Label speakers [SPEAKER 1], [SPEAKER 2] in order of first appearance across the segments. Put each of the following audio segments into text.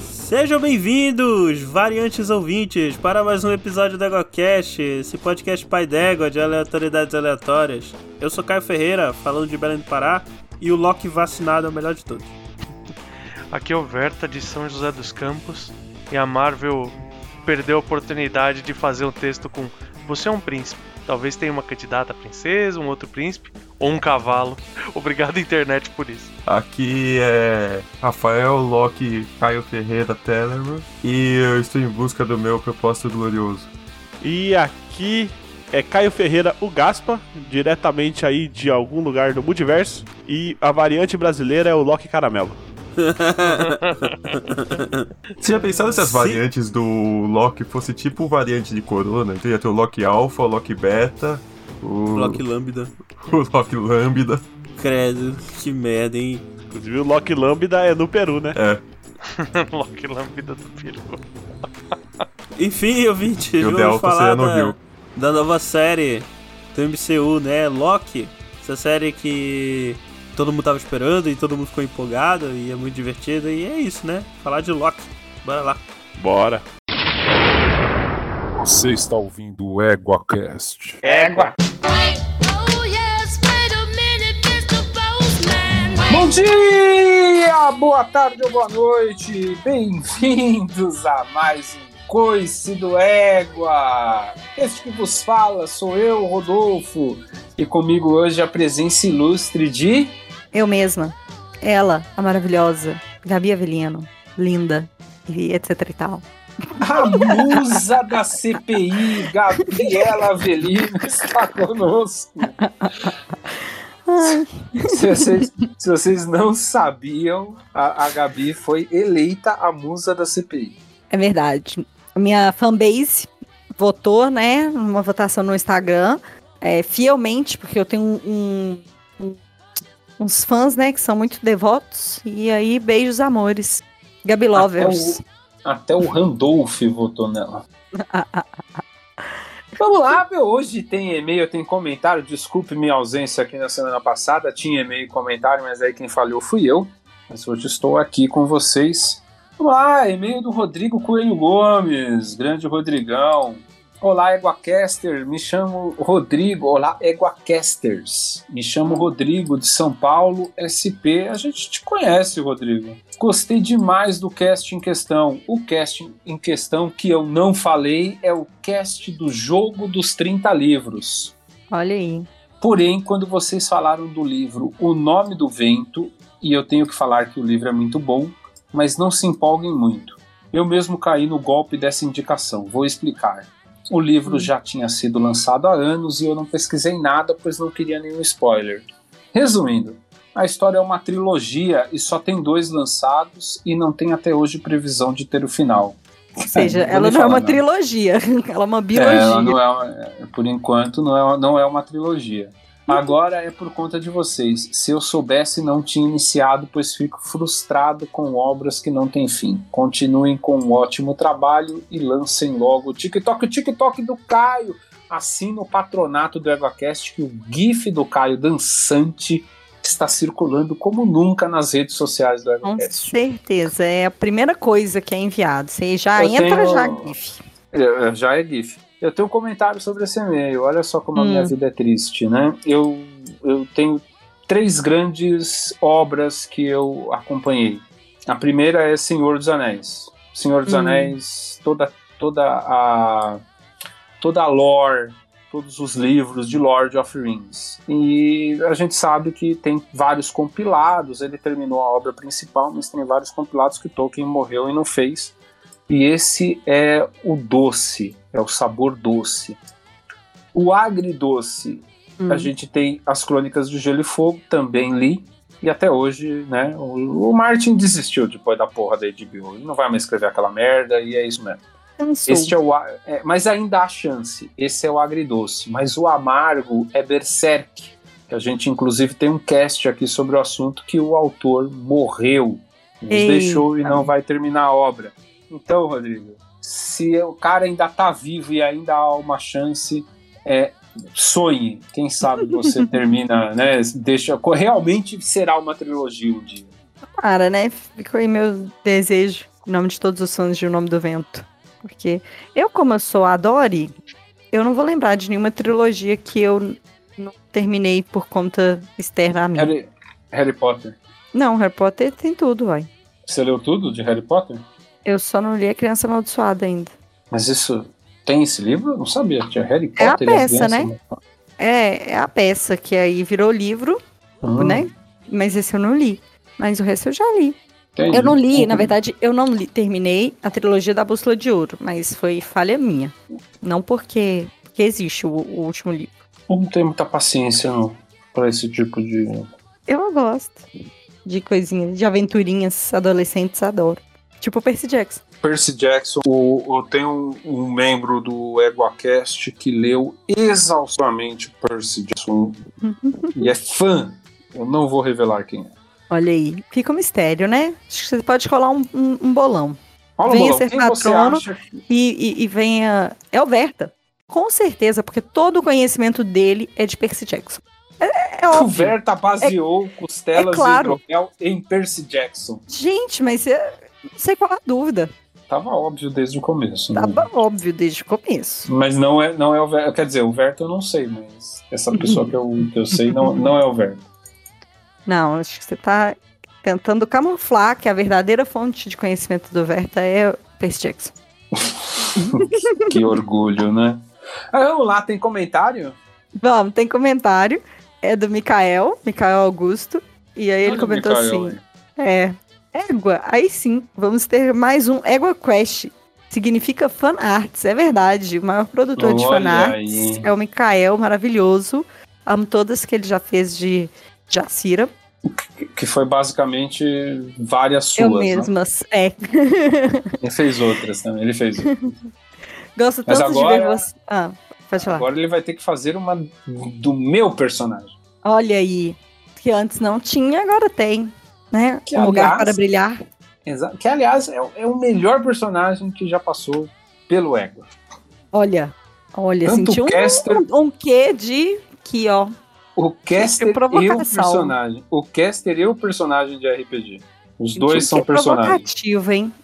[SPEAKER 1] Sejam bem-vindos, variantes ouvintes, para mais um episódio do EgoCast, esse podcast pai d'égua de aleatoriedades aleatórias. Eu sou Caio Ferreira, falando de Belém do Pará, e o Loki vacinado é o melhor de todos.
[SPEAKER 2] Aqui é o Verta de São José dos Campos e a Marvel perdeu a oportunidade de fazer um texto com Você é um príncipe. Talvez tenha uma candidata a princesa, um outro príncipe ou um cavalo. Obrigado, internet, por isso.
[SPEAKER 3] Aqui é Rafael Locke Caio Ferreira Tellerman e eu estou em busca do meu propósito glorioso.
[SPEAKER 4] E aqui é Caio Ferreira, o Gaspa, diretamente aí de algum lugar do multiverso. E a variante brasileira é o Loki Caramelo.
[SPEAKER 3] Você já pensaram se as
[SPEAKER 1] Sim.
[SPEAKER 3] variantes do Loki fosse tipo variante de Corona? Então ia ter o Loki Alpha, o Loki Beta, o
[SPEAKER 1] Loki
[SPEAKER 3] Loki,
[SPEAKER 1] Lambda.
[SPEAKER 3] o Loki Lambda.
[SPEAKER 1] Credo, que merda, hein?
[SPEAKER 4] Inclusive o Loki Lambda é no Peru, né?
[SPEAKER 3] É,
[SPEAKER 2] Loki lambida do peru.
[SPEAKER 1] Enfim, ouvintes,
[SPEAKER 3] E o
[SPEAKER 1] vamos
[SPEAKER 3] Delta
[SPEAKER 1] falar
[SPEAKER 3] seria no
[SPEAKER 1] da,
[SPEAKER 3] Rio.
[SPEAKER 1] da nova série do MCU, né? Loki. Essa série que todo mundo tava esperando e todo mundo ficou empolgado e é muito divertida. E é isso, né? Falar de Loki. Bora lá.
[SPEAKER 4] Bora.
[SPEAKER 5] Você está ouvindo o EguaCast.
[SPEAKER 6] Wait, oh yes, wait a minute, Mr. Postman.
[SPEAKER 7] Bom dia, boa tarde ou boa noite, bem-vindos a mais um Coice do Égua. Este que vos fala sou eu, Rodolfo, e comigo hoje a presença ilustre de.
[SPEAKER 8] Eu mesma. Ela, a maravilhosa. Gabi Avelino. Linda. E etc e tal.
[SPEAKER 7] A musa da CPI, Gabriela Avelino, está conosco. Se vocês, se vocês não sabiam, a, a Gabi foi eleita a musa da CPI.
[SPEAKER 8] É verdade. A minha fanbase votou, né? Uma votação no Instagram. é, fielmente, porque eu tenho um- um- um- uns fãs, né? Que são muito devotos. E aí, beijos, amores. Gabi Lovers.
[SPEAKER 7] Até Ah, o Randolph votou nela. Vamos lá, meu. Hoje tem e-mail, tem comentário. Desculpe minha ausência aqui na semana passada. Tinha e-mail e comentário, mas aí quem falhou fui eu. Mas hoje estou aqui com vocês. Vamos lá, e-mail do Rodrigo Coelho Gomes, grande Rodrigão. Olá, Eguacaster, me chamo Rodrigo. Olá, Eguacasters. Me chamo Rodrigo, de São Paulo, SP. A gente te conhece, Rodrigo. Gostei demais do cast em questão. O cast em questão que eu não falei é o cast do Jogo dos 30 Livros.
[SPEAKER 8] Olha aí.
[SPEAKER 7] Porém, quando vocês falaram do livro O Nome do Vento, e eu tenho que falar que o livro é muito bom, mas não se empolguem muito. Eu mesmo caí no golpe dessa indicação, vou explicar. O livro já tinha sido lançado há anos e eu não pesquisei nada, pois não queria nenhum spoiler. Resumindo, a história é uma trilogia e só tem dois lançados e não tem até hoje previsão de ter o final.
[SPEAKER 8] Ou seja,
[SPEAKER 7] não vou
[SPEAKER 8] ela
[SPEAKER 7] nem
[SPEAKER 8] não é
[SPEAKER 7] falar
[SPEAKER 8] uma
[SPEAKER 7] nada.
[SPEAKER 8] trilogia. Ela é uma
[SPEAKER 7] É,
[SPEAKER 8] biologia.
[SPEAKER 7] ela não é uma- é, por enquanto, não é, uma- não é uma trilogia. Agora é por conta de vocês. Se eu soubesse, não tinha iniciado, pois fico frustrado com obras que não têm fim. Continuem com um ótimo trabalho e lancem logo o TikTok, o TikTok do Caio. Assina o patronato do EgoCast que o GIF do Caio dançante está circulando como nunca nas redes sociais do
[SPEAKER 8] Com
[SPEAKER 7] EgoCast.
[SPEAKER 8] certeza. É a primeira coisa que é enviado. Você já
[SPEAKER 7] Eu
[SPEAKER 8] entra,
[SPEAKER 7] tenho-
[SPEAKER 8] já GIF.
[SPEAKER 7] É, é, já é GIF. Eu tenho um comentário sobre esse e-mail. Olha só como a
[SPEAKER 8] Hum.
[SPEAKER 7] minha vida é triste, né? Eu, eu tenho três grandes obras que eu acompanhei. A primeira é Senhor dos Anéis. Senhor dos
[SPEAKER 8] Hum.
[SPEAKER 7] Anéis, toda, toda a toda a lore, todos os livros de Lord of Rings. E a gente sabe que tem vários compilados, ele terminou a obra principal, mas tem vários compilados que Tolkien morreu e não fez. E esse é o doce, é o sabor doce. O agridoce a gente tem as Crônicas do Gelo e Fogo, também li. E até hoje, né? O, o Martin desistiu depois da porra da HBO. Ele não vai mais escrever aquela merda e é isso mesmo.
[SPEAKER 8] Cansou.
[SPEAKER 7] Este é o, a- é, mas ainda há chance. Esse é o agridoce. Mas o amargo é Berserk. Que a gente, inclusive, tem um cast aqui sobre o assunto que o autor morreu. Nos
[SPEAKER 8] Ei.
[SPEAKER 7] deixou e não vai terminar a obra. Então, Rodrigo, se o cara ainda tá vivo e ainda há uma chance, é, sonhe. Quem sabe você termina, né? Deixa, realmente será uma trilogia um dia.
[SPEAKER 8] Para, né? Ficou aí meu desejo. Em nome de todos os fãs de O Nome do Vento. Porque eu, como eu sou a Dory, eu não vou lembrar de nenhuma trilogia que eu não terminei por conta externa a mim.
[SPEAKER 7] Harry, Harry Potter.
[SPEAKER 8] Não, Harry Potter tem tudo, vai.
[SPEAKER 7] Você leu tudo de Harry Potter?
[SPEAKER 8] Eu só não li A Criança Amaldiçoada ainda.
[SPEAKER 7] Mas isso tem esse livro? Eu não sabia. Tinha Harry
[SPEAKER 8] É a
[SPEAKER 7] Potter e
[SPEAKER 8] peça,
[SPEAKER 7] criança,
[SPEAKER 8] né? É, é a peça que aí virou livro,
[SPEAKER 7] Ah,
[SPEAKER 8] né? Mas esse eu não li. Mas o resto eu já li.
[SPEAKER 7] entendi.
[SPEAKER 8] Eu não li, na verdade, eu não li, terminei a trilogia da Bússola de Ouro, mas foi falha minha. Não porque, porque existe o, o último livro.
[SPEAKER 7] Eu não tenho muita paciência, não, pra esse tipo de.
[SPEAKER 8] Eu não gosto de coisinhas, de aventurinhas adolescentes, adoro. Tipo o Percy Jackson.
[SPEAKER 7] Percy Jackson, o, o- tem um, um membro do EguaCast que leu exaustivamente Percy Jackson e é fã. Eu não vou revelar quem é.
[SPEAKER 8] Olha aí, fica um mistério, né? Acho que você pode colar um, um- um bolão.
[SPEAKER 7] Olha,
[SPEAKER 8] Venha
[SPEAKER 7] Bolão,
[SPEAKER 8] ser
[SPEAKER 7] quem você
[SPEAKER 8] patrono.
[SPEAKER 7] acha
[SPEAKER 8] E, e, e venha. É o Verta. Com certeza, porque todo o conhecimento dele é de Percy Jackson. É, é
[SPEAKER 7] que o
[SPEAKER 8] óbvio.
[SPEAKER 7] Verta baseou costelas
[SPEAKER 8] é claro.
[SPEAKER 7] e hidromel em Percy Jackson?
[SPEAKER 8] Gente, mas é- não sei qual a dúvida.
[SPEAKER 7] Tava óbvio desde o começo. né?
[SPEAKER 8] Tava óbvio desde o começo.
[SPEAKER 7] Mas não é, não é o Verta. Quer dizer, o Verta eu não sei, mas essa pessoa que eu, que eu sei não, não é o Verta.
[SPEAKER 8] Não, acho que você tá tentando camuflar que a verdadeira fonte de conhecimento do Verta é o Percy Jackson.
[SPEAKER 7] Que orgulho, né? Ah, vamos lá, tem comentário?
[SPEAKER 8] Vamos, tem comentário. É do Mikael, Mikael Augusto. E aí ele
[SPEAKER 7] Olha o
[SPEAKER 8] comentou
[SPEAKER 7] Mikael
[SPEAKER 8] assim:
[SPEAKER 7] aí.
[SPEAKER 8] É. Égua, aí sim, vamos ter mais um Égua Quest. Significa fan arts, é verdade. O maior produtor de
[SPEAKER 7] Olha
[SPEAKER 8] fan arts
[SPEAKER 7] aí.
[SPEAKER 8] é o Mikael, maravilhoso. Amo todas que ele já fez de Jacira.
[SPEAKER 7] Que- Que foi basicamente várias
[SPEAKER 8] Eu
[SPEAKER 7] suas. né?
[SPEAKER 8] mesma, é.
[SPEAKER 7] Ele fez outras também, ele fez. outras.
[SPEAKER 8] Gosto
[SPEAKER 7] Mas
[SPEAKER 8] tanto de ver
[SPEAKER 7] agora-
[SPEAKER 8] você. Ah, pode falar.
[SPEAKER 7] Agora ele vai ter que fazer uma do meu personagem.
[SPEAKER 8] Olha aí, que antes não tinha, agora tem, né?
[SPEAKER 7] Que,
[SPEAKER 8] um lugar
[SPEAKER 7] aliás-
[SPEAKER 8] para brilhar.
[SPEAKER 7] Exa- Que, aliás, é, o- é o melhor personagem que já passou pelo Ego.
[SPEAKER 8] Olha, olha,
[SPEAKER 7] Tanto
[SPEAKER 8] senti um,
[SPEAKER 7] caster-
[SPEAKER 8] um, um quê de que, ó.
[SPEAKER 7] O Caster e o
[SPEAKER 8] provocação.
[SPEAKER 7] personagem. O Caster e o personagem de RPG. Os
[SPEAKER 8] senti
[SPEAKER 7] dois
[SPEAKER 8] um
[SPEAKER 7] são
[SPEAKER 8] quê
[SPEAKER 7] personagens.
[SPEAKER 8] provocativo, hein?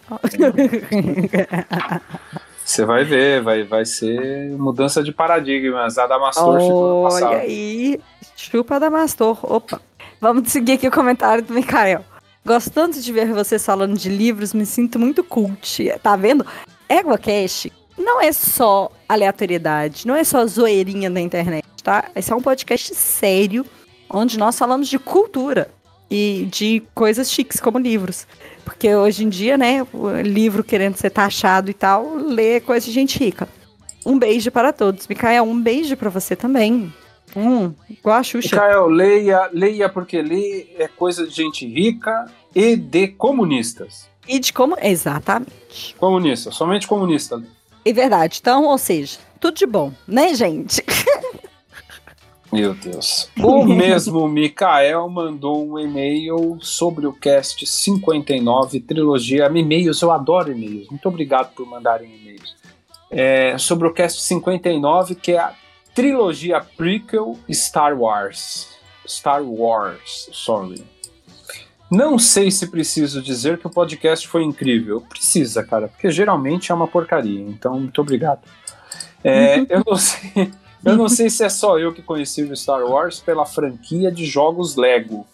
[SPEAKER 7] Você vai ver, vai, vai ser mudança de paradigmas. A Damastor ficou no
[SPEAKER 8] olha
[SPEAKER 7] passado.
[SPEAKER 8] aí, chupa da Mastor. Opa, vamos seguir aqui o comentário do Mikael. Gosto tanto de ver vocês falando de livros, me sinto muito cult. Tá vendo? Égua Cash não é só aleatoriedade, não é só zoeirinha da internet, tá? Esse é um podcast sério, onde nós falamos de cultura e de coisas chiques, como livros. Porque hoje em dia, né, o livro querendo ser taxado e tal, ler é coisa de gente rica. Um beijo para todos. Micael, um beijo para você também. Hum, igual a Xuxa.
[SPEAKER 7] Mikael, leia, leia porque ler é coisa de gente rica e de comunistas.
[SPEAKER 8] E de como... Exatamente.
[SPEAKER 7] Comunista, somente comunista.
[SPEAKER 8] É verdade. Então, ou seja, tudo de bom, né, gente?
[SPEAKER 7] Meu Deus. O mesmo Mikael mandou um e-mail sobre o cast 59, trilogia. E-mails, eu adoro e-mails. Muito obrigado por mandarem e-mails. É, sobre o cast 59, que é a trilogia prequel Star Wars. Star Wars, sorry. Não sei se preciso dizer que o podcast foi incrível. Precisa, cara, porque geralmente é uma porcaria. Então, muito obrigado. É, eu não sei. Eu não sei se é só eu que conheci o Star Wars pela franquia de jogos Lego.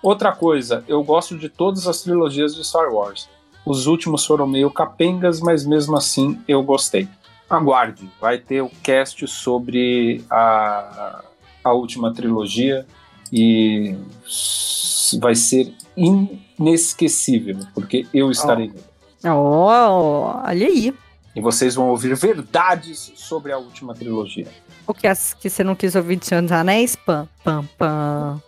[SPEAKER 7] Outra coisa, eu gosto de todas as trilogias de Star Wars. Os últimos foram meio capengas, mas mesmo assim eu gostei. Aguarde, vai ter o cast sobre a, a última trilogia e s- vai ser inesquecível, porque eu estarei nele.
[SPEAKER 8] Oh, olha aí.
[SPEAKER 7] E vocês vão ouvir verdades sobre a última trilogia.
[SPEAKER 8] O que, as- que você não quis ouvir de Senhor dos Anéis? Pam, pam, pam.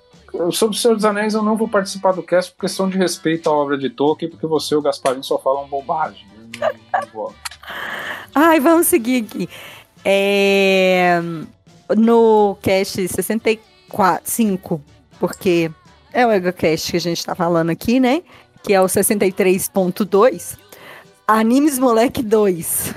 [SPEAKER 7] Sobre o Senhor dos Anéis, eu não vou participar do cast por questão de respeito à obra de Tolkien, porque você e o Gasparinho só falam bobagem. Eu não- não vou.
[SPEAKER 8] Ai, vamos seguir aqui. É, no cast 65, porque é o EgoCast que a gente tá falando aqui, né? Que é o 63.2. Animes Moleque 2.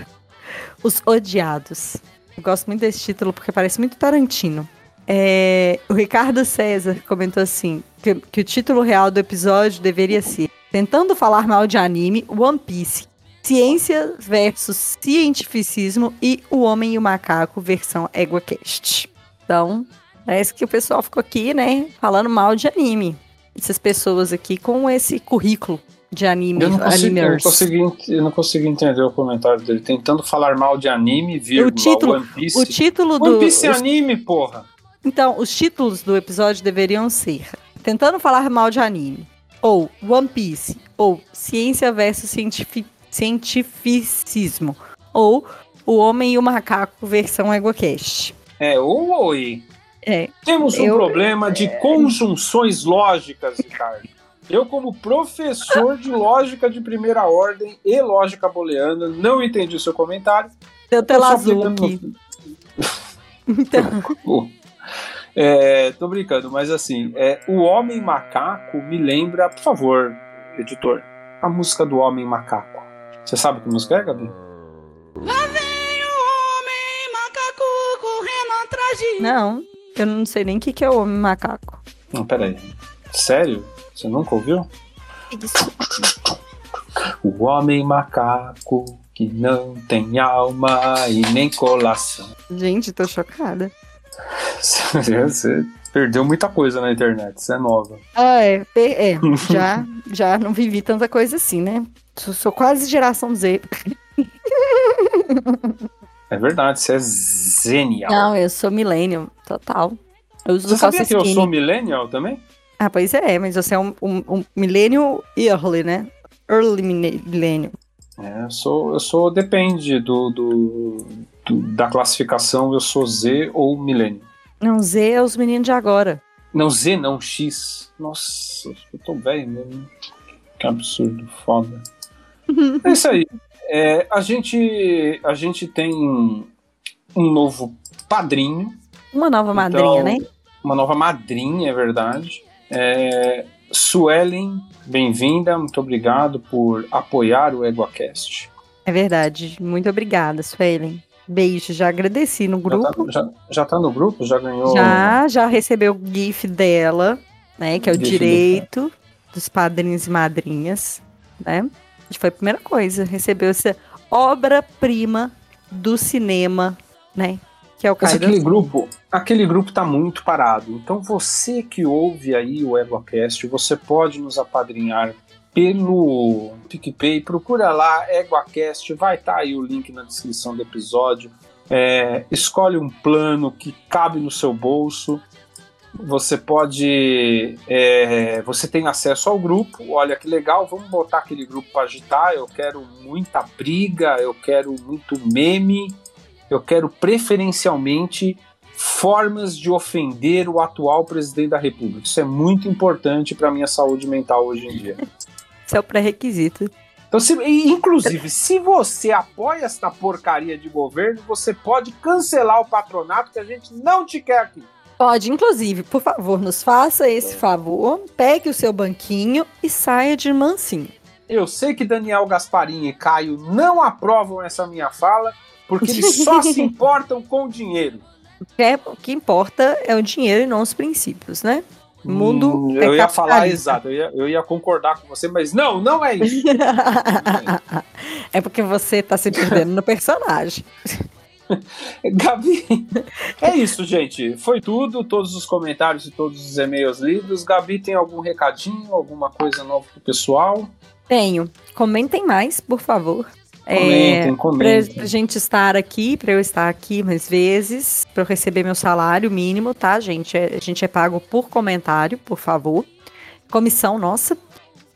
[SPEAKER 8] Os Odiados. Eu gosto muito desse título porque parece muito Tarantino. É, o Ricardo César comentou assim: que, que o título real do episódio deveria ser tentando falar mal de anime, One Piece, Ciência versus Cientificismo e O Homem e o Macaco, versão EguaCast. Então, parece que o pessoal ficou aqui, né, falando mal de anime. Essas pessoas aqui com esse currículo de anime,
[SPEAKER 7] Eu não, consigo, eu, não
[SPEAKER 8] animers.
[SPEAKER 7] consegui, ent- eu não consegui entender o comentário dele. Tentando falar mal de anime, vírgula,
[SPEAKER 8] O título-
[SPEAKER 7] One Piece.
[SPEAKER 8] O título do.
[SPEAKER 7] One Piece é
[SPEAKER 8] os-
[SPEAKER 7] anime, porra.
[SPEAKER 8] Então, os títulos do episódio deveriam ser Tentando Falar Mal de Anime, ou One Piece, ou Ciência versus Cientifi- Cientificismo, ou O Homem e o Macaco, versão EgoCast.
[SPEAKER 7] É, ou oi.
[SPEAKER 8] É,
[SPEAKER 7] Temos um
[SPEAKER 8] Eu- é,
[SPEAKER 7] problema de conjunções lógicas, Ricardo. Eu, como professor de lógica de primeira ordem e lógica booleana, não entendi o seu comentário.
[SPEAKER 8] deu
[SPEAKER 7] Eu
[SPEAKER 8] tela
[SPEAKER 7] só
[SPEAKER 8] azul
[SPEAKER 7] aplicando
[SPEAKER 8] aqui. Então,
[SPEAKER 7] Pô. É, tô brincando, mas assim, é, o Homem Macaco me lembra, por favor, editor, a música do Homem Macaco. Você sabe que música é, Gabi?
[SPEAKER 6] Lá vem o homem macaco correndo atrás de
[SPEAKER 8] não, eu não sei nem o que, que é o Homem e o Macaco.
[SPEAKER 7] Não, peraí. Sério? Você nunca ouviu? O Homem Macaco que não tem alma e nem colação.
[SPEAKER 8] Gente, tô chocada.
[SPEAKER 7] Você perdeu muita coisa na internet, você é nova.
[SPEAKER 8] Ah, é, pe- é já, já não vivi tanta coisa assim, né? Sou, sou quase geração Z.
[SPEAKER 7] É verdade, você é genial.
[SPEAKER 8] Não, eu sou millennium, total. Eu uso
[SPEAKER 7] você sabia
[SPEAKER 8] calça
[SPEAKER 7] que eu
[SPEAKER 8] skinny.
[SPEAKER 7] sou millennial também?
[SPEAKER 8] Ah, pois é, mas você é um, um, um milênio early, né? Early mine- milênio.
[SPEAKER 7] É, eu sou, eu sou depende do, do- do- da classificação, eu sou Z ou milênio.
[SPEAKER 8] Não, Z é os meninos de agora.
[SPEAKER 7] Não, Z não, X. Nossa, eu tô velho mesmo. Que absurdo, foda. É isso aí. É, a, gente, a gente tem um novo padrinho.
[SPEAKER 8] Uma nova madrinha,
[SPEAKER 7] Então,
[SPEAKER 8] né?
[SPEAKER 7] Uma nova madrinha, é verdade. É, Suelen, bem-vinda. Muito obrigado por apoiar o EguaCast.
[SPEAKER 8] É verdade. Muito obrigada, Suelen. Beijo, já agradeci no
[SPEAKER 7] Já tá-
[SPEAKER 8] grupo.
[SPEAKER 7] Já, já tá no grupo? Já ganhou?
[SPEAKER 8] Já, já recebeu o GIF dela, né? Que é o
[SPEAKER 7] Oh. Gif do-
[SPEAKER 8] direito dos padrinhos e madrinhas, né? Acho que Foi a primeira coisa. Recebeu essa obra-prima do cinema, né? Que é o
[SPEAKER 7] Mas
[SPEAKER 8] Caio
[SPEAKER 7] aquele
[SPEAKER 8] Dantas.
[SPEAKER 7] grupo, aquele grupo tá muito parado. Então você que ouve aí o EguaCast, você pode nos apadrinhar pelo PicPay. Procura lá, EguaCast, vai estar aí o link na descrição do episódio. É, escolhe um plano que cabe no seu bolso. Você pode. é, você tem acesso ao grupo. Olha que legal, vamos botar aquele grupo para agitar. Eu quero muita briga, eu quero muito meme. Eu quero preferencialmente formas de ofender o atual presidente da República. Isso é muito importante para minha saúde mental hoje em dia.
[SPEAKER 8] Esse é o pré-requisito.
[SPEAKER 7] Então, se- e, inclusive, se você apoia esta porcaria de governo, você pode cancelar o patronato que a gente não te quer aqui.
[SPEAKER 8] Pode, inclusive, por favor, nos faça esse favor, pegue o seu banquinho e saia de mansinho.
[SPEAKER 7] Eu sei que Daniel Gasparini e Caio não aprovam essa minha fala, porque eles só se importam com o dinheiro.
[SPEAKER 8] Que é- O que importa é o dinheiro e não os princípios, né? O mundo
[SPEAKER 7] Hum,
[SPEAKER 8] é
[SPEAKER 7] eu ia falar
[SPEAKER 8] capitalista.
[SPEAKER 7] exato, eu ia, eu ia concordar com você, mas não, não é isso.
[SPEAKER 8] é porque você tá se perdendo no personagem.
[SPEAKER 7] Gabi, é isso, gente. Foi tudo. Todos os comentários e todos os e-mails lidos. Gabi, tem algum recadinho, alguma coisa nova pro pessoal?
[SPEAKER 8] Tenho. Comentem mais, por favor. É,
[SPEAKER 7] Comentem,
[SPEAKER 8] Pra
[SPEAKER 7] comentem.
[SPEAKER 8] gente estar aqui, pra eu estar aqui mais vezes, pra eu receber meu salário mínimo, tá, gente? É- A gente é pago por comentário, por favor. Comissão nossa.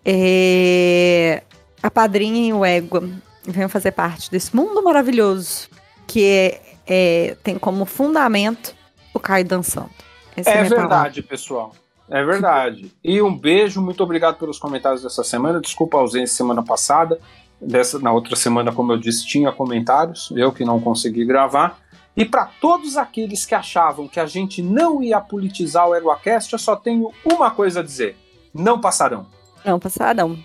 [SPEAKER 8] É... A padrinha e o Égua venham fazer parte desse mundo maravilhoso que é, é- tem como fundamento o Caio dançando. Essa a
[SPEAKER 7] É
[SPEAKER 8] minha palavra.
[SPEAKER 7] verdade, pessoal. É verdade. E um beijo, muito obrigado pelos comentários dessa semana. Desculpa a ausência semana passada. Dessa, na outra semana, como eu disse, tinha comentários. Eu que não consegui gravar. E para todos aqueles que achavam que a gente não ia politizar o EguaCast, eu só tenho uma coisa a dizer: não passarão.
[SPEAKER 8] Não, passadão.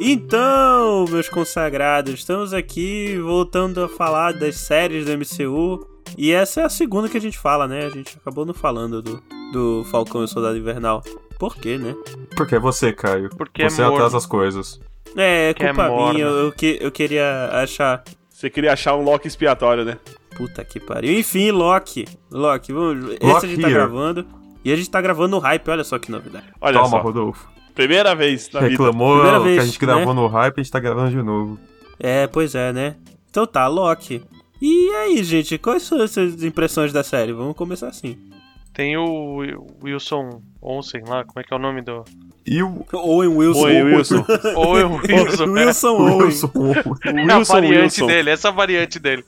[SPEAKER 1] Então, meus consagrados, estamos aqui voltando a falar das séries do MCU. E essa é a segunda que a gente fala, né? A gente acabou não falando do, do Falcão e o Soldado Invernal. Por quê, né?
[SPEAKER 3] Porque é você, Caio.
[SPEAKER 2] Porque
[SPEAKER 3] você
[SPEAKER 2] é morno.
[SPEAKER 3] atrasa as coisas.
[SPEAKER 1] É, é
[SPEAKER 2] Que é
[SPEAKER 1] culpa
[SPEAKER 2] morna.
[SPEAKER 1] minha. Eu, eu, que- eu queria achar.
[SPEAKER 4] Você queria achar um Loki expiatório, né?
[SPEAKER 1] Puta que pariu. Enfim, Loki. Loki, vamos. Esse
[SPEAKER 3] Loki
[SPEAKER 1] a gente tá
[SPEAKER 3] here.
[SPEAKER 1] gravando. E a gente tá gravando no hype, olha só que novidade.
[SPEAKER 4] Olha
[SPEAKER 3] Toma,
[SPEAKER 4] só,
[SPEAKER 3] Rodolfo.
[SPEAKER 4] primeira vez na vida.
[SPEAKER 3] Reclamou
[SPEAKER 1] Primeira
[SPEAKER 3] que
[SPEAKER 1] vez,
[SPEAKER 3] a gente
[SPEAKER 1] né?
[SPEAKER 3] gravou no hype, a gente tá gravando de novo.
[SPEAKER 1] É, pois é, né? Então tá, Loki. E aí, gente, quais são as suas impressões da série? Vamos começar assim.
[SPEAKER 2] Tem o Wil- Wilson Onsen lá, como é que é o nome do.
[SPEAKER 3] E o
[SPEAKER 1] Owen Wilson.
[SPEAKER 4] Oi, Wilson.
[SPEAKER 2] Ou é o Wilson. é.
[SPEAKER 1] Wilson
[SPEAKER 3] o
[SPEAKER 1] Owen.
[SPEAKER 3] Wilson.
[SPEAKER 2] É a
[SPEAKER 4] Wilson,
[SPEAKER 2] variante
[SPEAKER 4] Wilson.
[SPEAKER 2] dele, essa é a variante dele.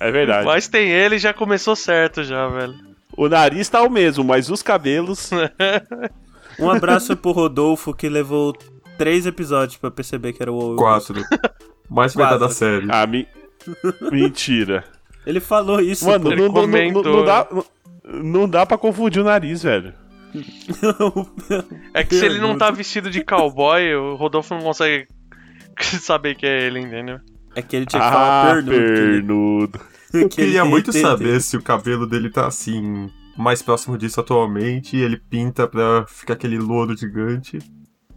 [SPEAKER 4] É verdade.
[SPEAKER 2] Mas tem ele já começou certo já, velho.
[SPEAKER 4] O nariz tá o mesmo, mas os cabelos.
[SPEAKER 1] Um abraço pro Rodolfo, que levou três episódios pra perceber que era o Owen Wilson.
[SPEAKER 3] Quatro. Mais metade da
[SPEAKER 1] Quatro.
[SPEAKER 3] série.
[SPEAKER 4] Ah, mi... Mentira.
[SPEAKER 1] Ele falou isso.
[SPEAKER 4] Mano,
[SPEAKER 2] ele
[SPEAKER 4] não, não- não-
[SPEAKER 2] comentou.
[SPEAKER 4] não dá. Não dá pra confundir o nariz, velho.
[SPEAKER 2] É que se ele não tá vestido de cowboy, o Rodolfo não consegue saber que é ele, entendeu?
[SPEAKER 1] É que ele tinha que falar
[SPEAKER 4] Ah,
[SPEAKER 1] perno. que ele-
[SPEAKER 4] pernudo.
[SPEAKER 1] que ele
[SPEAKER 3] Eu queria
[SPEAKER 1] tem-
[SPEAKER 3] muito
[SPEAKER 1] tem-
[SPEAKER 3] saber se o cabelo dele tá assim, mais próximo disso atualmente, e ele pinta pra ficar aquele louro gigante.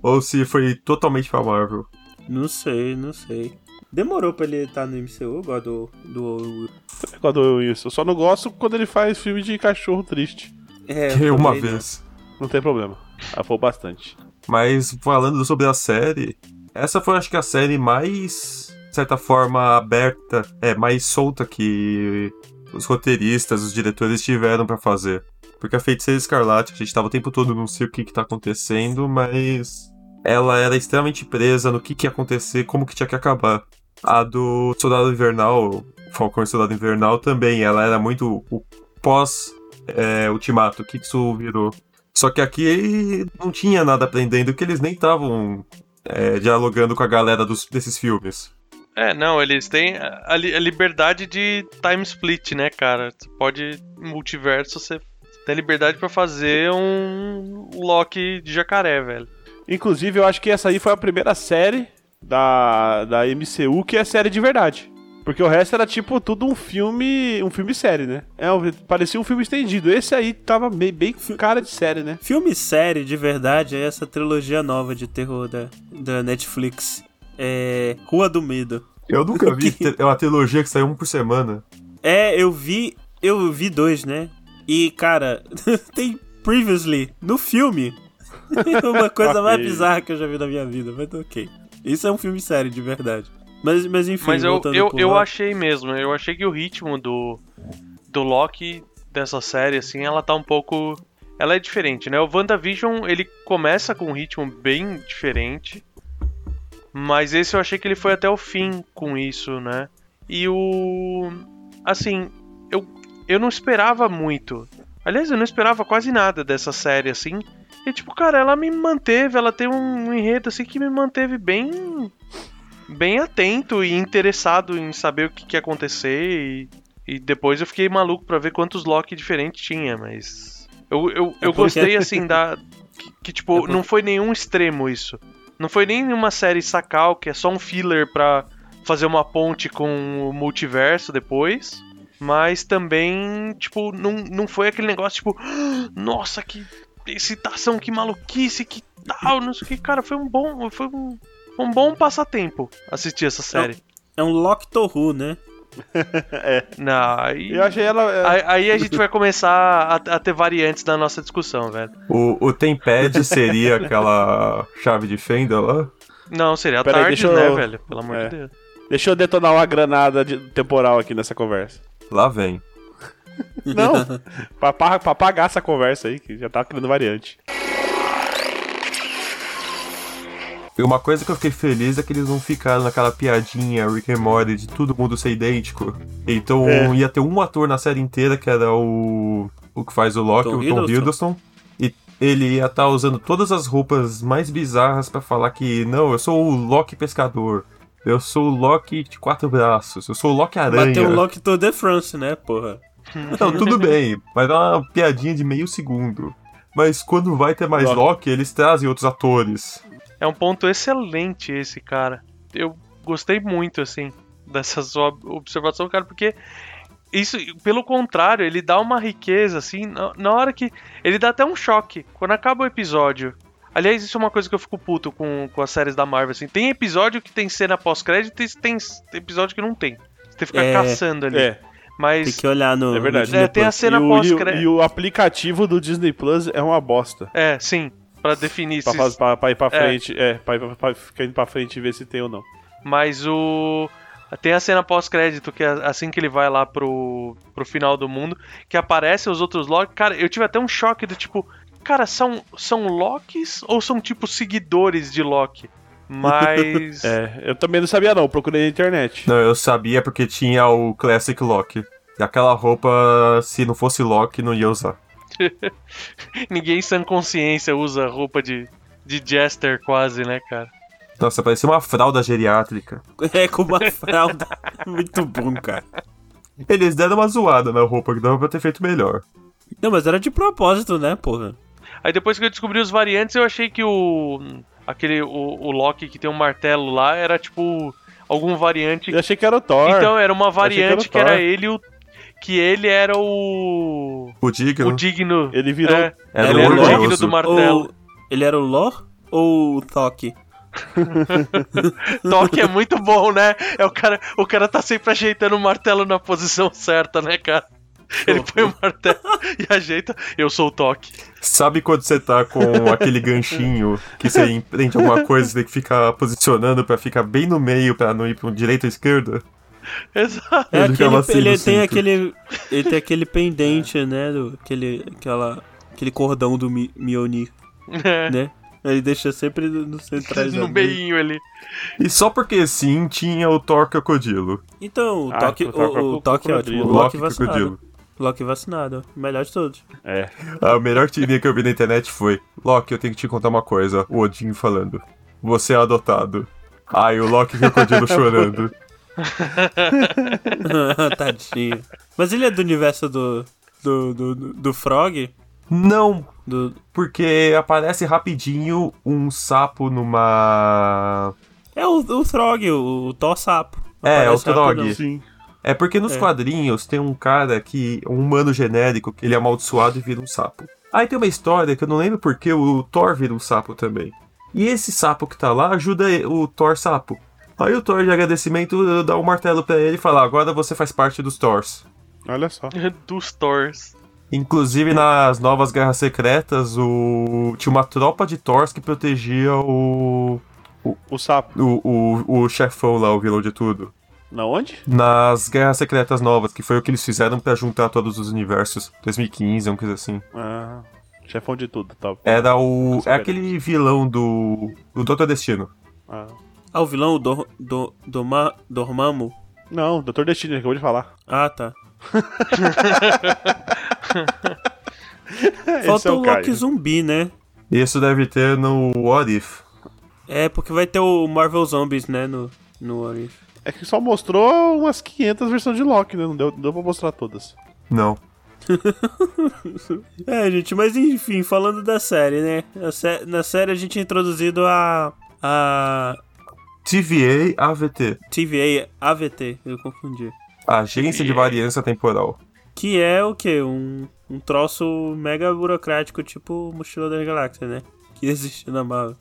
[SPEAKER 3] Ou se foi totalmente pra Marvel.
[SPEAKER 1] Não sei, não sei. Demorou pra ele estar no MCU, igual do, do Owen Wilson.
[SPEAKER 4] Quando eu isso. Eu só não gosto quando ele faz filme de cachorro triste.
[SPEAKER 1] É,
[SPEAKER 3] Que
[SPEAKER 1] eu
[SPEAKER 3] uma
[SPEAKER 1] também não.
[SPEAKER 3] vez.
[SPEAKER 4] Não tem problema. Ah, foi bastante.
[SPEAKER 3] Mas falando sobre a série, essa foi acho que a série mais, de certa forma, aberta, é, mais solta que os roteiristas, os diretores tiveram pra fazer. Porque a Feiticeira Escarlate, a gente tava o tempo todo, não sei o que que tá acontecendo, mas ela era extremamente presa no que que ia acontecer, como que tinha que acabar. A do Soldado Invernal, Falcão e Soldado Invernal também, ela era muito o pós-ultimato, o que que isso virou. Só que aqui não tinha nada aprendendo, que eles nem estavam é, dialogando com a galera dos- desses filmes.
[SPEAKER 2] É, não, eles têm a, li- a liberdade de time split, né, cara? Você pode, em multiverso, você tem liberdade pra fazer um Loki de jacaré, velho.
[SPEAKER 4] Inclusive, eu acho que essa aí foi a primeira série da, da MCU que é série de verdade. Porque o resto era tipo tudo um filme. Um filme série, né? É, um- parecia um filme estendido. Esse aí tava bem, bem com cara de série, né?
[SPEAKER 1] Filme e série, de verdade, é essa trilogia nova de terror da, da Netflix. É. Rua do Medo.
[SPEAKER 3] Eu nunca vi.
[SPEAKER 1] Que-
[SPEAKER 3] É uma trilogia que saiu um por semana.
[SPEAKER 1] É, eu vi. Eu vi dois, né? E, cara, tem previously no filme. Uma coisa mais
[SPEAKER 4] Ok.
[SPEAKER 1] bizarra que eu já vi na minha vida, mas ok. Isso é um filme sério, de verdade. Mas, mas enfim,
[SPEAKER 2] Mas eu,
[SPEAKER 1] voltando
[SPEAKER 2] eu,
[SPEAKER 1] pro
[SPEAKER 2] eu
[SPEAKER 1] Loki.
[SPEAKER 2] achei mesmo, eu achei que o ritmo do, do Loki dessa série, assim, ela tá um pouco. Ela é diferente, né? O WandaVision, ele começa com um ritmo bem diferente. Mas esse eu achei que ele foi até o fim com isso, né? E o. Assim, eu, eu não esperava muito. Aliás, eu não esperava quase nada dessa série, assim. E tipo, cara, ela me manteve, ela tem um enredo assim que me manteve bem bem atento e interessado em saber o que, que ia acontecer. E, e depois eu fiquei maluco pra ver quantos Loki diferentes tinha, mas. Eu, eu,
[SPEAKER 1] É
[SPEAKER 2] eu
[SPEAKER 1] porque-
[SPEAKER 2] gostei assim da. Que, que, tipo,
[SPEAKER 1] É porque-
[SPEAKER 2] não foi nenhum extremo isso. Não foi nem uma série sacal, que é só um filler pra fazer uma ponte com o multiverso depois. Mas também, tipo, não, não foi aquele negócio, tipo, nossa, que excitação, que maluquice, que tal, não sei o que. Cara, foi um bom. Foi um, um bom passatempo assistir essa série.
[SPEAKER 1] É um Loki Torru, né?
[SPEAKER 2] Não, aí,
[SPEAKER 4] Eu achei ela. é,
[SPEAKER 2] aí, aí a gente vai começar a, a ter variantes da nossa discussão, velho.
[SPEAKER 3] O, o Tempad seria aquela chave de fenda lá.
[SPEAKER 2] Não, seria
[SPEAKER 4] Peraí,
[SPEAKER 2] tarde,
[SPEAKER 4] deixa
[SPEAKER 2] né,
[SPEAKER 4] eu-
[SPEAKER 2] velho? Pelo amor
[SPEAKER 4] É.
[SPEAKER 2] de Deus.
[SPEAKER 4] Deixa eu detonar uma granada de- temporal aqui nessa conversa.
[SPEAKER 3] Lá vem.
[SPEAKER 4] Não, pra, pa- pra pagar essa conversa aí, que já tá criando variante.
[SPEAKER 3] E uma coisa que eu fiquei feliz é que eles não ficaram naquela piadinha Rick and Morty de todo mundo ser idêntico. Então
[SPEAKER 4] É.
[SPEAKER 3] ia ter um ator na série inteira que era o. o que faz o Loki,
[SPEAKER 1] Tom
[SPEAKER 3] o Tom
[SPEAKER 1] Hiddleston.
[SPEAKER 3] Hiddleston. E ele ia estar usando todas as roupas mais bizarras pra falar que não, eu sou o Loki pescador. Eu sou o Loki de quatro braços. Eu sou o Loki aranha.
[SPEAKER 1] Bateu o Loki Tour de France, né, porra?
[SPEAKER 3] Não, tudo bem, mas é uma piadinha de meio segundo. Mas quando vai ter mais
[SPEAKER 4] Loki.
[SPEAKER 3] Loki, eles trazem outros atores.
[SPEAKER 2] É um ponto excelente esse, cara. Eu gostei muito, assim. dessa sua observação, cara, porque isso, pelo contrário, ele dá uma riqueza, assim, na, na hora que. Ele dá até um choque. Quando acaba o episódio. Aliás, isso é uma coisa que eu fico puto com, com as séries da Marvel, assim. Tem episódio que tem cena pós-crédito e tem episódio que não tem. Você tem que ficar
[SPEAKER 1] É.
[SPEAKER 2] caçando ali.
[SPEAKER 4] É,
[SPEAKER 1] Tem
[SPEAKER 2] Mas.
[SPEAKER 1] que olhar no.
[SPEAKER 4] é verdade.
[SPEAKER 1] no Disney
[SPEAKER 2] É, tem
[SPEAKER 1] Plus.
[SPEAKER 2] a cena
[SPEAKER 4] e, o, e, o,
[SPEAKER 2] pós-crédito.
[SPEAKER 4] e o aplicativo do Disney Plus é uma bosta.
[SPEAKER 2] É, sim. Pra definir
[SPEAKER 4] Pra,
[SPEAKER 2] se
[SPEAKER 4] faz- pra- pra ir pra
[SPEAKER 2] É.
[SPEAKER 4] frente, é, pra, ir pra, pra ficar indo pra frente e ver se tem ou não.
[SPEAKER 2] Mas o. Tem a cena pós-crédito, que é assim que ele vai lá pro, pro final do mundo, que aparecem os outros Loki. Cara, eu tive até um choque do tipo, cara, são, são Locks ou são tipo seguidores de Loki? Mas.
[SPEAKER 4] É, eu também não sabia não, procurei na internet.
[SPEAKER 3] Não, eu sabia porque tinha o Classic Loki. E aquela roupa, se não fosse Loki, não ia usar.
[SPEAKER 2] Ninguém sem consciência usa roupa de, de Jester quase, né, cara?
[SPEAKER 3] Nossa, parecia uma fralda geriátrica.
[SPEAKER 1] É com uma fralda. Muito bom, cara.
[SPEAKER 3] Eles deram uma zoada na roupa, que dava pra ter feito melhor.
[SPEAKER 1] Não, mas era de propósito, né, porra?
[SPEAKER 2] Aí depois que eu descobri os variantes, eu achei que o. Aquele. O, o Loki que tem um martelo lá era tipo. Algum variante
[SPEAKER 4] Eu achei que era o Thor.
[SPEAKER 2] Então, era uma
[SPEAKER 4] achei que era o
[SPEAKER 2] variante que era,
[SPEAKER 4] Thor.
[SPEAKER 2] ele o. Que ele era o.
[SPEAKER 3] O Digno
[SPEAKER 2] O digno.
[SPEAKER 4] ele virou.
[SPEAKER 2] É,
[SPEAKER 3] era um
[SPEAKER 2] ele
[SPEAKER 1] é
[SPEAKER 2] era o digno
[SPEAKER 3] orgulhoso.
[SPEAKER 2] do martelo.
[SPEAKER 1] Ou ele era o Lor ou o Thok?
[SPEAKER 4] um-
[SPEAKER 2] Toque é muito bom, né? É o cara, o cara tá sempre ajeitando o martelo na posição certa, né, cara? Ele põe o martelo e ajeita. Eu sou o toque.
[SPEAKER 3] Sabe quando você tá com aquele ganchinho que você empreende alguma coisa, você tem que ficar posicionando pra ficar bem no meio, pra não ir pra um direito ou esquerda?
[SPEAKER 2] Exato.
[SPEAKER 1] É
[SPEAKER 3] Ele
[SPEAKER 1] aquele,
[SPEAKER 3] ficava assim
[SPEAKER 1] ele
[SPEAKER 3] no
[SPEAKER 1] tem
[SPEAKER 3] É. cinto.
[SPEAKER 1] aquele. Ele tem aquele pendente, né? Do, aquele, aquela, aquele cordão do Mi, Mioni,
[SPEAKER 2] É,
[SPEAKER 1] né? Ele deixa sempre no, no centrais da
[SPEAKER 2] no
[SPEAKER 1] mesa.
[SPEAKER 2] beinho ali.
[SPEAKER 3] E só porque sim tinha o Thor Crocodilo.
[SPEAKER 1] Então, o
[SPEAKER 4] Ah,
[SPEAKER 1] toque,
[SPEAKER 4] o Thor-
[SPEAKER 1] o, o
[SPEAKER 4] o
[SPEAKER 1] toque é ótimo.
[SPEAKER 3] O
[SPEAKER 4] crocodilo.
[SPEAKER 1] O Loki
[SPEAKER 3] Loki
[SPEAKER 1] vacinado.
[SPEAKER 3] Crocodilo.
[SPEAKER 1] Loki vacinado, ó. melhor de todos.
[SPEAKER 4] É.
[SPEAKER 3] A Ah, melhor tirinha que eu vi na internet foi: Loki, eu tenho que te contar uma coisa. O Odin falando: Você é adotado. Ai, o Loki Crocodilo chorando.
[SPEAKER 1] Tadinho. Mas ele é do universo do. do. do, do, do Frog?
[SPEAKER 3] Não,
[SPEAKER 1] Do.
[SPEAKER 3] porque aparece rapidinho um sapo numa.
[SPEAKER 1] É o, o Frog, o, o Thor Sapo.
[SPEAKER 3] É,
[SPEAKER 1] Aparece
[SPEAKER 3] é o Frog.
[SPEAKER 1] rapidão.
[SPEAKER 4] Sim.
[SPEAKER 3] É porque nos
[SPEAKER 1] É.
[SPEAKER 3] quadrinhos tem um cara que. um humano genérico, que ele é amaldiçoado e vira um sapo. Aí tem uma história que eu não lembro porque o Thor vira um sapo também. E esse sapo que tá lá ajuda e- o Thor sapo. Aí o Thor de agradecimento dá um martelo pra ele e fala: agora você faz parte dos Thors.
[SPEAKER 4] Olha só.
[SPEAKER 2] Dos Thors.
[SPEAKER 3] Inclusive nas novas Guerras Secretas, o. tinha uma tropa de Thors que protegia o.
[SPEAKER 4] O sapo.
[SPEAKER 3] o, o, o chefão lá, o vilão de tudo.
[SPEAKER 4] Na onde?
[SPEAKER 3] Nas Guerras Secretas Novas, que foi o que eles fizeram pra juntar todos os universos. 2015, uma coisa assim.
[SPEAKER 4] Ah, chefão de tudo, tá. top.
[SPEAKER 3] Era o. É
[SPEAKER 4] pera.
[SPEAKER 3] aquele vilão do. do Doutor Destino.
[SPEAKER 4] Ah.
[SPEAKER 1] Ah, o vilão o do, do, do, Ma- Dormammu?
[SPEAKER 4] Não, Dr. Destino, acabou de falar.
[SPEAKER 1] Ah, tá.
[SPEAKER 4] Esse
[SPEAKER 1] Falta
[SPEAKER 4] é
[SPEAKER 1] o
[SPEAKER 4] o Caio.
[SPEAKER 1] Loki zumbi, né?
[SPEAKER 3] Isso deve ter no What If.
[SPEAKER 1] É, porque vai ter o Marvel Zombies, né? No, no Orif.
[SPEAKER 4] É que só mostrou umas 500 versões de Loki, né? Não deu, não deu pra mostrar todas.
[SPEAKER 3] Não.
[SPEAKER 1] É, gente, mas enfim, falando da série, né? A sé- Na série a gente tinha introduzido a. a.
[SPEAKER 3] TVA AVT
[SPEAKER 1] TVA, AVT, eu confundi.
[SPEAKER 3] Agência de Variância Temporal.
[SPEAKER 1] Que é o quê? Um, um troço mega burocrático, tipo Mochila das Galáxias, né? Que existe na Marvel.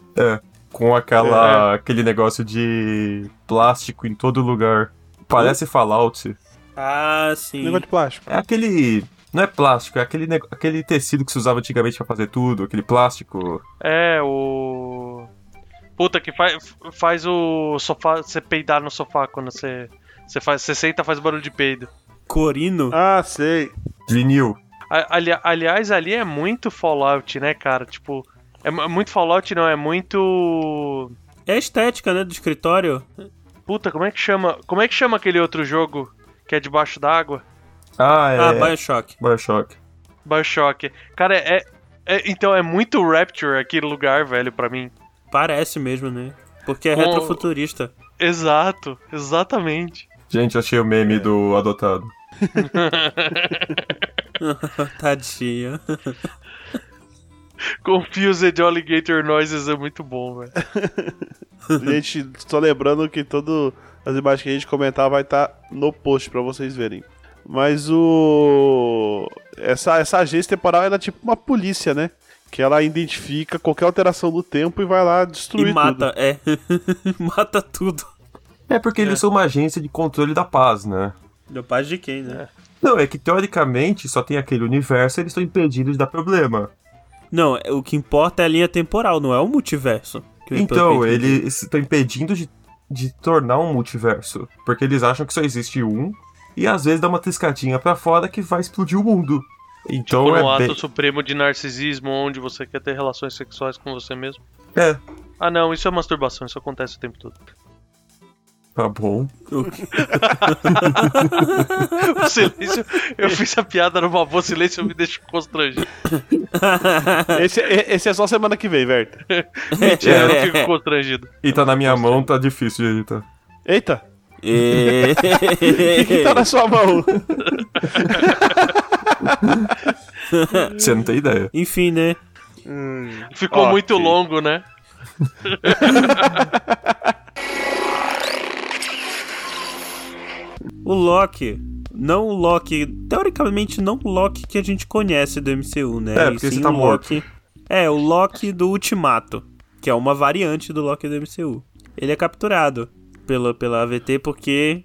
[SPEAKER 3] Com aquela. aquele negócio de plástico em todo lugar. Parece Fallout.
[SPEAKER 1] Ah, sim.
[SPEAKER 4] Negócio de plástico.
[SPEAKER 3] É aquele. Não é plástico, é aquele, nego- aquele tecido que se usava antigamente pra fazer tudo, aquele plástico.
[SPEAKER 2] É, o. Puta, que faz, faz o sofá. Você peidar no sofá quando você. Você, faz, você senta faz barulho de peido.
[SPEAKER 1] Corino?
[SPEAKER 4] Ah, sei.
[SPEAKER 3] Vinil.
[SPEAKER 2] A- ali- aliás, ali é muito Fallout, né, cara? Tipo, é mu- muito Fallout, não, é muito.
[SPEAKER 1] É a estética, né? Do escritório.
[SPEAKER 2] Puta, como é que chama? Como é que chama aquele outro jogo que é debaixo d'água?
[SPEAKER 3] Ah, é.
[SPEAKER 1] Ah, Bioshock.
[SPEAKER 3] Bioshock.
[SPEAKER 2] Bioshock. Cara, é, é- Então, é muito Rapture aquele lugar, velho, pra mim.
[SPEAKER 1] Parece mesmo, né? Porque é
[SPEAKER 2] Com-
[SPEAKER 1] retrofuturista.
[SPEAKER 2] Exato, exatamente.
[SPEAKER 3] Gente, achei o meme
[SPEAKER 4] É.
[SPEAKER 3] do adotado.
[SPEAKER 1] Tadinho.
[SPEAKER 2] Confused Alligator Noises é muito bom, velho.
[SPEAKER 4] Gente, só lembrando que todo As imagens que a gente comentar vai estar no post pra vocês verem. Mas o. Essa, essa agência temporal ela é tipo uma polícia, né? Que ela identifica qualquer alteração do tempo e vai lá destruir
[SPEAKER 1] E
[SPEAKER 4] tudo.
[SPEAKER 1] mata, é. mata tudo.
[SPEAKER 3] É porque eles são uma agência de controle da paz, né?
[SPEAKER 1] Deu paz de quem, né?
[SPEAKER 3] Não, é que teoricamente só tem aquele universo e eles estão impedidos de dar problema.
[SPEAKER 1] Não, o que importa é a linha temporal, não é o multiverso. Que o
[SPEAKER 3] Então,
[SPEAKER 1] Impel-
[SPEAKER 3] eles estão impedindo de, de tornar um multiverso. Porque eles acham que só existe um. E às vezes dá uma triscadinha pra fora que vai explodir o mundo. Então
[SPEAKER 4] Tipo
[SPEAKER 2] Por um
[SPEAKER 3] é
[SPEAKER 2] ato
[SPEAKER 3] bem...
[SPEAKER 2] supremo de narcisismo onde você quer ter relações sexuais com você mesmo.
[SPEAKER 3] É,
[SPEAKER 2] Ah não, isso é masturbação, isso acontece o tempo todo.
[SPEAKER 3] tá bom.
[SPEAKER 2] O silêncio, eu fiz a piada numa boa, o silêncio me deixa constrangido.
[SPEAKER 4] Esse, é- esse é só semana que vem, Verta.
[SPEAKER 1] É.
[SPEAKER 2] Mentira, eu não fico constrangido.
[SPEAKER 3] E tá na minha mão, tá difícil de editar.
[SPEAKER 4] Eita!
[SPEAKER 1] É.
[SPEAKER 4] O que, que tá na sua mão?
[SPEAKER 3] Você não tem ideia.
[SPEAKER 1] Enfim, né?
[SPEAKER 2] Ficou
[SPEAKER 4] Ok.
[SPEAKER 2] muito longo, né?
[SPEAKER 1] O Loki, não o Loki, teoricamente não o Loki que a gente conhece do MCU, né?
[SPEAKER 3] É,
[SPEAKER 1] E
[SPEAKER 3] porque esse
[SPEAKER 1] sim
[SPEAKER 3] tá
[SPEAKER 1] o Loki. É, o Loki do Ultimato, que é uma variante do Loki do MCU. Ele é capturado pela, pela AVT porque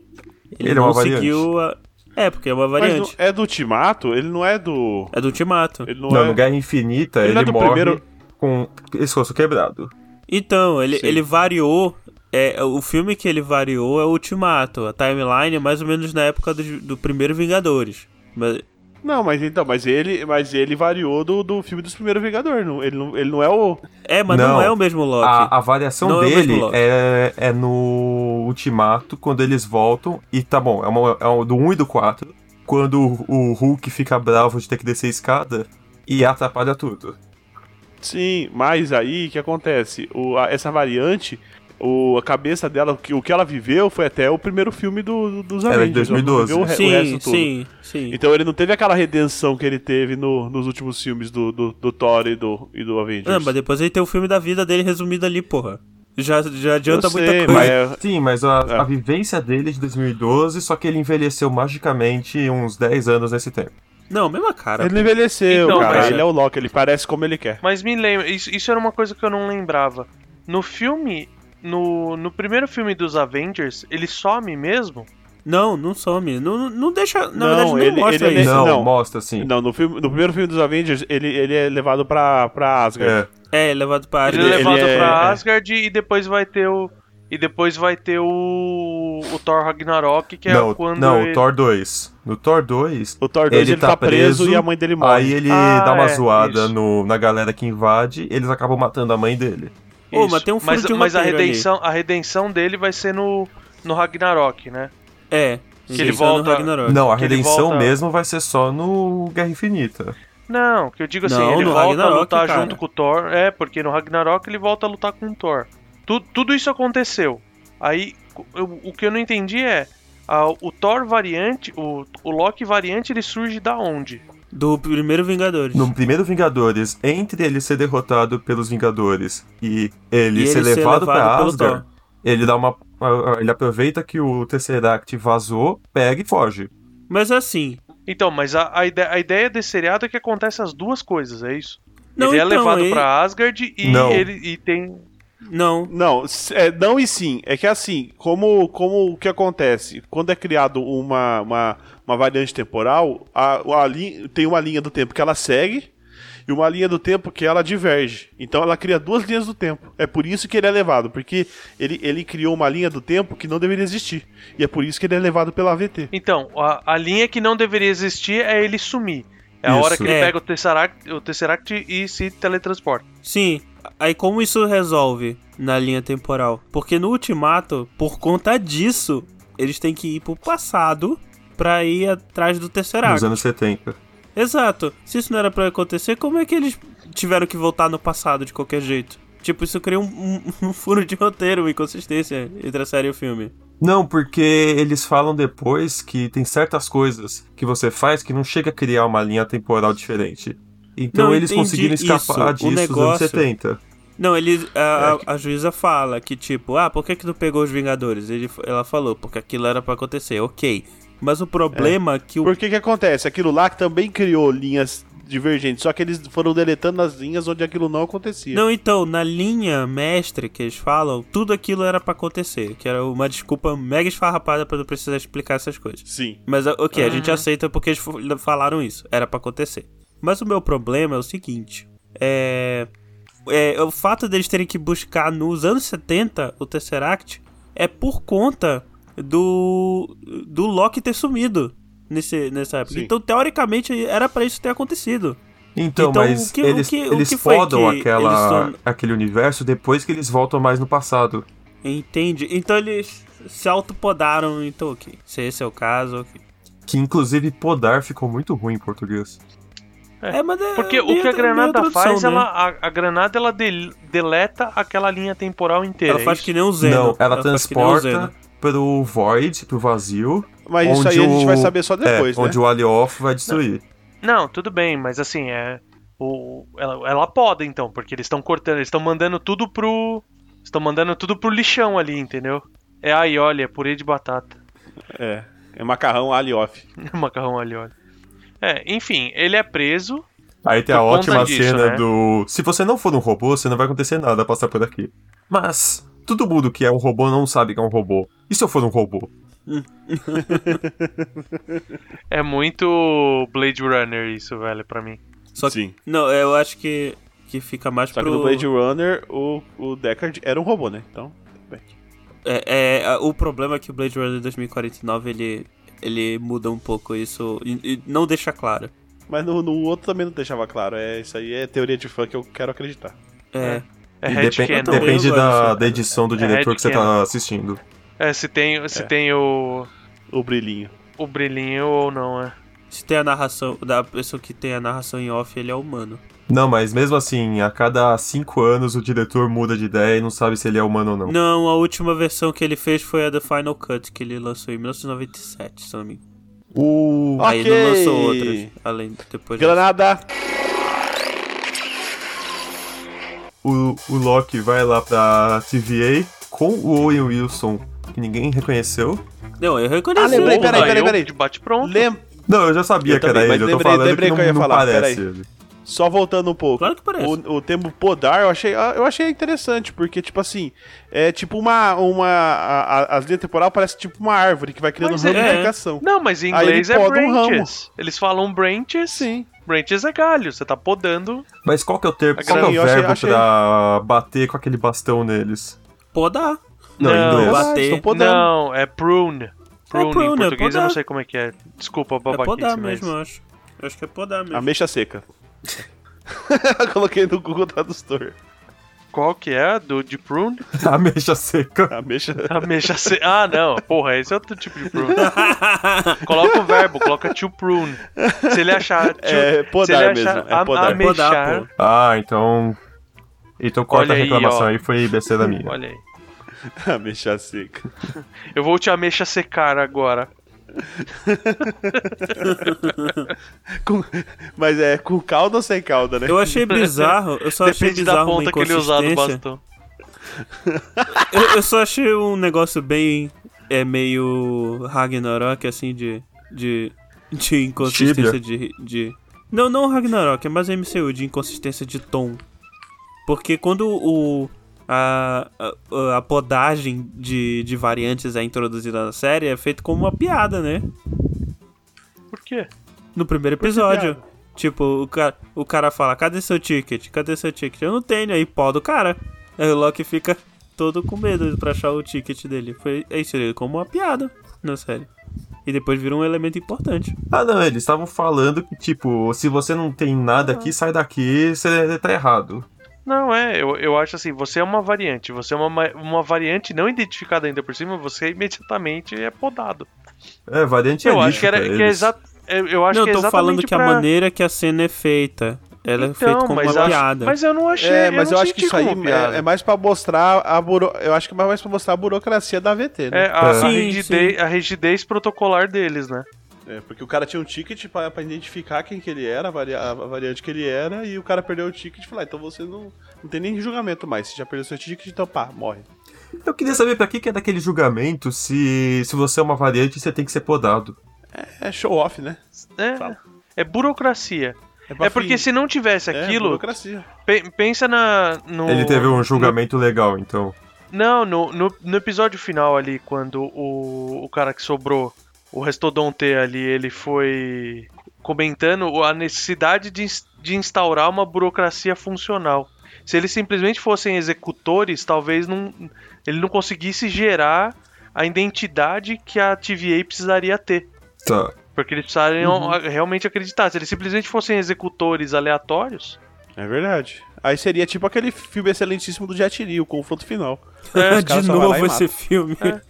[SPEAKER 1] ele,
[SPEAKER 3] Ele é
[SPEAKER 1] não
[SPEAKER 3] uma
[SPEAKER 1] seguiu a... É, porque é uma
[SPEAKER 4] Mas não-
[SPEAKER 1] variante.
[SPEAKER 4] é do Ultimato? Ele não é do.
[SPEAKER 1] É do Ultimato.
[SPEAKER 4] Ele não,
[SPEAKER 3] Não,
[SPEAKER 4] é.
[SPEAKER 3] no Guerra Infinita
[SPEAKER 4] Ele
[SPEAKER 3] ele,
[SPEAKER 4] não é do
[SPEAKER 3] morre
[SPEAKER 4] primeiro-
[SPEAKER 3] com pescoço quebrado.
[SPEAKER 1] Então, ele,
[SPEAKER 4] Sim.
[SPEAKER 1] ele variou. É, o filme que ele variou é o Ultimato. A timeline é mais ou menos na época do, do primeiro Vingadores. Mas,
[SPEAKER 4] Não, mas então, mas ele, mas ele variou do, do filme dos primeiros Vingadores. não- Ele não, ele não é o.
[SPEAKER 1] é, mas não.
[SPEAKER 3] Não. Ah,
[SPEAKER 1] é o mesmo Loki.
[SPEAKER 3] A, a variação
[SPEAKER 1] Não é o mesmo
[SPEAKER 3] dele
[SPEAKER 1] Loki.
[SPEAKER 3] é, é no Ultimato, quando eles voltam. E tá bom, é, uma, é um- do 1 e do 4. Quando o, o Hulk fica bravo de ter que descer a escada e atrapalha tudo.
[SPEAKER 4] Sim, mas aí o que acontece? O, a- essa variante, o, a cabeça dela, o que, o que ela viveu foi até o primeiro filme do, do- dos
[SPEAKER 3] Era de
[SPEAKER 4] Avengers. ela não
[SPEAKER 3] 2012.
[SPEAKER 4] viveu O, re, o resto todo.
[SPEAKER 1] sim, sim.
[SPEAKER 4] Então ele não teve aquela redenção que ele teve no- nos últimos filmes do, do, do Thor e do, e do Avengers.
[SPEAKER 1] Não, mas depois ele tem o filme da vida dele resumido ali, porra. Já, já adianta
[SPEAKER 4] Eu
[SPEAKER 1] muita
[SPEAKER 4] sei,
[SPEAKER 1] coisa.
[SPEAKER 4] mas é-
[SPEAKER 3] Sim, mas a,
[SPEAKER 4] É.
[SPEAKER 3] a vivência dele é de 2012, só que ele envelheceu magicamente uns 10 anos nesse tempo.
[SPEAKER 1] Não, mesma cara.
[SPEAKER 4] Ele não envelheceu,
[SPEAKER 2] Então,
[SPEAKER 4] cara.
[SPEAKER 2] mas-
[SPEAKER 4] Ele é o Loki, ele parece como ele quer.
[SPEAKER 2] Mas me lembra, isso, isso era uma coisa que eu não lembrava. No filme, no, no primeiro filme dos Avengers, ele some mesmo?
[SPEAKER 1] Não, não some. Não, não deixa. Na
[SPEAKER 4] Não,
[SPEAKER 1] verdade, não
[SPEAKER 4] ele-
[SPEAKER 1] mostra
[SPEAKER 4] ele-
[SPEAKER 1] isso.
[SPEAKER 3] não,
[SPEAKER 4] não.
[SPEAKER 3] mostra assim.
[SPEAKER 4] Não, no, filme, no primeiro filme dos Avengers, ele, ele é levado pra, pra Asgard.
[SPEAKER 3] É,
[SPEAKER 1] É, levado pra área.
[SPEAKER 2] Ele,
[SPEAKER 4] Ele-
[SPEAKER 2] é levado
[SPEAKER 4] ele é-
[SPEAKER 2] pra
[SPEAKER 4] é.
[SPEAKER 2] Asgard e depois vai ter o. E depois vai ter o. o Thor Ragnarok, que é
[SPEAKER 3] não,
[SPEAKER 2] quando.
[SPEAKER 3] não
[SPEAKER 2] ele-
[SPEAKER 3] o Thor 2. No Thor 2,
[SPEAKER 4] O Thor 2 ele, tá, preso, e a mãe dele morre.
[SPEAKER 3] Aí ele
[SPEAKER 2] Ah,
[SPEAKER 3] dá uma
[SPEAKER 2] é,
[SPEAKER 3] zoada
[SPEAKER 2] isso.
[SPEAKER 3] no, na galera que invade, eles acabam matando a mãe dele.
[SPEAKER 1] Ô,
[SPEAKER 2] Isso.
[SPEAKER 1] mas tem um furo
[SPEAKER 2] mas,
[SPEAKER 1] de
[SPEAKER 2] mas a
[SPEAKER 1] roteiro ali.
[SPEAKER 2] redenção, a redenção dele vai ser no. no Ragnarok, né?
[SPEAKER 1] É.
[SPEAKER 2] Que
[SPEAKER 1] isso
[SPEAKER 2] ele
[SPEAKER 1] é no
[SPEAKER 2] volta-
[SPEAKER 1] Ragnarok.
[SPEAKER 3] não, a
[SPEAKER 2] que ele
[SPEAKER 3] redenção
[SPEAKER 2] volta-
[SPEAKER 3] mesmo vai ser só no Guerra Infinita.
[SPEAKER 2] Não, que eu digo assim,
[SPEAKER 1] Não,
[SPEAKER 2] ele
[SPEAKER 1] no
[SPEAKER 2] volta
[SPEAKER 1] Ragnarok,
[SPEAKER 2] a lutar
[SPEAKER 1] cara.
[SPEAKER 2] junto com o Thor. É, porque no Ragnarok ele volta a lutar com o Thor. Tu- tudo isso aconteceu. Aí, co- eu- o que eu não entendi é. a- o Thor variante, o, o Loki variante, ele surge da onde?
[SPEAKER 1] Do primeiro Vingadores.
[SPEAKER 3] No primeiro Vingadores, entre ele ser derrotado pelos Vingadores e ele
[SPEAKER 1] E
[SPEAKER 3] ser
[SPEAKER 1] ele ser
[SPEAKER 3] levado pra
[SPEAKER 1] levado pelo
[SPEAKER 3] Asgard,
[SPEAKER 1] Thor.
[SPEAKER 3] ele dá uma ele aproveita que o Tesseract vazou, pega e foge.
[SPEAKER 1] Mas assim.
[SPEAKER 2] Então, mas a, a, ide- a ideia desse seriado é que acontece as duas coisas, é isso?
[SPEAKER 1] Não,
[SPEAKER 2] ele é
[SPEAKER 1] então,
[SPEAKER 2] levado
[SPEAKER 1] ele-
[SPEAKER 2] pra Asgard e
[SPEAKER 3] Não.
[SPEAKER 2] ele e tem.
[SPEAKER 1] Não.
[SPEAKER 4] Não, s- é, não e sim. É que assim, como, como o que acontece? Quando é criado uma, uma, uma variante temporal, a, a li- tem uma linha do tempo que ela segue e uma linha do tempo que ela diverge. Então ela cria duas linhas do tempo. É por isso que ele é levado, porque ele, ele criou uma linha do tempo que não deveria existir. E é por isso que ele é levado pela AVT.
[SPEAKER 2] Então, a, a linha que não deveria existir é ele sumir. É a
[SPEAKER 3] Isso.
[SPEAKER 2] hora que ele
[SPEAKER 1] É.
[SPEAKER 2] pega o Tesseract, o Tesseract e se teletransporta.
[SPEAKER 1] Sim. Aí como isso resolve na linha temporal? Porque no Ultimato, por conta disso, eles têm que ir pro passado pra ir atrás do
[SPEAKER 3] Nos
[SPEAKER 1] Tesseract.
[SPEAKER 3] anos 70.
[SPEAKER 1] Exato. Se isso não era pra acontecer, como é que eles tiveram que voltar no passado de qualquer jeito? Tipo, isso cria um, um- um furo de roteiro, uma inconsistência entre a série e o filme.
[SPEAKER 3] Não, porque eles falam depois que tem certas coisas que você faz que não chega a criar uma linha temporal diferente. Então
[SPEAKER 1] Não,
[SPEAKER 3] eles
[SPEAKER 1] entendi
[SPEAKER 3] conseguiram escapar
[SPEAKER 1] isso. O
[SPEAKER 3] disso nos anos
[SPEAKER 1] negócio-
[SPEAKER 3] 70.
[SPEAKER 1] Não, ele. A, a- a juíza fala que, tipo, ah, por que, que tu pegou os Vingadores? Ele, ela falou, porque aquilo era pra acontecer, ok. Mas o problema é que o.
[SPEAKER 4] Porque que acontece? Aquilo lá que também criou linhas divergentes, só que eles foram deletando as linhas onde aquilo não acontecia.
[SPEAKER 1] Não, então, na linha mestre que eles falam, tudo aquilo era pra acontecer. Que era uma desculpa mega esfarrapada pra não precisar explicar essas coisas.
[SPEAKER 4] Sim.
[SPEAKER 1] Mas ok, a gente aceita porque eles f- falaram isso. Era pra acontecer. Mas o meu problema é o seguinte: é, é, o fato deles terem que buscar nos anos 70 o Tesseract é por conta do do Loki ter sumido nesse, nessa época.
[SPEAKER 4] Sim.
[SPEAKER 1] Então teoricamente era pra isso ter acontecido.
[SPEAKER 3] Então,
[SPEAKER 1] Então,
[SPEAKER 3] mas
[SPEAKER 1] o que- o
[SPEAKER 3] eles,
[SPEAKER 1] que- o
[SPEAKER 3] eles
[SPEAKER 1] que foi
[SPEAKER 3] podam
[SPEAKER 1] que eles
[SPEAKER 3] aquela,
[SPEAKER 1] tornam-
[SPEAKER 3] aquele universo depois que eles voltam mais no passado.
[SPEAKER 1] Entende? Então eles se autopodaram em Tolkien. Se esse é o caso, ok.
[SPEAKER 3] Que inclusive podar ficou muito ruim em português.
[SPEAKER 1] É, mas é
[SPEAKER 2] Porque o
[SPEAKER 1] meio
[SPEAKER 2] que a
[SPEAKER 1] tra-
[SPEAKER 2] granada
[SPEAKER 1] meio tradução,
[SPEAKER 2] faz,
[SPEAKER 1] né?
[SPEAKER 2] ela, a, a granada ela del- deleta aquela linha temporal inteira.
[SPEAKER 1] Ela
[SPEAKER 2] é
[SPEAKER 1] faz
[SPEAKER 2] isso?
[SPEAKER 1] que nem o Zeno.
[SPEAKER 3] Não, ela,
[SPEAKER 1] faz que nem o Zeno.
[SPEAKER 3] transporta pro Void, pro vazio.
[SPEAKER 4] Mas isso aí
[SPEAKER 3] onde
[SPEAKER 4] a gente
[SPEAKER 3] o-
[SPEAKER 4] vai saber só depois,
[SPEAKER 3] é,
[SPEAKER 4] né?
[SPEAKER 3] Onde o Alioth vai destruir.
[SPEAKER 2] Não, tudo bem, mas assim, é. O, ela, ela poda então, porque eles estão cortando, eles estão mandando tudo pro. Estão mandando tudo pro lixão ali, entendeu? É aí, olha, é purê de batata.
[SPEAKER 4] É. É macarrão ali off.
[SPEAKER 2] Macarrão ali, olha. É, enfim, ele é preso.
[SPEAKER 3] Aí tem a
[SPEAKER 2] Por conta
[SPEAKER 3] ótima
[SPEAKER 2] disso,
[SPEAKER 3] cena
[SPEAKER 2] né?
[SPEAKER 3] do. Se você não for um robô, você não vai acontecer nada a passar por aqui. Mas todo mundo que é um robô não sabe que é um robô. E se eu for um robô?
[SPEAKER 2] É muito Blade Runner isso, velho, pra mim.
[SPEAKER 1] Só que-
[SPEAKER 4] Sim.
[SPEAKER 1] Não, eu acho que, que fica mais
[SPEAKER 4] Só que
[SPEAKER 1] pro...
[SPEAKER 4] no Blade um. Runner, o, o Deckard era um robô, né? Então. tudo bem.
[SPEAKER 1] É, é, a- o problema é que o Blade Runner 2049, ele, ele muda um pouco isso e, e não deixa claro.
[SPEAKER 4] Mas no, no outro também não deixava claro. É, isso aí é teoria de fã que eu quero acreditar.
[SPEAKER 1] É,
[SPEAKER 2] É
[SPEAKER 3] E
[SPEAKER 2] Red
[SPEAKER 3] depen-
[SPEAKER 1] Canon.
[SPEAKER 3] depende
[SPEAKER 1] Eu gosto,
[SPEAKER 3] da,
[SPEAKER 1] cara.
[SPEAKER 3] da edição do
[SPEAKER 2] É
[SPEAKER 3] diretor
[SPEAKER 2] Red
[SPEAKER 3] que você
[SPEAKER 2] Canon.
[SPEAKER 3] tá assistindo.
[SPEAKER 2] É, se tem, se
[SPEAKER 4] É.
[SPEAKER 2] tem o,
[SPEAKER 4] O brilhinho.
[SPEAKER 2] o brilhinho ou não, é.
[SPEAKER 1] se tem a narração, da pessoa que tem a narração em off, ele é humano.
[SPEAKER 3] Não, mas mesmo assim, a cada cinco anos o diretor muda de ideia e não sabe se ele é humano ou não.
[SPEAKER 1] Não, a última versão que ele fez foi a do Final Cut, que ele lançou em 1997, se não me engano.
[SPEAKER 3] O...
[SPEAKER 4] Ah,
[SPEAKER 1] Aí não lançou
[SPEAKER 4] Ok.
[SPEAKER 1] outras, além, depois dessa.
[SPEAKER 4] Granada!
[SPEAKER 3] o, o Loki vai lá pra TVA com o Owen Wilson, que ninguém reconheceu.
[SPEAKER 1] Não, eu reconheci.
[SPEAKER 4] Ah, lembrei,
[SPEAKER 1] o-
[SPEAKER 4] peraí,
[SPEAKER 2] Aí
[SPEAKER 4] peraí,
[SPEAKER 2] eu
[SPEAKER 4] peraí.
[SPEAKER 2] De bate pronto.
[SPEAKER 4] Lem...
[SPEAKER 3] Não, eu já sabia
[SPEAKER 4] Eu
[SPEAKER 3] que
[SPEAKER 4] também,
[SPEAKER 3] era
[SPEAKER 4] mas
[SPEAKER 3] ele, eu tô
[SPEAKER 4] lembrei-
[SPEAKER 3] falando
[SPEAKER 4] lembrei
[SPEAKER 3] que,
[SPEAKER 4] que
[SPEAKER 3] não,
[SPEAKER 4] eu ia
[SPEAKER 3] não
[SPEAKER 4] falar,
[SPEAKER 3] parece
[SPEAKER 4] peraí.
[SPEAKER 3] ele.
[SPEAKER 4] Só voltando um pouco.
[SPEAKER 1] Claro que é parece.
[SPEAKER 4] O, o termo podar eu achei, ah, eu achei interessante, porque, tipo assim, é tipo uma. uma a, a- as linhas temporal parece tipo uma árvore que vai criando
[SPEAKER 2] Pois é.
[SPEAKER 4] ramificação.
[SPEAKER 2] Não, mas em
[SPEAKER 4] Aí ele
[SPEAKER 2] inglês é
[SPEAKER 4] poda um
[SPEAKER 2] branches. Eles falam branches.
[SPEAKER 4] Sim.
[SPEAKER 2] Branches é galho. Você tá podando.
[SPEAKER 3] Mas qual que é o termo,
[SPEAKER 2] Sim,
[SPEAKER 3] qual que é o
[SPEAKER 4] eu achei-
[SPEAKER 3] verbo
[SPEAKER 4] achei.
[SPEAKER 3] pra bater com aquele bastão neles?
[SPEAKER 1] Pô, dá.
[SPEAKER 2] Não,
[SPEAKER 3] Não, em inglês.
[SPEAKER 1] bater.
[SPEAKER 4] Estão é podando.
[SPEAKER 2] Não, é prune. Prune, em
[SPEAKER 1] prune, é
[SPEAKER 2] português eu não
[SPEAKER 1] podar.
[SPEAKER 2] sei como é que é. Desculpa,
[SPEAKER 1] É
[SPEAKER 2] babaquice,
[SPEAKER 1] podar
[SPEAKER 2] mas...
[SPEAKER 1] mesmo, eu acho. Eu acho que é podar mesmo.
[SPEAKER 4] Ameixa seca. Coloquei no Google Tradutor.
[SPEAKER 2] Qual que é? Do, de prune?
[SPEAKER 3] Ameixa seca.
[SPEAKER 4] Ameixa.
[SPEAKER 2] Ameixa se... Ah, não. Porra, esse é outro tipo de prune. coloca o verbo, coloca to prune. Se ele achar... To...
[SPEAKER 4] É
[SPEAKER 2] se ele
[SPEAKER 4] podar
[SPEAKER 2] achar
[SPEAKER 4] mesmo. É
[SPEAKER 2] am-
[SPEAKER 4] podar.
[SPEAKER 2] ameixa-
[SPEAKER 1] Podar, pô.
[SPEAKER 3] Ah, então... Então corta
[SPEAKER 2] Olha
[SPEAKER 3] a
[SPEAKER 2] aí,
[SPEAKER 3] reclamação
[SPEAKER 2] ó.
[SPEAKER 3] aí, foi besteira minha.
[SPEAKER 2] Olha aí.
[SPEAKER 4] Ameixa seca.
[SPEAKER 2] Eu vou te ameixa secar agora.
[SPEAKER 4] Com- Mas é com calda ou sem calda, né?
[SPEAKER 1] Eu achei bizarro, eu só achei
[SPEAKER 2] Depende da
[SPEAKER 1] bizarro uma
[SPEAKER 2] ponta que ele usar do
[SPEAKER 1] inconsistência.
[SPEAKER 2] bastão.
[SPEAKER 1] Eu, eu só achei um negócio bem. É meio. Ragnarok, assim, de. De. De inconsistência de, de. Não, não Ragnarok, é mais MCU, de inconsistência de tom. Porque quando o. A, a, a podagem de, de variantes é introduzida na série é feito como uma piada, né?
[SPEAKER 2] Por quê?
[SPEAKER 1] No primeiro episódio. Tipo, o cara, o cara fala, cadê seu ticket? Cadê seu ticket? Eu não tenho, aí pó do cara. Aí o Loki fica todo com medo pra achar o ticket dele. Foi é isso, ele como uma piada na série. E depois vira um elemento importante.
[SPEAKER 3] Ah, não, eles estavam falando que, tipo, se você não tem nada aqui, sai daqui, você tá errado.
[SPEAKER 2] Não, é, eu, eu acho assim, você é uma variante, você é uma, ma- uma variante não identificada ainda por cima, você imediatamente é podado.
[SPEAKER 3] É, variante é
[SPEAKER 2] eu acho
[SPEAKER 3] lixo
[SPEAKER 2] que, era,
[SPEAKER 3] pra
[SPEAKER 2] que é
[SPEAKER 3] eles.
[SPEAKER 2] exato. Eu eu acho
[SPEAKER 1] não,
[SPEAKER 2] que é
[SPEAKER 1] eu tô
[SPEAKER 2] exatamente
[SPEAKER 1] falando que
[SPEAKER 2] pra... Então,
[SPEAKER 1] a maneira que a cena é feita, ela é feita como
[SPEAKER 2] mas
[SPEAKER 1] uma
[SPEAKER 2] acho-
[SPEAKER 1] piada.
[SPEAKER 2] Mas eu não achei.
[SPEAKER 4] É, mas eu,
[SPEAKER 2] não
[SPEAKER 4] acho que
[SPEAKER 2] senti
[SPEAKER 4] isso aí
[SPEAKER 2] como piada.
[SPEAKER 4] é, é mais pra mostrar a buro... Eu acho que é mais pra mostrar a burocracia da VT,
[SPEAKER 2] É,
[SPEAKER 4] né?
[SPEAKER 2] a, a
[SPEAKER 1] Sim,
[SPEAKER 2] rigidez, a rigidez protocolar deles, né?
[SPEAKER 4] É. É, porque o cara tinha um ticket pra, pra identificar quem que ele era, a, varia- a variante que ele era, e o cara perdeu o ticket e falou, ah, então você não, não tem nem julgamento mais, você já perdeu seu ticket, então pá, morre.
[SPEAKER 3] Eu queria saber pra que, que é daquele julgamento se, se você é uma variante você tem que ser podado.
[SPEAKER 4] É show off, né? Fala.
[SPEAKER 2] É, é burocracia.
[SPEAKER 4] pra
[SPEAKER 2] é porque
[SPEAKER 4] fim-
[SPEAKER 2] se não tivesse
[SPEAKER 4] é
[SPEAKER 2] aquilo,
[SPEAKER 4] burocracia.
[SPEAKER 2] pe- pensa na. No,
[SPEAKER 3] Ele teve
[SPEAKER 2] hum.
[SPEAKER 3] um julgamento legal, então.
[SPEAKER 2] Não, no, no, no episódio final ali, quando o, o cara que sobrou, o Restodonte ali, ele foi comentando o- a necessidade de, ins- de instaurar uma burocracia funcional. Se eles simplesmente fossem executores, talvez não, ele não conseguisse gerar a identidade que a TVA precisaria ter.
[SPEAKER 3] Tá.
[SPEAKER 2] Porque eles precisariam a- realmente acreditar. Se eles simplesmente fossem executores aleatórios,
[SPEAKER 4] É verdade. Aí seria tipo aquele filme excelentíssimo do Jet Li, o confronto final. É, os
[SPEAKER 1] de
[SPEAKER 4] caras só vai lá
[SPEAKER 1] novo
[SPEAKER 4] e mata.
[SPEAKER 1] esse filme.
[SPEAKER 2] É.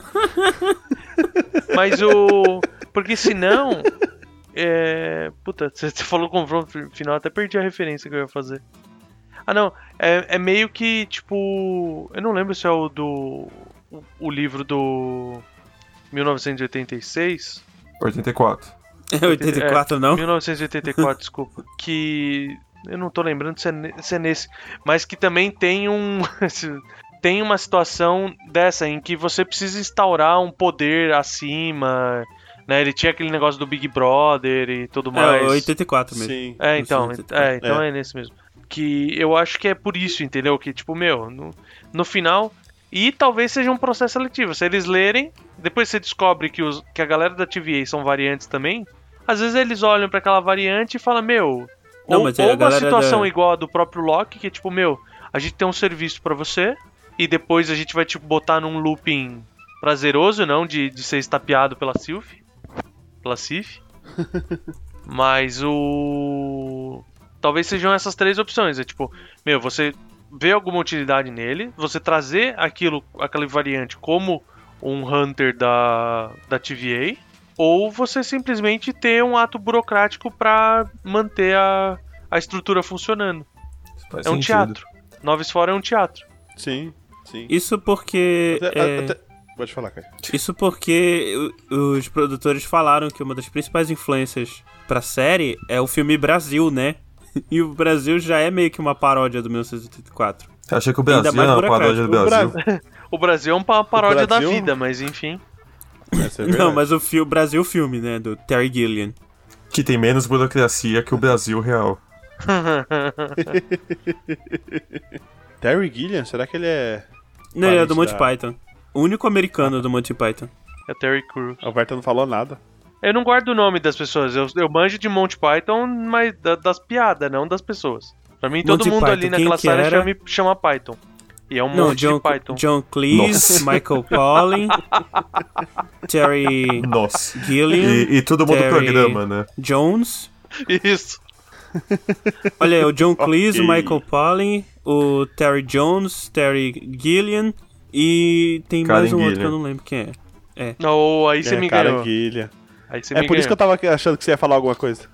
[SPEAKER 2] Mas o. Porque senão. É. Puta, você você falou confronto fi- final, até perdi a referência que eu ia fazer. Ah, não. É, é meio que, tipo. Eu não lembro se é o do. O, o livro do. 1986.
[SPEAKER 3] 84.
[SPEAKER 1] É 84, não?
[SPEAKER 2] 1984, desculpa. Que. Eu não tô lembrando se é, ne- se é nesse. Mas que também tem um. tem uma situação dessa em que você precisa instaurar um poder acima. Né? Ele tinha aquele negócio do Big Brother e tudo mais.
[SPEAKER 1] É 84 mesmo.
[SPEAKER 4] Sim.
[SPEAKER 2] É, então.
[SPEAKER 1] 1984.
[SPEAKER 2] É, então é. nesse mesmo. Que eu acho que é por isso, entendeu? Que, tipo, meu, no, no final. E talvez seja um processo seletivo. Se eles lerem, depois você descobre que, os, que a galera da TVA são variantes também. Às vezes eles olham pra aquela variante e falam, meu.
[SPEAKER 1] Não,
[SPEAKER 2] ou
[SPEAKER 1] mas é,
[SPEAKER 2] ou
[SPEAKER 1] a
[SPEAKER 2] uma
[SPEAKER 1] galera
[SPEAKER 2] situação
[SPEAKER 1] da-
[SPEAKER 2] igual a do próprio Loki, que é tipo, meu, a gente tem um serviço pra você. E depois a gente vai te botar num looping prazeroso, não? De, de ser estapeado pela Sylvie pela Cif. Mas o. Talvez sejam essas três opções. É tipo, meu, você vê alguma utilidade nele, você trazer aquilo, aquela variante como um hunter da, da TVA, ou você simplesmente ter um ato burocrático pra manter a, a estrutura funcionando.
[SPEAKER 3] Faz
[SPEAKER 2] é um
[SPEAKER 3] sentido.
[SPEAKER 2] teatro. Noves Fora é um teatro.
[SPEAKER 4] Sim, sim.
[SPEAKER 1] Isso porque.
[SPEAKER 4] Até-
[SPEAKER 1] é,
[SPEAKER 4] até- Pode falar, cara.
[SPEAKER 1] Isso porque o- os produtores falaram que uma das principais influências pra série é o filme Brasil, né? E o Brasil já é meio que uma paródia do 1984.
[SPEAKER 3] Achei que o
[SPEAKER 1] Ainda
[SPEAKER 3] Brasil
[SPEAKER 1] mais
[SPEAKER 3] era uma paródia do
[SPEAKER 1] burocrático.
[SPEAKER 4] O
[SPEAKER 3] Brasil.
[SPEAKER 2] O Brasil é uma paródia
[SPEAKER 4] Brasil-
[SPEAKER 2] da vida, mas enfim.
[SPEAKER 4] Essa é
[SPEAKER 1] Não,
[SPEAKER 4] verdade.
[SPEAKER 1] mas o, fi o Brasil filme, né? Do Terry Gilliam.
[SPEAKER 3] Que tem menos burocracia que o Brasil real.
[SPEAKER 4] Terry Gilliam, será que ele é...
[SPEAKER 1] Não, ele é do Monty
[SPEAKER 4] Parente
[SPEAKER 1] Python. O único americano do Monty Python.
[SPEAKER 2] É Terry Crews.
[SPEAKER 4] A Berta não falou nada.
[SPEAKER 2] Eu não guardo o nome das pessoas. Eu, eu manjo de Monty Python, mas da- das piadas, não das pessoas. Pra mim, todo
[SPEAKER 1] Monty
[SPEAKER 2] mundo
[SPEAKER 1] Python,
[SPEAKER 2] ali
[SPEAKER 1] quem
[SPEAKER 2] naquela
[SPEAKER 1] que
[SPEAKER 2] sala
[SPEAKER 1] era?
[SPEAKER 2] chama, chama Python. E é um
[SPEAKER 1] Não,
[SPEAKER 2] monte
[SPEAKER 1] John,
[SPEAKER 2] de Python.
[SPEAKER 1] John Cleese,
[SPEAKER 3] Nossa.
[SPEAKER 1] Michael Pollan, Terry
[SPEAKER 3] Nossa.
[SPEAKER 1] Gilliam,
[SPEAKER 3] E, e todo mundo
[SPEAKER 1] Terry-
[SPEAKER 3] programa, né?
[SPEAKER 1] Jones.
[SPEAKER 2] Isso.
[SPEAKER 1] Olha, aí, o John Cleese, o
[SPEAKER 4] Ok.
[SPEAKER 1] Michael Pollan, o Terry Jones, Terry Gillian e tem
[SPEAKER 3] Karen
[SPEAKER 1] mais um outro que eu
[SPEAKER 3] Gillian.
[SPEAKER 1] não lembro quem é.
[SPEAKER 2] Não, aí você
[SPEAKER 4] é,
[SPEAKER 2] me
[SPEAKER 4] Karen
[SPEAKER 2] ganhou.
[SPEAKER 4] Gilliam.
[SPEAKER 2] Aí você
[SPEAKER 4] É
[SPEAKER 2] me
[SPEAKER 4] por isso que eu
[SPEAKER 2] ganhou.
[SPEAKER 4] tava achando que você ia falar alguma coisa.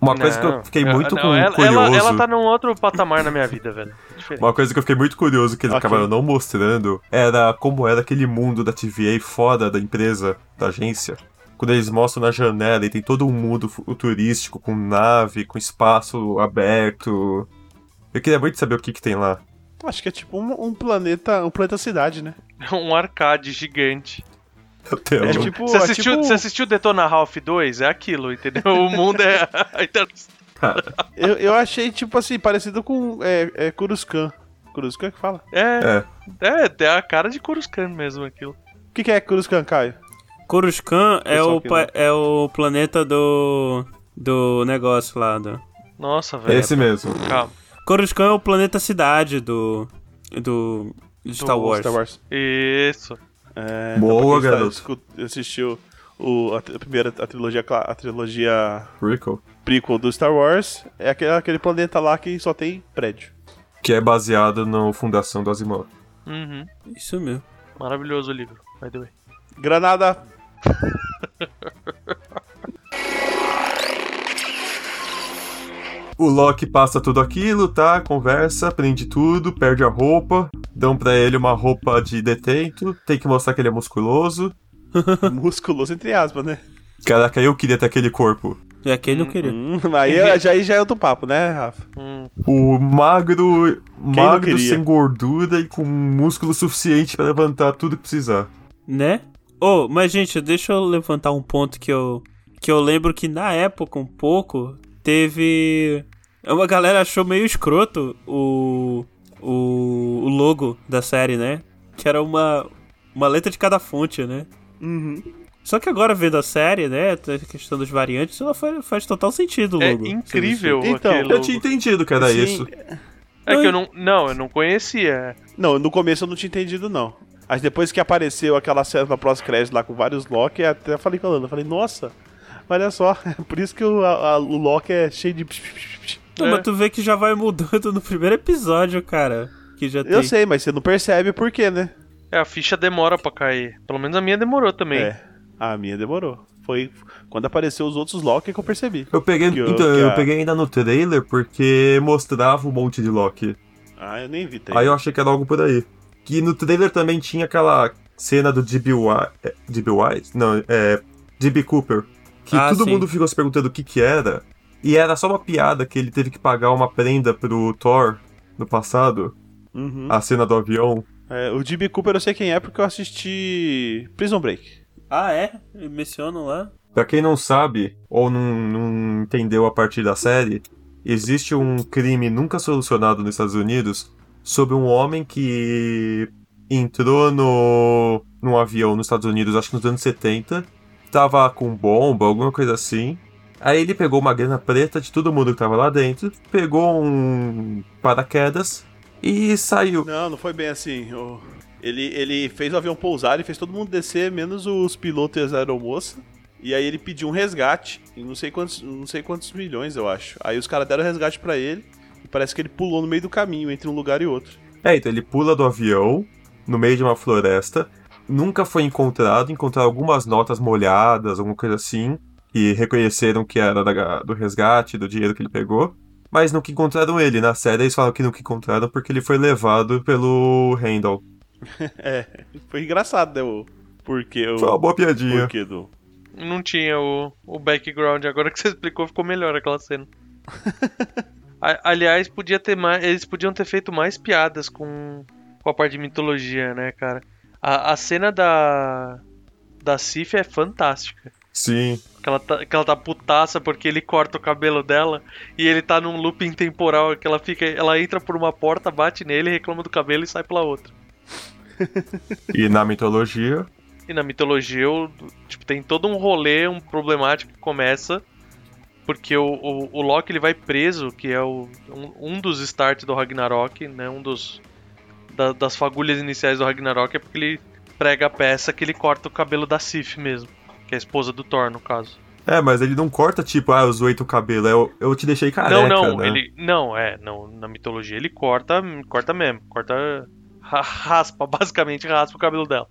[SPEAKER 3] Uma coisa que eu
[SPEAKER 2] Não,
[SPEAKER 3] fiquei
[SPEAKER 2] não,
[SPEAKER 3] muito
[SPEAKER 2] não,
[SPEAKER 3] cu-
[SPEAKER 2] ela,
[SPEAKER 3] curioso.
[SPEAKER 2] Ela, ela tá num outro patamar na minha vida, velho. Diferente.
[SPEAKER 3] Uma coisa que eu fiquei muito curioso que eles
[SPEAKER 4] Ok.
[SPEAKER 3] acabaram não mostrando era como era aquele mundo da TVA fora da empresa, da agência. Quando eles mostram na janela e tem todo um mundo futurístico, com nave, com espaço aberto. Eu queria muito saber o que, que tem lá.
[SPEAKER 4] Acho que é tipo um, um planeta, um planeta cidade, né?
[SPEAKER 2] Um arcade gigante.
[SPEAKER 3] Eu tenho- um-
[SPEAKER 4] É tipo,
[SPEAKER 2] você,
[SPEAKER 4] é
[SPEAKER 2] assistiu,
[SPEAKER 4] tipo-
[SPEAKER 2] você assistiu Detona Ralph 2? É aquilo, entendeu? O mundo é. a inter-
[SPEAKER 4] eu, eu achei tipo assim parecido com é, é Kuruskan. Kuruskan que fala?
[SPEAKER 2] é, é, é a cara de Coruscant mesmo aquilo.
[SPEAKER 4] O que, que é Kuruskan, Caio?
[SPEAKER 1] Coruscant é
[SPEAKER 4] Pessoal
[SPEAKER 1] o,
[SPEAKER 4] que
[SPEAKER 1] pa- é o planeta do do negócio lá. Do...
[SPEAKER 2] Nossa,
[SPEAKER 3] É
[SPEAKER 2] velho.
[SPEAKER 3] esse mesmo.
[SPEAKER 2] Calma.
[SPEAKER 1] Coruscant é o planeta cidade do do Star Wars.
[SPEAKER 4] Star Wars.
[SPEAKER 2] Isso.
[SPEAKER 4] É,
[SPEAKER 3] Boa,
[SPEAKER 4] pra quem
[SPEAKER 3] garoto.
[SPEAKER 4] está escu- Assistiu o, a, tri- a primeira a trilogia, cla- a trilogia
[SPEAKER 3] Rico.
[SPEAKER 4] prequel do Star Wars. É aquele, aquele planeta lá que só tem prédio.
[SPEAKER 3] Que é baseado na Fundação do Asimov.
[SPEAKER 2] Uhum.
[SPEAKER 1] Isso mesmo.
[SPEAKER 2] Maravilhoso o livro, by the way.
[SPEAKER 4] Granada.
[SPEAKER 3] O Loki passa tudo aquilo, tá? Conversa, prende tudo, perde a roupa, dão pra ele uma roupa de detento, tem que mostrar que ele é musculoso.
[SPEAKER 4] Musculoso, entre aspas, né?
[SPEAKER 3] Caraca, eu queria ter aquele corpo.
[SPEAKER 1] E É aquele eu queria.
[SPEAKER 4] Hum, aí, é- já, aí já é outro papo, né, Rafa?
[SPEAKER 2] Hum,
[SPEAKER 3] O magro, magro
[SPEAKER 4] queria?
[SPEAKER 3] sem gordura e com músculo suficiente pra levantar tudo que precisar.
[SPEAKER 1] Né? Oh, mas gente, deixa eu levantar um ponto que eu que eu lembro que na época um pouco teve uma galera achou meio escroto o o, o logo da série, né? Que era uma uma letra de cada fonte, né?
[SPEAKER 3] Uhum.
[SPEAKER 1] Só que agora vendo a série, né, a questão dos variantes, ela faz, faz total sentido o
[SPEAKER 2] é
[SPEAKER 1] logo.
[SPEAKER 2] incrível
[SPEAKER 4] Então,
[SPEAKER 2] aquele
[SPEAKER 3] Eu tinha
[SPEAKER 2] logo.
[SPEAKER 3] entendido que era
[SPEAKER 4] Sim.
[SPEAKER 3] isso.
[SPEAKER 2] É que eu não... Não, eu não é. conhecia.
[SPEAKER 4] Não, no começo eu não tinha entendido, não. Mas depois que apareceu aquela cena na pós-crédito lá com vários Loki, eu até falei com a Lana, eu falei, nossa, olha só, é por isso que o, a- a- o Loki é cheio de... psh, psh, psh, psh. né?"
[SPEAKER 1] Não,
[SPEAKER 2] É.
[SPEAKER 1] Mas tu vê que já vai mudando no primeiro episódio, cara. Que já tem.
[SPEAKER 4] Eu sei, mas você não percebe por quê, né?
[SPEAKER 2] É, a ficha demora pra cair. Pelo menos a minha demorou também.
[SPEAKER 4] É, a minha demorou. Foi quando apareceu os outros Loki que eu percebi.
[SPEAKER 3] Eu peguei,
[SPEAKER 4] Que o-
[SPEAKER 3] então,
[SPEAKER 4] que
[SPEAKER 3] eu
[SPEAKER 4] a-
[SPEAKER 3] peguei ainda no trailer porque mostrava um monte de Loki.
[SPEAKER 4] Ah, eu nem vi, tá?
[SPEAKER 3] Aí eu achei que era algo por aí. Que no trailer também tinha aquela cena do D.B. Wise. é, D.B. Wise? Não, é. D.B. Cooper. Que
[SPEAKER 1] Ah,
[SPEAKER 3] todo
[SPEAKER 1] sim.
[SPEAKER 3] mundo ficou se perguntando o que que era. E era só uma piada que ele teve que pagar uma prenda pro Thor no passado.
[SPEAKER 4] Uhum.
[SPEAKER 3] A cena do avião.
[SPEAKER 4] É, o D.B. Cooper eu sei quem é porque eu assisti Prison Break.
[SPEAKER 1] Ah, é? Mencionam lá.
[SPEAKER 3] Pra quem não sabe, ou não, não entendeu a partir da série, existe um crime nunca solucionado nos Estados Unidos sobre um homem que entrou no, num avião nos Estados Unidos, acho que nos anos 70, tava com bomba, alguma coisa assim. Aí ele pegou uma grana preta de todo mundo que tava lá dentro, pegou um paraquedas e saiu.
[SPEAKER 4] Não, não foi bem assim. o- Ele, ele fez o avião pousar, ele fez todo mundo descer, menos os pilotos e as aeromoças. E aí ele pediu um resgate, em não sei quantos, não sei quantos milhões, eu acho. Aí os caras deram resgate pra ele, e parece que ele pulou no meio do caminho, entre um lugar e outro.
[SPEAKER 3] É, então ele pula do avião no meio de uma floresta. Nunca foi encontrado, encontraram algumas notas molhadas, alguma coisa assim, e reconheceram que era da- do resgate, do dinheiro que ele pegou. Mas nunca encontraram ele. Na série eles falam que nunca encontraram porque ele foi levado pelo Randall.
[SPEAKER 4] É, foi engraçado, né? O, porque o
[SPEAKER 3] Foi uma boa piadinha.
[SPEAKER 4] porquê do.
[SPEAKER 2] Não tinha o, o background. Agora que você explicou, ficou melhor aquela cena. A- aliás, podia ter mais, eles podiam ter feito mais piadas com, com a parte de mitologia, né, cara? A, a cena da da Sif é fantástica.
[SPEAKER 3] Sim.
[SPEAKER 2] Que ela, tá, que ela tá putaça porque ele corta o cabelo dela e ele tá num looping temporal que ela fica, ela entra por uma porta, bate nele, reclama do cabelo e sai pela outra.
[SPEAKER 3] E na mitologia,
[SPEAKER 2] E na mitologia, o- tipo, tem todo um rolê, um problemático que começa. Porque o, o, o Loki ele vai preso, que é o, um, um dos starts do Ragnarok, né? Um dos. da- das fagulhas iniciais do Ragnarok é porque ele prega a peça que ele corta o cabelo da Sif mesmo. Que é a esposa do Thor, no caso.
[SPEAKER 3] é, mas ele não corta tipo, ah, eu zoei teu cabelo, eu, eu te deixei
[SPEAKER 2] não,
[SPEAKER 3] careca,
[SPEAKER 2] não,
[SPEAKER 3] né?
[SPEAKER 2] ele. Não, é, não, na mitologia ele corta. Corta mesmo. Corta. ra- Raspa, basicamente raspa o cabelo dela.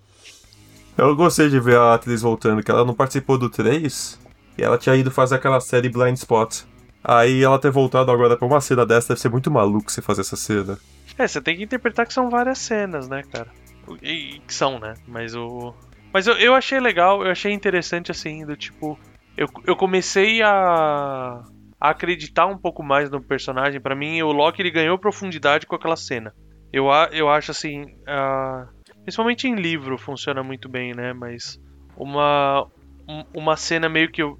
[SPEAKER 3] Eu gostei de ver a atriz voltando, que ela não participou do 3 e ela tinha ido fazer aquela série Blind Spot. Aí ela ter voltado agora pra uma cena dessa deve ser muito maluco você fazer essa cena.
[SPEAKER 2] É, você tem que interpretar que são várias cenas, né, cara? E, e que são, né? Mas o. Mas eu, eu achei legal, eu achei interessante assim, do tipo. Eu, eu comecei a, a acreditar um pouco mais no personagem. Pra mim, o Loki ele ganhou profundidade com aquela cena. Eu, a- eu acho assim. ah, principalmente em livro funciona muito bem, né? Mas uma, um- uma cena meio que eu.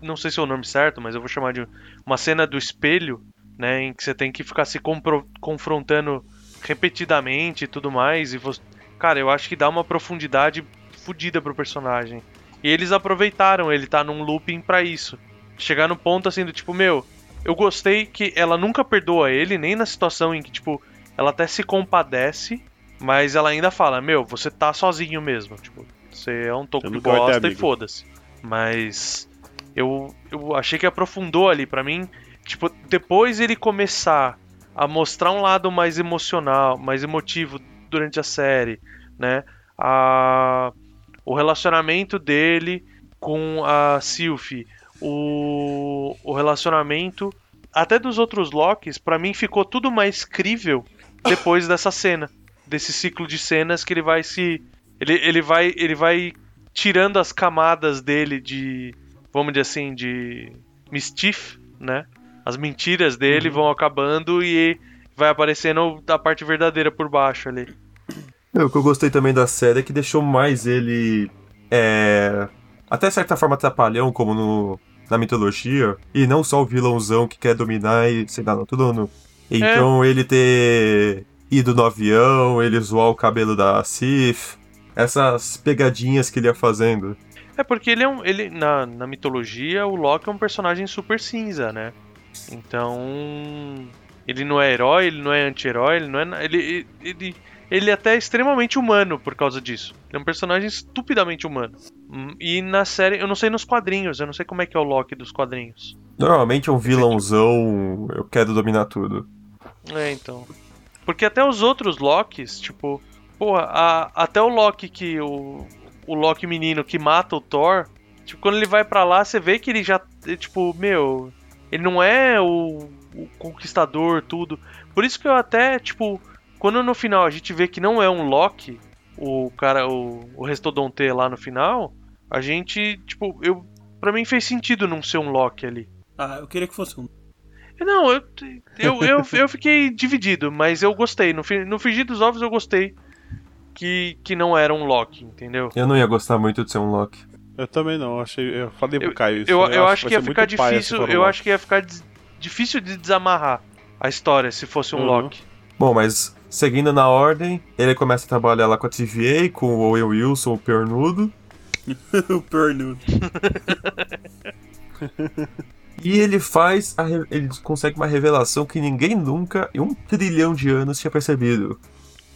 [SPEAKER 2] Não sei se é o nome certo, mas eu vou chamar de uma cena do espelho né, em que você tem que ficar se compro- confrontando repetidamente e tudo mais. E você... Cara, eu acho que dá uma profundidade fodida pro personagem. E eles aproveitaram ele tá num looping pra isso. Chegar no ponto assim do tipo, meu, eu gostei que ela nunca perdoa ele, nem na situação em que, tipo, ela até se compadece, mas ela ainda fala, meu, você tá sozinho mesmo. Tipo, você é um toco
[SPEAKER 4] Eu
[SPEAKER 2] de
[SPEAKER 4] nunca vou ter
[SPEAKER 2] bosta e
[SPEAKER 4] amigo.
[SPEAKER 2] foda-se. Mas eu, eu achei que aprofundou ali pra mim. Tipo, depois ele começar a mostrar um lado mais emocional, mais emotivo durante a série, né? A... O relacionamento dele com a Sylphie, o... o relacionamento até dos outros Locks, pra mim ficou tudo mais crível depois dessa cena, desse ciclo de cenas que ele vai se ele, ele vai ele vai tirando as camadas dele de, vamos dizer assim, de mischief, né? As mentiras dele vão acabando e vai aparecendo a parte verdadeira por baixo ali.
[SPEAKER 3] Meu, o que eu gostei também da série é que deixou mais ele. É. Até certa forma atrapalhão, como no, na mitologia. E não só o vilãozão que quer dominar e sei lá, não, tudo no. Então ele ter ido no avião, ele zoar o cabelo da Sif. Essas pegadinhas que ele ia fazendo.
[SPEAKER 2] É porque ele é um. Ele, na, na mitologia, o Loki é um personagem super cinza, né? Então. Ele não é herói, ele não é anti-herói, ele não é. na- Ele, ele, ele é até extremamente humano por causa disso. Ele é um personagem estupidamente humano. Hum, E na série, eu não sei nos quadrinhos, eu não sei como é que é o Loki dos quadrinhos.
[SPEAKER 3] Normalmente é um vilãozão, eu quero dominar tudo.
[SPEAKER 2] É, então. Porque até os outros Locks, tipo, porra, a- até o Loki que o, o Loki menino que mata o Thor, tipo, quando ele vai pra lá, você vê que ele já, é, tipo, meu, ele não é o, o conquistador, tudo. Por isso que eu até, tipo, quando no final a gente vê que não é um Loki, o cara, o, o Restodonte lá no final, a gente, tipo, eu, pra mim fez sentido não ser um Loki ali.
[SPEAKER 1] Ah, eu queria que fosse um.
[SPEAKER 2] Não, eu, eu, eu, eu fiquei dividido, mas eu gostei. No, fi- no Fingir dos Ovos eu gostei que, que não era um Loki, entendeu?
[SPEAKER 3] Eu não ia gostar muito de ser um Loki.
[SPEAKER 4] Eu também não, eu achei. Eu falei pro
[SPEAKER 2] Eu-
[SPEAKER 4] Caio isso.
[SPEAKER 2] Eu, eu acho
[SPEAKER 4] vai
[SPEAKER 2] que ia
[SPEAKER 4] ser
[SPEAKER 2] ficar
[SPEAKER 4] muito paia se
[SPEAKER 2] difícil.
[SPEAKER 4] for um
[SPEAKER 2] Eu
[SPEAKER 4] Loki.
[SPEAKER 2] acho que ia ficar des- difícil de desamarrar a história se fosse um
[SPEAKER 4] Uhum.
[SPEAKER 2] Loki.
[SPEAKER 3] Bom, mas seguindo na ordem, ele começa a trabalhar lá com a TVA, com o Owen Wilson, o pernudo.
[SPEAKER 1] o Pernu.
[SPEAKER 3] E ele faz. a re- ele consegue uma revelação que ninguém nunca, em um trilhão de anos, tinha percebido.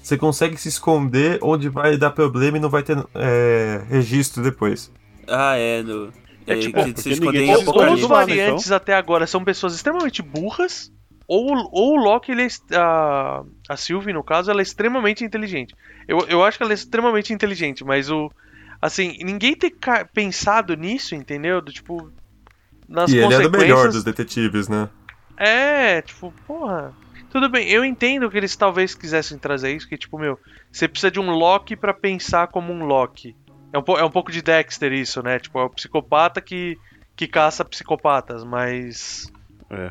[SPEAKER 3] Você consegue se esconder onde vai dar problema e não vai ter é, registro depois.
[SPEAKER 1] Ah, é, no.
[SPEAKER 2] É
[SPEAKER 1] é,
[SPEAKER 2] tipo,
[SPEAKER 1] que se
[SPEAKER 4] porque
[SPEAKER 1] esconder
[SPEAKER 4] ninguém
[SPEAKER 1] em
[SPEAKER 4] se
[SPEAKER 2] Ou, ou os
[SPEAKER 1] apocalipse.
[SPEAKER 4] esconde.
[SPEAKER 2] variantes até agora são pessoas extremamente burras, ou, ou o Loki, ele é, est- a, a Sylvie, no caso, ela é extremamente inteligente. Eu, eu acho que ela é extremamente inteligente, mas o. Assim, ninguém ter ca- pensado nisso, entendeu? Do tipo. Nas
[SPEAKER 3] e ele
[SPEAKER 2] consequências.
[SPEAKER 3] era o melhor dos detetives, né?
[SPEAKER 2] É, tipo, porra. Tudo bem, eu entendo que eles talvez quisessem trazer isso, que tipo, meu, você precisa de um Loki pra pensar como um Loki. É um, po- é um pouco de Dexter isso, né? Tipo, é o psicopata que, que caça psicopatas, mas,
[SPEAKER 4] É.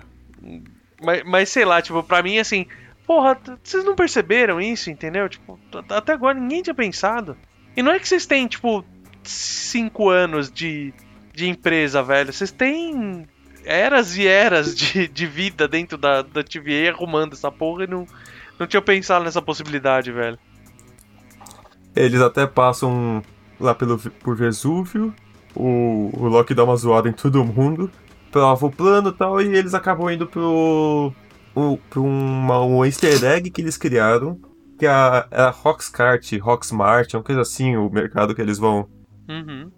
[SPEAKER 2] mas. Mas sei lá, tipo, pra mim assim, porra, t- vocês não perceberam isso, entendeu? Tipo, t- t- até agora ninguém tinha pensado. E não é que vocês têm, tipo, cinco anos de, de empresa, velho. Vocês têm eras e eras de, de vida dentro da, da TVA arrumando essa porra e não, não tinha pensado nessa possibilidade, velho.
[SPEAKER 3] Eles até passam lá pelo, por Vesúvio. O, o Loki dá uma zoada em todo mundo. Prova o plano e tal. E eles acabam indo pro. Um, pro uma, um easter egg que eles criaram. Que é a, é a Roxcart, Roxmart, é uma coisa assim, o mercado que eles vão.
[SPEAKER 2] Uhum.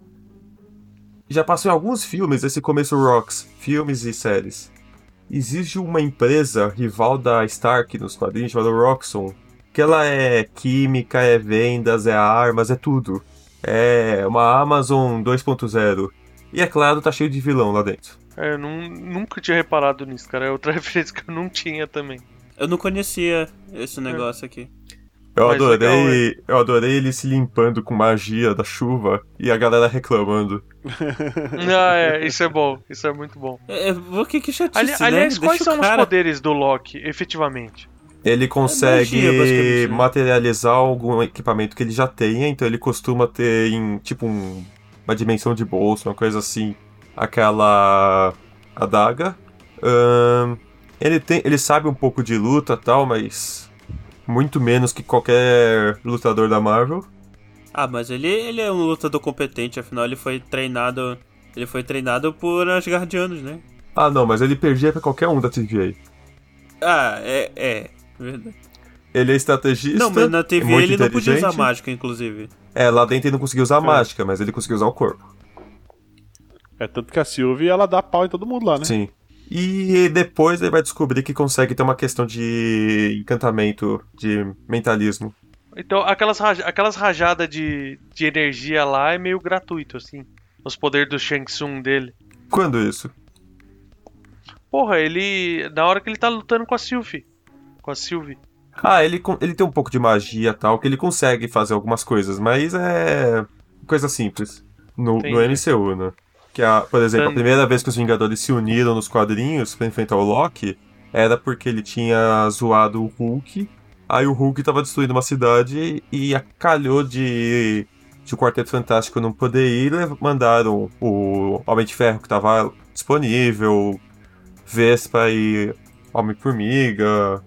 [SPEAKER 3] Já passou em alguns filmes esse começo Rocks, filmes e séries. Existe uma empresa rival da Stark nos quadrinhos chamada Roxxon, que ela é química, é vendas, é armas, é tudo. É uma Amazon 2.0. E é claro, tá cheio de vilão lá dentro.
[SPEAKER 2] É, eu nun- nunca tinha reparado nisso, cara. É outra referência que eu não tinha também.
[SPEAKER 1] Eu não conhecia
[SPEAKER 2] É.
[SPEAKER 1] esse negócio aqui.
[SPEAKER 3] Eu
[SPEAKER 2] Mas legal,
[SPEAKER 3] adorei, eu adorei ele se limpando com magia da chuva e a galera reclamando.
[SPEAKER 2] ah, é, isso é bom. Isso é muito bom.
[SPEAKER 1] É, é, por que que chatice,
[SPEAKER 2] Ali-
[SPEAKER 1] né?
[SPEAKER 2] aliás, quais
[SPEAKER 1] Deixa o
[SPEAKER 2] são
[SPEAKER 1] cara-
[SPEAKER 2] os poderes do Loki, efetivamente?
[SPEAKER 3] Ele consegue
[SPEAKER 1] magia, É, basicamente, né?
[SPEAKER 3] materializar algum equipamento que ele já tenha, então ele costuma ter em tipo um- uma dimensão de bolso, uma coisa assim, aquela adaga. Ahn, ele, tem, ele sabe um pouco de luta e tal, mas muito menos que qualquer lutador da Marvel.
[SPEAKER 1] Ah, mas ele, ele é um lutador competente, afinal ele foi treinado. Ele foi treinado por Asgardianos, né?
[SPEAKER 3] Ah não, mas ele perdia pra qualquer um da TVA.
[SPEAKER 1] Ah, é. é. Verdade.
[SPEAKER 3] Ele é estrategista.
[SPEAKER 1] Não, mas na TV
[SPEAKER 3] muito
[SPEAKER 1] ele não podia usar
[SPEAKER 3] inteligente.
[SPEAKER 1] mágica, inclusive.
[SPEAKER 3] É, lá dentro ele não conseguiu usar a mágica, mas ele conseguiu usar o corpo.
[SPEAKER 4] É tanto que a Sylvie ela dá pau em todo mundo lá, né?
[SPEAKER 3] Sim. E depois ele vai descobrir que consegue ter uma questão de encantamento, de mentalismo.
[SPEAKER 2] Então, aquelas, raja- aquelas rajadas de, de energia lá é meio gratuito, assim. Os poderes do Shang Tsung dele.
[SPEAKER 3] Quando isso?
[SPEAKER 2] Porra, ele. Na hora que ele tá lutando com a Sylvie. Com a Sylvie.
[SPEAKER 3] Ah, ele, con- ele tem um pouco de magia e tal, que ele consegue fazer algumas coisas, mas é. coisa simples. No,
[SPEAKER 2] Entendi.
[SPEAKER 3] no MCU, né? Que, a, por exemplo, a
[SPEAKER 2] Tan-
[SPEAKER 3] primeira vez que os Vingadores se uniram nos quadrinhos pra enfrentar o Loki era porque ele tinha zoado o Hulk. Aí o Hulk tava destruindo uma cidade e acalhou de, de o Quarteto Fantástico não poder ir. lev- Mandaram o Homem de Ferro que tava disponível, Vespa e Homem-Formiga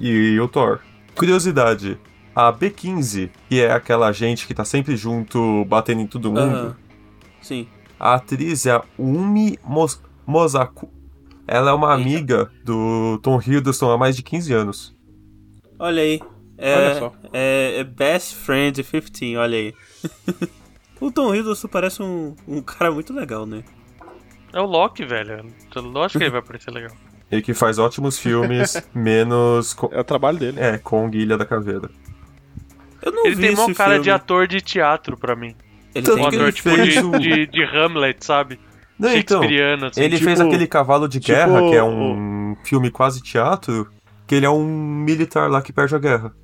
[SPEAKER 3] e o Thor. Curiosidade, a B15, que é aquela gente que tá sempre junto, batendo em todo mundo,
[SPEAKER 1] Aham. Sim.
[SPEAKER 3] a atriz é a Umi Mos Mosaku. Ela é uma
[SPEAKER 1] Eita.
[SPEAKER 3] amiga do Tom Hiddleston há mais de 15 anos.
[SPEAKER 1] Olha aí. É,
[SPEAKER 4] Olha só.
[SPEAKER 1] É, é Best Friend 15, olha aí. o Tom Hiddleston parece um, um cara muito legal, né?
[SPEAKER 2] É o Loki, velho. Eu- Lógico que ele vai parecer legal.
[SPEAKER 3] Ele que faz ótimos filmes, menos co-
[SPEAKER 4] É o trabalho dele.
[SPEAKER 3] é, Kong e Ilha da Caveira.
[SPEAKER 1] Eu não
[SPEAKER 2] Ele
[SPEAKER 1] vi
[SPEAKER 2] tem
[SPEAKER 1] esse
[SPEAKER 2] mó cara
[SPEAKER 1] filme.
[SPEAKER 2] de ator de teatro pra mim.
[SPEAKER 1] Ele
[SPEAKER 3] Tanto
[SPEAKER 2] Um
[SPEAKER 3] que ele
[SPEAKER 2] ator tipo
[SPEAKER 3] fez
[SPEAKER 2] de,
[SPEAKER 3] o-
[SPEAKER 2] de, de Hamlet, sabe?
[SPEAKER 3] Não, então,
[SPEAKER 2] Shakespeareano, assim.
[SPEAKER 3] ele
[SPEAKER 4] tipo-
[SPEAKER 3] fez aquele Cavalo de
[SPEAKER 4] tipo
[SPEAKER 3] Guerra, que é um filme quase teatro, que ele é um militar lá que perde a guerra.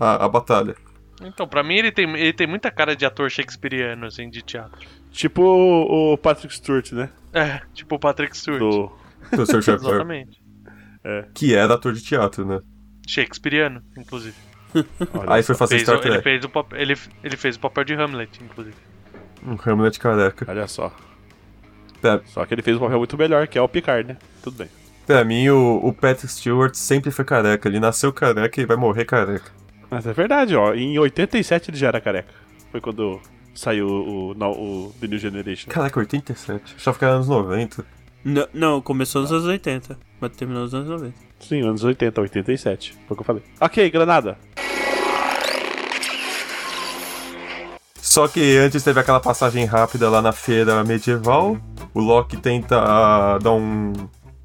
[SPEAKER 3] A, a batalha.
[SPEAKER 2] Então, pra mim ele tem, ele tem muita cara de ator shakespeariano, assim, de teatro.
[SPEAKER 4] Tipo o, o Patrick Stewart, né?
[SPEAKER 2] É, tipo o Patrick Stewart.
[SPEAKER 4] Do...
[SPEAKER 3] Do Sr. Shepard,
[SPEAKER 2] Exatamente.
[SPEAKER 3] que era ator de teatro, né?
[SPEAKER 2] Shakespeareano, inclusive.
[SPEAKER 4] Olha
[SPEAKER 3] Aí foi fazer
[SPEAKER 2] Fez
[SPEAKER 3] Star
[SPEAKER 2] o- ele,
[SPEAKER 3] Trek.
[SPEAKER 2] fez o, pap- ele, ele fez o papel de Hamlet, inclusive.
[SPEAKER 3] Um Hamlet careca.
[SPEAKER 4] Olha só.
[SPEAKER 3] Pera.
[SPEAKER 4] Só que ele fez um papel muito melhor, que é o Picard, né? Tudo bem.
[SPEAKER 3] Pra mim, o, o Patrick Stewart sempre foi careca. Ele nasceu careca e vai morrer careca.
[SPEAKER 4] Mas é verdade, ó. Em 87 ele já era careca. Foi quando saiu o, o, o The New Generation.
[SPEAKER 3] Caraca, 87. Achava que era anos 90.
[SPEAKER 1] Não, não, começou nos anos 80, mas terminou nos anos 90.
[SPEAKER 4] Sim, anos 80, 87. Foi o que eu falei. Ok, Granada.
[SPEAKER 3] Só que antes teve aquela passagem rápida lá na feira medieval. O Loki tenta ah, dar um,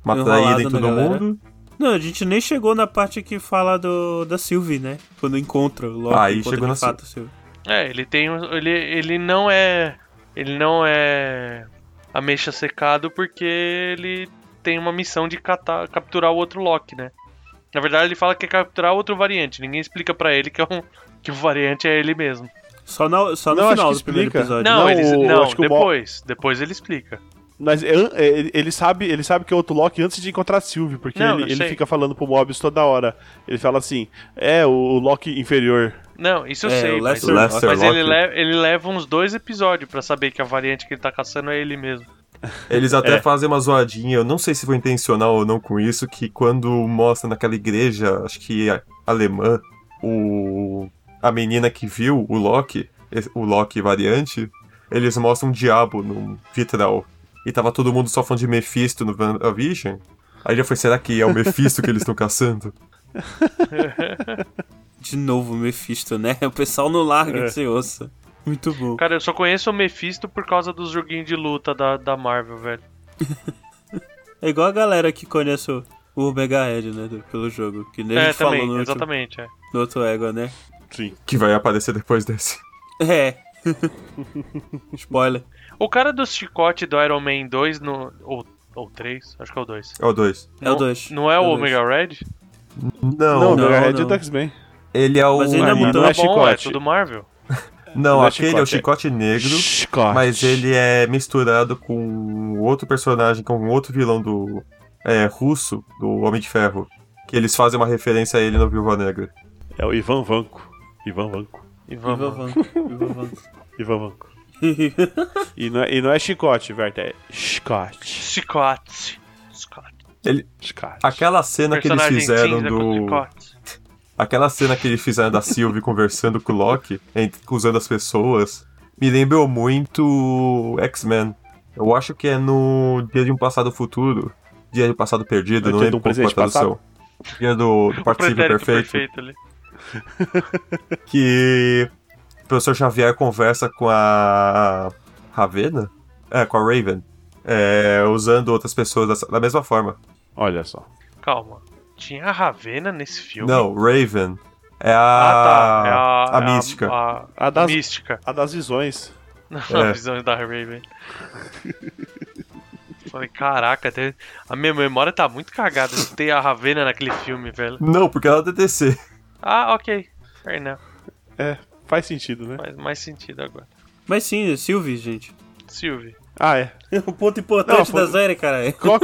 [SPEAKER 3] uma
[SPEAKER 1] Enrolada
[SPEAKER 3] traída em
[SPEAKER 1] na
[SPEAKER 3] todo
[SPEAKER 1] galera.
[SPEAKER 3] mundo.
[SPEAKER 1] Não, a gente nem chegou na parte que fala do, da Sylvie, né? Quando encontra o Loki.
[SPEAKER 3] Aí
[SPEAKER 1] encontra
[SPEAKER 3] chegou na
[SPEAKER 1] de fato a Sylvie.
[SPEAKER 2] É, ele tem. um- Ele, ele não é. Ele não é. Ameixa secado porque ele tem uma missão de catar- capturar o outro Loki, né? Na verdade, ele fala que é capturar outro variante. Ninguém explica pra ele que, é um, que o variante é ele mesmo.
[SPEAKER 1] Só, na, só no
[SPEAKER 4] Não, acho
[SPEAKER 1] final
[SPEAKER 4] que
[SPEAKER 1] do primeiro
[SPEAKER 4] explica.
[SPEAKER 1] episódio.
[SPEAKER 2] Não,
[SPEAKER 4] Não,
[SPEAKER 2] eles,
[SPEAKER 4] o-
[SPEAKER 2] não
[SPEAKER 4] acho que o Mo-
[SPEAKER 2] depois. Depois ele explica.
[SPEAKER 4] Mas é an- é, ele, ele sabe, ele sabe que é outro Loki antes de encontrar a Sylvie, porque
[SPEAKER 2] Não, eu
[SPEAKER 4] ele, ele
[SPEAKER 2] sei.
[SPEAKER 4] fica falando pro Mobius toda hora. Ele fala assim: é, o, o Loki inferior.
[SPEAKER 2] Não, isso eu
[SPEAKER 1] É,
[SPEAKER 2] sei.
[SPEAKER 1] o
[SPEAKER 2] mas-
[SPEAKER 1] Lester
[SPEAKER 3] Lester
[SPEAKER 2] mas
[SPEAKER 3] Loki.
[SPEAKER 2] ele, le- ele leva uns dois episódios pra saber que a variante que ele tá caçando é ele mesmo.
[SPEAKER 3] Eles até
[SPEAKER 4] É.
[SPEAKER 3] fazem uma zoadinha. Eu não sei se foi intencional ou não com isso. Que quando mostra naquela igreja, acho que a- alemã, o, a menina que viu o Loki, esse- o Loki variante, eles mostram um diabo num vitral. E tava todo mundo só falando de Mephisto no Vision. Aí já foi, será que é o Mephisto que eles estão caçando?
[SPEAKER 1] De novo o Mephisto, né? O pessoal não larga
[SPEAKER 4] É.
[SPEAKER 1] esse osso. Muito bom.
[SPEAKER 2] Cara, eu só conheço o Mephisto por causa dos joguinhos de luta da, da Marvel, velho.
[SPEAKER 1] É igual a galera que conhece o, o Mega Red, né? do- pelo jogo. né, Que nem a
[SPEAKER 2] É,
[SPEAKER 1] gente falou
[SPEAKER 2] também,
[SPEAKER 1] no outro,
[SPEAKER 2] exatamente. É.
[SPEAKER 1] no outro Ego, né?
[SPEAKER 4] Sim.
[SPEAKER 3] Que vai aparecer depois desse.
[SPEAKER 1] É. Spoiler.
[SPEAKER 2] O cara do chicote do Iron Man 2, no, ou, ou 3, acho que é o 2.
[SPEAKER 3] É o 2.
[SPEAKER 1] É o 2.
[SPEAKER 2] Não é o
[SPEAKER 1] dois.
[SPEAKER 2] Omega Red?
[SPEAKER 3] Não,
[SPEAKER 4] Não,
[SPEAKER 1] não,
[SPEAKER 4] não, é
[SPEAKER 1] não.
[SPEAKER 4] do X-Men.
[SPEAKER 3] ele é o.
[SPEAKER 1] Mas ele não é
[SPEAKER 4] Não,
[SPEAKER 1] mutante.
[SPEAKER 4] não é
[SPEAKER 2] Bom, é
[SPEAKER 4] chicote.
[SPEAKER 2] tudo Marvel.
[SPEAKER 3] Não,
[SPEAKER 4] não é
[SPEAKER 3] aquele é o
[SPEAKER 4] chicote,
[SPEAKER 3] Chicote Negro.
[SPEAKER 4] Scott.
[SPEAKER 3] Mas ele é misturado com outro personagem, com um outro vilão do é, russo, do Homem de Ferro. Que eles fazem uma referência a ele no Viúva Negra.
[SPEAKER 4] É o Ivan Vanko. Ivan Vanko.
[SPEAKER 2] E
[SPEAKER 1] Ivan
[SPEAKER 2] vamos.
[SPEAKER 1] Vanko, Ivan Vanko.
[SPEAKER 4] Ivan Vanko. E não é, e não é chicote, Verta, é Scott.
[SPEAKER 2] Chicote. Chicote.
[SPEAKER 4] Scott.
[SPEAKER 3] Aquela cena é que eles
[SPEAKER 2] Personagem né,
[SPEAKER 3] fizeram
[SPEAKER 2] cinza com
[SPEAKER 3] do.
[SPEAKER 2] chicote.
[SPEAKER 3] Aquela cena que eles fizeram da Sylvie conversando com o Loki, entre- usando as pessoas, me lembrou muito X-Men. Eu acho que é no Dia de um Passado Futuro. Dia de um Passado Perdido,
[SPEAKER 4] É
[SPEAKER 3] não
[SPEAKER 4] Dia de
[SPEAKER 3] lembro
[SPEAKER 4] um
[SPEAKER 3] qual foi a
[SPEAKER 4] Presente
[SPEAKER 3] tradução. Dia do, do
[SPEAKER 2] O
[SPEAKER 3] Participio
[SPEAKER 2] pretérito
[SPEAKER 3] Perfeito.
[SPEAKER 2] perfeito ali.
[SPEAKER 3] que o professor Xavier conversa com a Ravena? É, com a Raven. É, usando outras pessoas dessa- da mesma forma.
[SPEAKER 4] Olha só.
[SPEAKER 2] Calma. Tinha a Ravena nesse filme?
[SPEAKER 3] Não, Raven é a.
[SPEAKER 2] Ah, tá. É a,
[SPEAKER 3] a
[SPEAKER 2] é
[SPEAKER 3] mística.
[SPEAKER 2] A,
[SPEAKER 4] A das,
[SPEAKER 2] mística.
[SPEAKER 4] a das visões.
[SPEAKER 2] Na
[SPEAKER 3] É.
[SPEAKER 2] visão da Raven. Falei, caraca, até- a minha memória tá muito cagada de ter a Ravena naquele filme, velho.
[SPEAKER 3] Não, porque ela é da DC.
[SPEAKER 2] Ah, ok. Fair enough.
[SPEAKER 4] É, faz sentido, né?
[SPEAKER 2] Faz mais sentido agora.
[SPEAKER 1] Mas sim, Silvio, gente.
[SPEAKER 2] Silvio.
[SPEAKER 4] Ah, é.
[SPEAKER 1] O Um ponto importante
[SPEAKER 4] Não, foi-
[SPEAKER 1] da série, caralho.
[SPEAKER 4] Qual,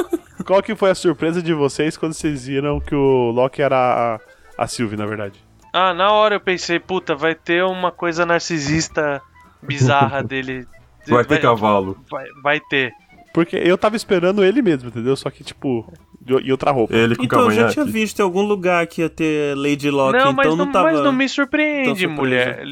[SPEAKER 4] qual que foi a surpresa de vocês quando vocês viram que o Loki era a, a Sylvie, na verdade?
[SPEAKER 2] Ah, na hora eu pensei, puta, vai ter uma coisa narcisista bizarra dele.
[SPEAKER 3] Vai ter cavalo.
[SPEAKER 2] Vai, vai ter.
[SPEAKER 4] Porque eu tava esperando ele mesmo, entendeu? Só que, tipo, de- em outra roupa.
[SPEAKER 3] Ele com
[SPEAKER 1] Então, eu já
[SPEAKER 3] cavanhaque.
[SPEAKER 1] tinha visto em algum lugar que ia ter Lady Loki,
[SPEAKER 2] não, mas,
[SPEAKER 1] então
[SPEAKER 2] não,
[SPEAKER 1] não, tava...
[SPEAKER 2] mas não me surpreende,
[SPEAKER 1] tão
[SPEAKER 2] mulher.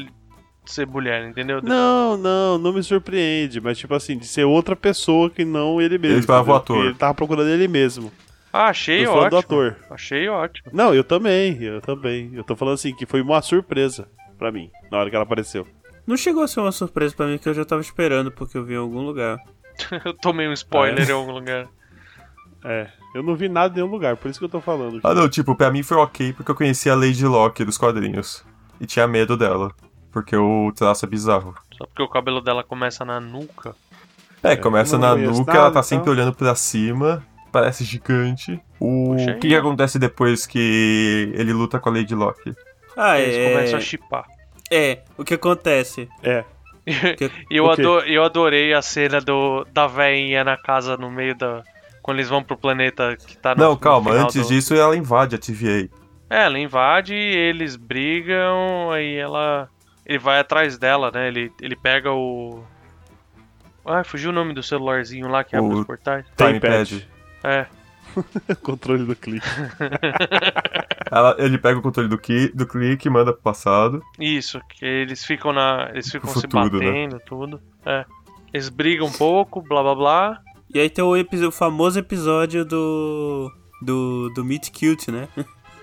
[SPEAKER 2] Ser mulher, entendeu?
[SPEAKER 4] Não, não, não me surpreende, mas tipo assim, de ser outra pessoa que não ele mesmo.
[SPEAKER 3] Ele tava
[SPEAKER 4] entendeu?
[SPEAKER 3] o ator.
[SPEAKER 4] Porque Ele tava procurando ele mesmo.
[SPEAKER 2] Ah, achei
[SPEAKER 4] Eu
[SPEAKER 2] ótimo.
[SPEAKER 4] fã do ator.
[SPEAKER 2] Achei ótimo.
[SPEAKER 4] Não, eu também, eu também. Eu tô falando assim, que foi uma surpresa pra mim, na hora que ela apareceu.
[SPEAKER 1] Não chegou a ser uma surpresa pra mim, que eu já tava esperando, porque eu vi em algum lugar.
[SPEAKER 2] Eu tomei um spoiler em algum lugar.
[SPEAKER 4] É, eu não vi nada em nenhum lugar, por isso que eu tô falando.
[SPEAKER 3] Ah, não, tipo, pra mim foi ok porque eu conhecia a Lady Locke dos quadrinhos. E tinha medo dela. Porque o traço é bizarro.
[SPEAKER 2] Só porque o cabelo dela começa na nuca.
[SPEAKER 3] É, começa
[SPEAKER 4] não
[SPEAKER 3] na
[SPEAKER 4] conheço
[SPEAKER 3] nuca,
[SPEAKER 4] nada,
[SPEAKER 3] ela tá
[SPEAKER 4] então.
[SPEAKER 3] sempre olhando pra cima, parece gigante. O
[SPEAKER 2] Poxa,
[SPEAKER 3] que,
[SPEAKER 2] aí.
[SPEAKER 3] que acontece depois que ele luta com a Lady Locke?
[SPEAKER 1] Ah,
[SPEAKER 2] Eles começam a
[SPEAKER 1] é...
[SPEAKER 2] chipar.
[SPEAKER 1] É, o que acontece?
[SPEAKER 4] É.
[SPEAKER 2] E eu,
[SPEAKER 4] O quê?
[SPEAKER 2] ado- eu adorei a cena do, da veinha na casa no meio da. Quando eles vão pro planeta que tá no
[SPEAKER 3] Não,
[SPEAKER 2] no
[SPEAKER 3] calma,
[SPEAKER 2] final
[SPEAKER 3] antes
[SPEAKER 2] do-
[SPEAKER 3] disso ela invade a TVA.
[SPEAKER 2] É, ela invade, eles brigam, aí ela. Ele vai atrás dela, né? Ele, ele pega o. Ah, fugiu o nome do celularzinho lá que abre
[SPEAKER 3] O-
[SPEAKER 2] os portais.
[SPEAKER 3] Time
[SPEAKER 4] Pad.
[SPEAKER 3] Pad.
[SPEAKER 2] É.
[SPEAKER 4] Controle do clique.
[SPEAKER 3] Ela- ele pega o controle do, ki, do clique, manda pro passado.
[SPEAKER 2] Isso, que eles ficam na. Eles ficam se
[SPEAKER 3] Futuro, né?
[SPEAKER 2] batendo, tudo. É. Eles brigam um pouco, blá blá blá.
[SPEAKER 1] E aí tem o, epi- o famoso episódio do... Do, do Meet Cute, né?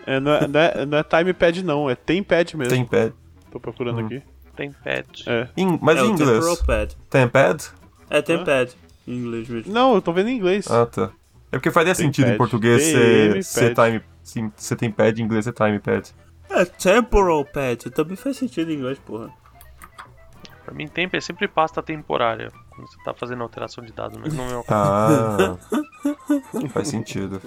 [SPEAKER 4] É, não, é, não, é, não é time pad, não, é tem pad mesmo.
[SPEAKER 3] Tem pad.
[SPEAKER 4] Tô procurando
[SPEAKER 3] Hum.
[SPEAKER 4] aqui.
[SPEAKER 2] Tem pet.
[SPEAKER 4] É.
[SPEAKER 3] Em- mas
[SPEAKER 1] é
[SPEAKER 3] em
[SPEAKER 1] o Temporal
[SPEAKER 3] inglês.
[SPEAKER 1] Pad.
[SPEAKER 3] Tem pad?
[SPEAKER 1] É Tempad, em inglês mesmo.
[SPEAKER 4] Não, eu tô vendo em inglês.
[SPEAKER 3] Ah, tá. É porque faria
[SPEAKER 4] Tem
[SPEAKER 3] sentido
[SPEAKER 4] pad.
[SPEAKER 3] em português
[SPEAKER 4] Tem
[SPEAKER 3] ser, ser
[SPEAKER 4] pad.
[SPEAKER 3] time. Sim, você tem pad, em inglês é time pad.
[SPEAKER 1] É Temporal Pad, também faz sentido em inglês, porra.
[SPEAKER 2] Pra mim, tempo é sempre pasta temporária. Quando você tá fazendo alteração de dados, mas não é o
[SPEAKER 3] Ah. faz sentido.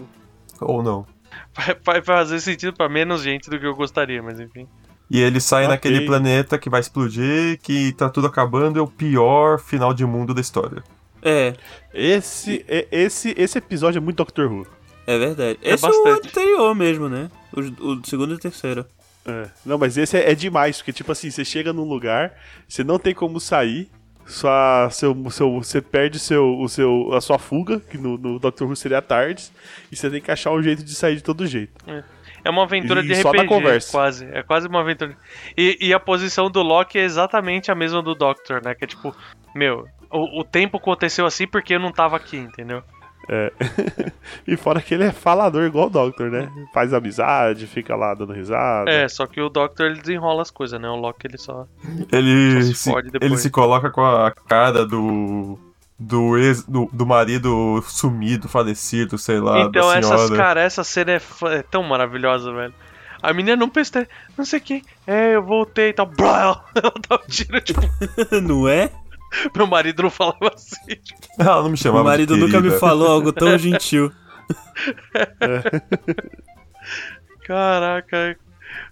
[SPEAKER 3] Ou não.
[SPEAKER 2] Vai, vai fazer sentido pra menos gente do que eu gostaria, mas enfim.
[SPEAKER 3] E ele sai
[SPEAKER 4] Ok.
[SPEAKER 3] naquele planeta que vai explodir, que tá tudo acabando, é o pior final de mundo da história.
[SPEAKER 1] É,
[SPEAKER 4] Esse, é- esse, esse episódio é muito Doctor Who.
[SPEAKER 1] é verdade. Esse é, o
[SPEAKER 2] bastante.
[SPEAKER 1] anterior mesmo, né? O, o segundo e o terceiro.
[SPEAKER 4] É. Não, mas esse é, é demais, porque, tipo assim, você chega num lugar, você não tem como sair, sua, seu, seu, você perde seu, o seu, a sua fuga, que no, no Doctor Who seria à tarde, e você tem que achar um jeito de sair de todo jeito.
[SPEAKER 2] É uma aventura
[SPEAKER 4] E
[SPEAKER 2] de RPG,
[SPEAKER 4] só na conversa.
[SPEAKER 2] quase. É quase uma aventura. E, e a posição do Loki é exatamente a mesma do Doctor, né? Que é tipo, meu, o, o tempo aconteceu assim porque eu não tava aqui, entendeu?
[SPEAKER 4] É. e fora que ele é falador igual o Doctor, né? Faz amizade, fica lá dando risada.
[SPEAKER 2] É, só que o Doctor ele desenrola as coisas, né? O Loki ele só. Só
[SPEAKER 3] Ele
[SPEAKER 2] se
[SPEAKER 3] se,
[SPEAKER 2] fode depois.
[SPEAKER 3] ele se coloca com a cara do. Do ex. Do, do marido sumido, falecido, sei
[SPEAKER 4] Ah,
[SPEAKER 3] lá,
[SPEAKER 2] então,
[SPEAKER 3] da
[SPEAKER 4] né?
[SPEAKER 2] essas,
[SPEAKER 3] senhora.
[SPEAKER 2] cara, essa cena é, f- é tão maravilhosa, velho. A menina não peste, não sei quem. É, eu voltei e tal. Blá! Ela dá um tiro, tipo,
[SPEAKER 1] Não é?
[SPEAKER 2] meu marido não falava assim.
[SPEAKER 3] Ela Ah, não me chamava
[SPEAKER 1] o marido
[SPEAKER 3] de
[SPEAKER 1] nunca
[SPEAKER 3] querida.
[SPEAKER 1] me falou algo tão gentil.
[SPEAKER 2] Caraca,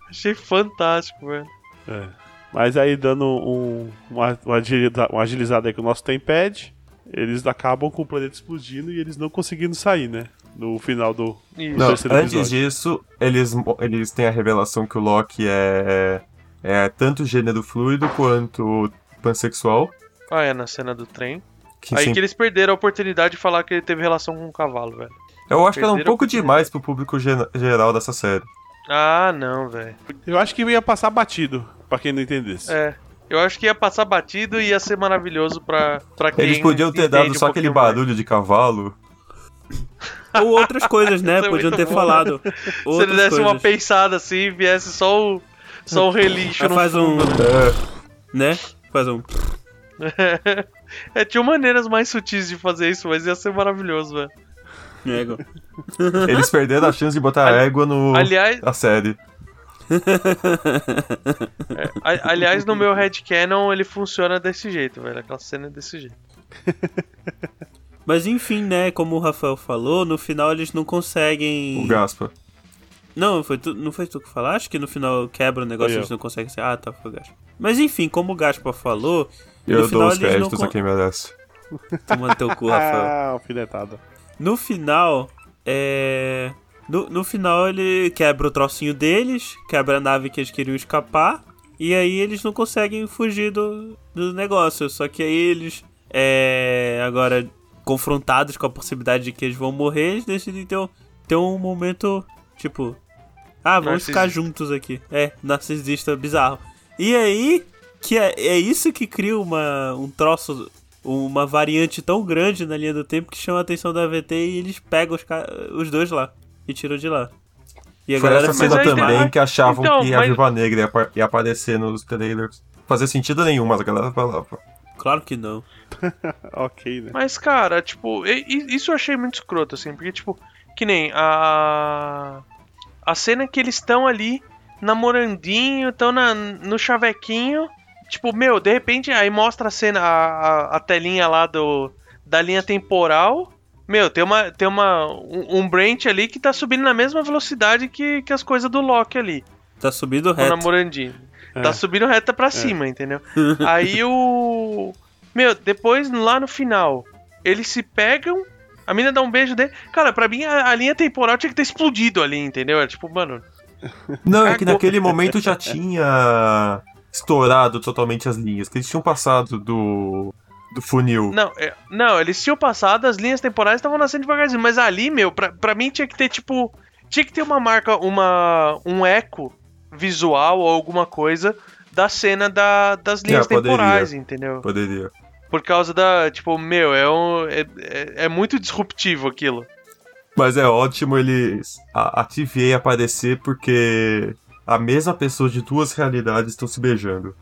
[SPEAKER 2] achei fantástico, velho.
[SPEAKER 4] É. Mas aí, dando um, uma, uma agilida- uma agilizada aí com o nosso Tempad, eles acabam com o planeta explodindo e eles não conseguindo sair, né? No final do.
[SPEAKER 2] Isso.
[SPEAKER 3] Não,
[SPEAKER 4] No
[SPEAKER 3] antes
[SPEAKER 4] terceiro episódio.
[SPEAKER 3] disso, eles, mo- eles têm a revelação que o Loki é, é tanto gênero fluido quanto pansexual.
[SPEAKER 2] Ah, é, na cena do trem.
[SPEAKER 3] Que
[SPEAKER 2] Aí
[SPEAKER 3] sim-
[SPEAKER 2] que eles perderam a oportunidade de falar que ele teve relação com um cavalo, velho.
[SPEAKER 3] eu acho que era um
[SPEAKER 2] perderam
[SPEAKER 3] pouco
[SPEAKER 2] a oportunidade.
[SPEAKER 3] demais pro público gen- geral dessa série.
[SPEAKER 2] Ah, não, velho.
[SPEAKER 4] Eu acho que ia passar batido, pra quem não entendesse.
[SPEAKER 2] É. Eu acho que ia passar batido e ia ser maravilhoso pra, pra quem.
[SPEAKER 3] Eles podiam ter dado
[SPEAKER 2] entende um
[SPEAKER 3] só aquele
[SPEAKER 2] pouquinho mais.
[SPEAKER 3] barulho de cavalo.
[SPEAKER 1] Ou outras coisas, né?
[SPEAKER 2] Isso é
[SPEAKER 1] Podiam
[SPEAKER 2] muito
[SPEAKER 1] ter
[SPEAKER 2] bom.
[SPEAKER 1] falado.
[SPEAKER 2] Se ele
[SPEAKER 1] Outras
[SPEAKER 2] desse
[SPEAKER 1] coisas.
[SPEAKER 2] uma pensada assim e viesse só o. Só um relixo
[SPEAKER 1] Aí
[SPEAKER 2] no
[SPEAKER 1] faz um.
[SPEAKER 2] fundo, né?
[SPEAKER 3] É,
[SPEAKER 1] né? Faz um.
[SPEAKER 2] É, tinha maneiras mais sutis de fazer isso, mas ia ser maravilhoso, velho.
[SPEAKER 1] Nego.
[SPEAKER 3] eles perderam a chance de botar
[SPEAKER 2] Ali-
[SPEAKER 3] égua no
[SPEAKER 2] Aliás,
[SPEAKER 3] na série.
[SPEAKER 2] a- aliás, no meu headcanon ele funciona desse jeito, velho. Aquela cena é desse jeito.
[SPEAKER 1] Mas enfim, né? Como o Rafael falou, no final eles não conseguem.
[SPEAKER 3] O Gaspa.
[SPEAKER 1] Não, foi tu, não foi tu que falaste que no final quebra o negócio
[SPEAKER 4] Foi
[SPEAKER 1] e
[SPEAKER 4] eu.
[SPEAKER 1] eles não conseguem ser. Ah, tá, foi o Gaspa. Mas enfim, como o Gaspar falou,
[SPEAKER 3] Eu
[SPEAKER 1] No final
[SPEAKER 3] dou os
[SPEAKER 1] eles não
[SPEAKER 3] créditos
[SPEAKER 1] con-
[SPEAKER 3] a quem merece.
[SPEAKER 1] toma no teu cu, Rafael.
[SPEAKER 4] Ah, alfinetada.
[SPEAKER 1] No final, é. No, no final ele quebra o trocinho deles, quebra a nave que eles queriam escapar, e aí eles não conseguem fugir do, do negócio. Só que aí eles, é, agora confrontados com a possibilidade de que eles vão morrer, eles decidem ter um, ter um momento tipo: Ah, vamos ficar
[SPEAKER 2] Narcisista.
[SPEAKER 1] juntos aqui. É, narcisista bizarro. E aí, que é, é isso que cria uma, um troço, uma variante tão grande na linha do tempo que chama a atenção da VT e eles pegam os, ca- os dois lá e tiram de lá. E a
[SPEAKER 3] Foi
[SPEAKER 1] galera
[SPEAKER 3] essa
[SPEAKER 1] fica-
[SPEAKER 3] cena
[SPEAKER 2] aí tem-
[SPEAKER 3] também que achavam
[SPEAKER 2] Então,
[SPEAKER 3] que a
[SPEAKER 2] mas-
[SPEAKER 3] Viva Negra ia, apa- ia aparecer nos trailers. Fazia sentido nenhum, mas a galera falava.
[SPEAKER 1] Claro que não.
[SPEAKER 4] Ok, né?
[SPEAKER 2] Mas, cara, tipo, e- e- isso eu achei muito escroto, assim, porque, tipo, que nem a. A cena que eles estão ali namorandinho, estão na, no chavequinho. Tipo, meu, de repente aí mostra a cena, a, a, a telinha lá do, da linha temporal. Meu, tem uma. Tem uma. Um, um branch ali que tá subindo na mesma velocidade que, que as coisas do Loki ali.
[SPEAKER 1] Tá subindo
[SPEAKER 2] O
[SPEAKER 1] reto.
[SPEAKER 2] namorandinho.
[SPEAKER 4] É.
[SPEAKER 2] Tá subindo reta pra cima, entendeu? Aí o. Meu, depois lá no final, eles se pegam, a mina dá um beijo dele. Cara, pra mim a, a linha temporal tinha que ter explodido ali, entendeu? É tipo, mano.
[SPEAKER 3] Não, é que
[SPEAKER 2] Cagou.
[SPEAKER 3] naquele momento já tinha estourado totalmente as linhas, que eles tinham passado do, do funil.
[SPEAKER 2] Não, é- não, eles tinham passado, as linhas temporais estavam nascendo devagarzinho, mas ali, meu, pra, pra mim tinha que ter, tipo. Tinha que ter uma marca, uma. um eco visual ou alguma coisa da cena da, das
[SPEAKER 4] É,
[SPEAKER 2] linhas
[SPEAKER 3] poderia.
[SPEAKER 2] temporais, entendeu?
[SPEAKER 3] Poderia.
[SPEAKER 2] Por causa da. Tipo, meu, é um. É, é- é muito disruptivo aquilo.
[SPEAKER 3] Mas é ótimo eles a, a TVA aparecer porque a mesma pessoa de duas realidades estão se beijando.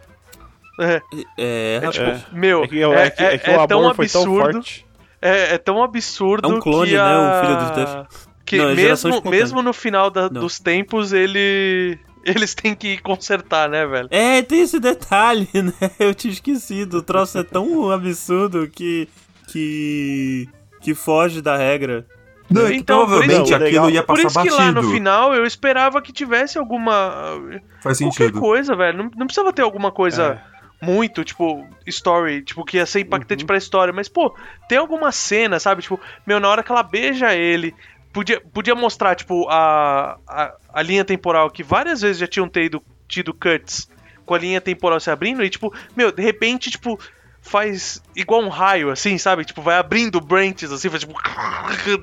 [SPEAKER 1] É,
[SPEAKER 2] É
[SPEAKER 1] rapaz.
[SPEAKER 2] tipo, meu,
[SPEAKER 4] É que, é, que- é que o
[SPEAKER 2] é tão
[SPEAKER 4] amor foi tão
[SPEAKER 2] absurdo.
[SPEAKER 4] forte.
[SPEAKER 2] É, é tão absurdo.
[SPEAKER 1] É um clone,
[SPEAKER 2] que a...
[SPEAKER 1] né, um filho dos dois.
[SPEAKER 2] Que
[SPEAKER 1] Não, é geração
[SPEAKER 2] mesmo,
[SPEAKER 1] espontânea.
[SPEAKER 2] mesmo no final da-
[SPEAKER 1] Não.
[SPEAKER 2] dos tempos, ele. Eles têm que consertar, né, velho?
[SPEAKER 1] É, tem esse detalhe, né? Eu tinha esquecido. O troço é tão absurdo que. que. que foge da regra.
[SPEAKER 3] Não, é que
[SPEAKER 2] Então, por isso-
[SPEAKER 3] provavelmente
[SPEAKER 4] Não,
[SPEAKER 3] aquilo
[SPEAKER 4] legal.
[SPEAKER 3] ia
[SPEAKER 2] Por
[SPEAKER 3] passar
[SPEAKER 2] isso que
[SPEAKER 3] batido.
[SPEAKER 2] lá no final eu esperava que tivesse alguma.
[SPEAKER 3] Faz
[SPEAKER 2] Qualquer
[SPEAKER 3] sentido.
[SPEAKER 2] coisa, velho. Não, não precisava ter alguma coisa.
[SPEAKER 4] É. Uhum.
[SPEAKER 2] muito, tipo, story, tipo, que ia ser impactante pra história, mas, pô, tem alguma cena, sabe? Tipo, meu, na hora que ela beija ele, podia, podia mostrar, tipo, a, a, a linha temporal, que várias vezes já tinham tido, tido cuts com a linha temporal se abrindo, e, tipo, meu, de repente, tipo, faz igual um raio, assim, sabe? Tipo, vai abrindo branches, assim, faz tipo,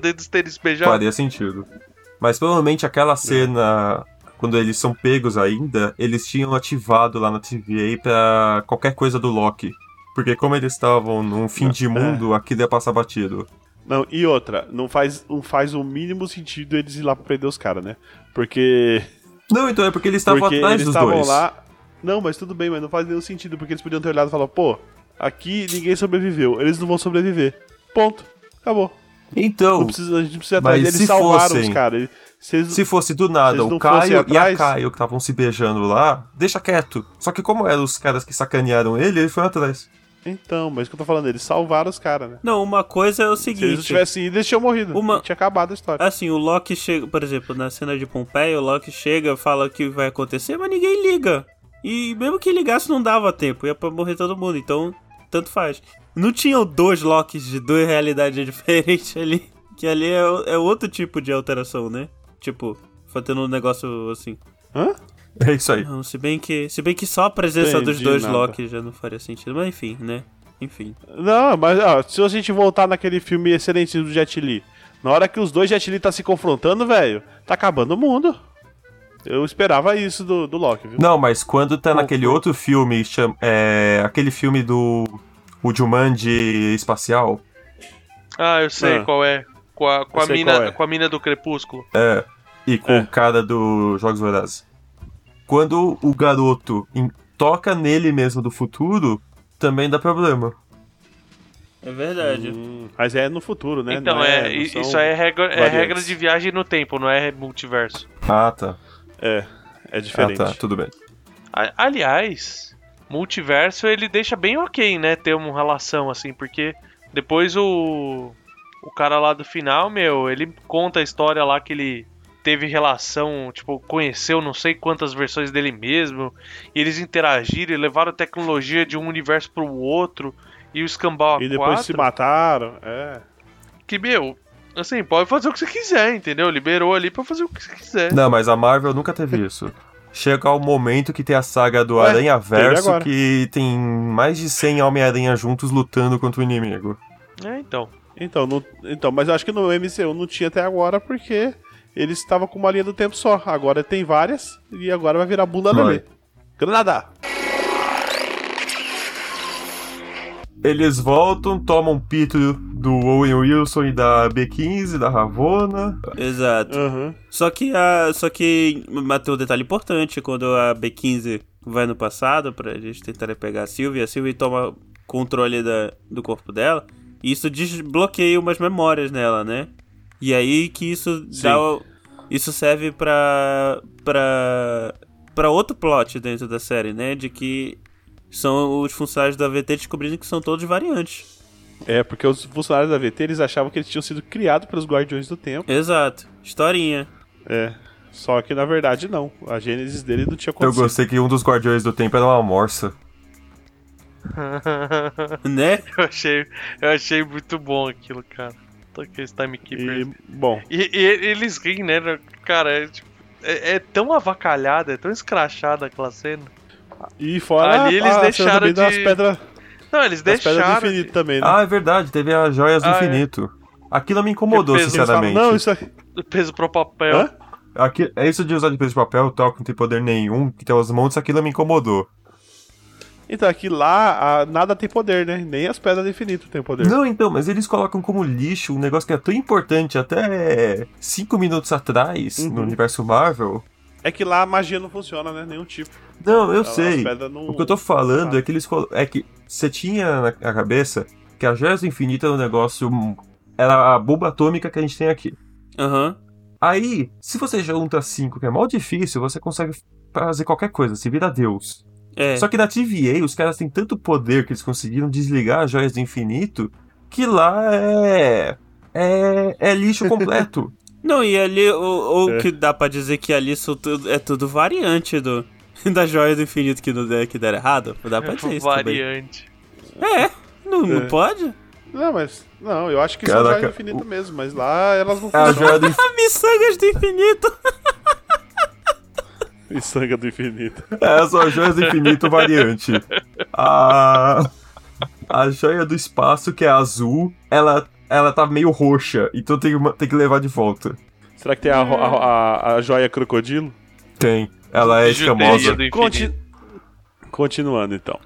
[SPEAKER 2] dedos deles beijados.
[SPEAKER 3] Faria sentido. Mas provavelmente
[SPEAKER 2] É.
[SPEAKER 3] aquela cena, quando eles são pegos ainda, eles tinham ativado lá na TVA pra qualquer coisa do Loki. Porque como eles estavam num
[SPEAKER 2] Ah,
[SPEAKER 3] fim de
[SPEAKER 2] é.
[SPEAKER 3] mundo, aquilo ia passar batido.
[SPEAKER 4] Não, e outra, não faz, não faz o mínimo sentido eles ir lá pra prender os caras, né? Porque.
[SPEAKER 3] Não, então é porque eles estavam
[SPEAKER 4] porque
[SPEAKER 3] atrás
[SPEAKER 4] eles
[SPEAKER 3] dos
[SPEAKER 4] estavam
[SPEAKER 3] dois.
[SPEAKER 4] lá. Não, mas tudo bem, mas não faz nenhum sentido, porque eles podiam ter olhado e falar, pô, aqui ninguém sobreviveu, eles não vão sobreviver. Ponto. Acabou.
[SPEAKER 3] Então,
[SPEAKER 4] Não precisa, a gente não precisa ir
[SPEAKER 3] mas
[SPEAKER 4] atrás deles,
[SPEAKER 3] se
[SPEAKER 4] eles salvaram
[SPEAKER 3] fossem-
[SPEAKER 4] os caras. Se eles-
[SPEAKER 3] se fosse do nada
[SPEAKER 4] Vocês
[SPEAKER 3] o
[SPEAKER 4] não fossem
[SPEAKER 3] Caio e a
[SPEAKER 4] atrás?
[SPEAKER 3] Caio que estavam se beijando lá, deixa quieto. Só que como eram os caras que sacanearam ele, ele foi atrás.
[SPEAKER 4] Então, mas o que eu tô falando, eles salvaram os caras, né?
[SPEAKER 1] Não, uma coisa é o
[SPEAKER 4] Se eles não
[SPEAKER 1] seguinte.
[SPEAKER 4] tivessem ido, eles tinham morrido.
[SPEAKER 1] Uma-
[SPEAKER 4] Tinha acabado a história.
[SPEAKER 1] Assim, o Loki chega, por exemplo, na cena de Pompeia, o Loki chega, fala o que vai acontecer, mas ninguém liga. E mesmo que ligasse, não dava tempo, ia pra morrer todo mundo, então tanto faz. Não tinham dois Locks de duas realidades diferentes ali, que ali é, o- é outro tipo de alteração, né? Tipo, fazendo um negócio assim.
[SPEAKER 3] É isso aí.
[SPEAKER 1] Não, se bem que, se bem que só a presença dos
[SPEAKER 4] Entendi
[SPEAKER 1] dois
[SPEAKER 4] nada.
[SPEAKER 1] Loki já não faria sentido, mas enfim, né? Enfim.
[SPEAKER 4] Não, mas ó, se a gente voltar naquele filme excelente do Jet Li, na hora que os dois Jet Li tá se confrontando, velho, tá acabando o mundo. Eu esperava isso do, do Loki, viu?
[SPEAKER 3] Não, mas quando tá naquele outro filme, chama- é, aquele filme do o Jumanji espacial,
[SPEAKER 2] Ah, eu sei
[SPEAKER 4] Ah.
[SPEAKER 2] qual é. Com a, com,
[SPEAKER 4] Eu
[SPEAKER 2] a
[SPEAKER 4] sei
[SPEAKER 2] mina,
[SPEAKER 4] qual é.
[SPEAKER 2] com a mina do crepúsculo.
[SPEAKER 3] e com
[SPEAKER 4] É.
[SPEAKER 3] o cara dos Jogos Vorazes. Quando o garoto em- toca nele mesmo do futuro, também dá problema.
[SPEAKER 1] É verdade.
[SPEAKER 4] Hum, mas é no futuro, né?
[SPEAKER 2] então,
[SPEAKER 4] Não
[SPEAKER 2] é,
[SPEAKER 4] não são-
[SPEAKER 2] isso aí é regra, é
[SPEAKER 4] variantes.
[SPEAKER 2] regra de viagem no tempo, não é multiverso.
[SPEAKER 3] Ah, tá.
[SPEAKER 4] É, é diferente.
[SPEAKER 3] Ah, tá, tudo bem.
[SPEAKER 2] A- Aliás, multiverso ele deixa bem ok, né? Ter uma relação assim, porque depois o. O cara lá do final, meu, ele conta a história lá que ele teve relação, tipo, conheceu não sei quantas versões dele mesmo, e eles interagiram e levaram tecnologia de um universo pro outro, e o escambau a
[SPEAKER 4] E depois
[SPEAKER 2] quatro,
[SPEAKER 4] se mataram. É.
[SPEAKER 2] que, meu, assim, pode fazer o que você quiser, entendeu? Liberou ali pra fazer o que você quiser.
[SPEAKER 3] Não, mas a Marvel nunca teve isso. Chega o momento que tem a saga do
[SPEAKER 4] Ué,
[SPEAKER 3] Aranha
[SPEAKER 4] É, teve
[SPEAKER 3] Verso
[SPEAKER 4] agora.
[SPEAKER 3] que tem mais de 100 Homem-Aranha juntos lutando contra o inimigo.
[SPEAKER 2] É, então.
[SPEAKER 4] Então, não- então, mas eu acho que no MCU não tinha até agora porque eles estavam com uma linha do tempo só. Agora tem várias e agora vai virar bunda
[SPEAKER 3] Vai.
[SPEAKER 4] lelê. Granada!
[SPEAKER 3] Eles voltam, tomam pito do Owen Wilson e da B15, da Ravona.
[SPEAKER 1] Exato.
[SPEAKER 4] Aham.
[SPEAKER 1] Só que a. Só que. Mas tem um detalhe importante, quando a B15 vai no passado pra gente tentar pegar a Sylvie, a Sylvie toma controle da, do corpo dela. E isso desbloqueia umas memórias nela, né? E aí que isso dá. o- Isso serve pra. pra. pra outro plot dentro da série, né? De que são os funcionários da VT descobrindo que são todos variantes.
[SPEAKER 4] É, porque os funcionários da VT eles achavam que eles tinham sido criados pelos Guardiões do Tempo.
[SPEAKER 1] Exato. Historinha.
[SPEAKER 4] É. Só que na verdade não. A gênesis dele não tinha
[SPEAKER 3] Eu
[SPEAKER 4] acontecido.
[SPEAKER 3] gostei que um dos Guardiões do Tempo era uma morsa.
[SPEAKER 1] Né?
[SPEAKER 2] eu, achei, eu achei muito bom aquilo, cara. Tô com esse timekeeper.
[SPEAKER 4] E, bom,
[SPEAKER 2] E, e eles riem, né? Cara, é, tipo, é- é tão avacalhada, é tão escrachada aquela cena.
[SPEAKER 4] e fora
[SPEAKER 2] Ali eles
[SPEAKER 4] a, a cena
[SPEAKER 2] deixaram
[SPEAKER 4] também das
[SPEAKER 2] de-
[SPEAKER 4] pedras,
[SPEAKER 2] Não, eles
[SPEAKER 4] das pedras do
[SPEAKER 2] deixaram.
[SPEAKER 4] infinito também, né?
[SPEAKER 3] Ah, é verdade, teve as Joias do
[SPEAKER 2] Ah, é.
[SPEAKER 3] Infinito. Aquilo me incomodou,
[SPEAKER 2] Eles
[SPEAKER 4] Eles falam,
[SPEAKER 3] sinceramente.
[SPEAKER 4] não, isso aqui.
[SPEAKER 2] de- Peso pro papel.
[SPEAKER 4] Hã?
[SPEAKER 3] Aqui, é isso de usar de peso de papel, tal, que não tem poder nenhum, que tem os montes, aquilo me incomodou.
[SPEAKER 4] Então, aqui lá a- nada tem poder, né? Nem as pedras do infinito têm poder.
[SPEAKER 3] Não, então, mas eles colocam como lixo um negócio que é tão importante até cinco minutos atrás no
[SPEAKER 4] Uhum.
[SPEAKER 3] universo Marvel.
[SPEAKER 4] É que lá a magia não funciona, né? Nenhum tipo.
[SPEAKER 3] Não, eu
[SPEAKER 4] As
[SPEAKER 3] sei.
[SPEAKER 4] pedras não-
[SPEAKER 3] O que eu tô falando
[SPEAKER 4] é Ah.
[SPEAKER 3] é que eles colo- é que você tinha na na cabeça que a Joias do Infinito era um negócio era a bomba atômica que a gente tem aqui.
[SPEAKER 1] Aham.
[SPEAKER 3] Aí, se você junta cinco, que é mal difícil, você consegue fazer qualquer coisa, se vira Deus.
[SPEAKER 1] É.
[SPEAKER 3] Só que na TVA, os caras têm tanto poder que eles conseguiram desligar as joias do infinito que lá é. É, é lixo completo.
[SPEAKER 1] Não, e ali o, o
[SPEAKER 4] É.
[SPEAKER 1] que dá pra dizer que ali isso tudo, é tudo variante do da joia do infinito que, não der, que der errado. Dá pra dizer isso também.
[SPEAKER 2] né, variante.
[SPEAKER 1] É, não, não
[SPEAKER 4] É.
[SPEAKER 1] pode?
[SPEAKER 4] Não, mas. Não, eu acho que são
[SPEAKER 3] Caraca,
[SPEAKER 4] joias do infinito mesmo, mas lá elas não
[SPEAKER 3] É a
[SPEAKER 4] funcionam.
[SPEAKER 3] joia do infinito.
[SPEAKER 1] A miçangas do infinito!
[SPEAKER 4] E sangue do infinito.
[SPEAKER 3] É só a joia do infinito variante. A, a joia do espaço, que é azul, ela, ela tá meio roxa, então tem, uma- tem que levar de volta.
[SPEAKER 4] Será que tem a, ro- a, ro- a, a joia crocodilo?
[SPEAKER 3] Tem. Ela é escamosa.
[SPEAKER 2] Judeia do
[SPEAKER 4] Conti-
[SPEAKER 2] infinito.
[SPEAKER 4] Continuando então.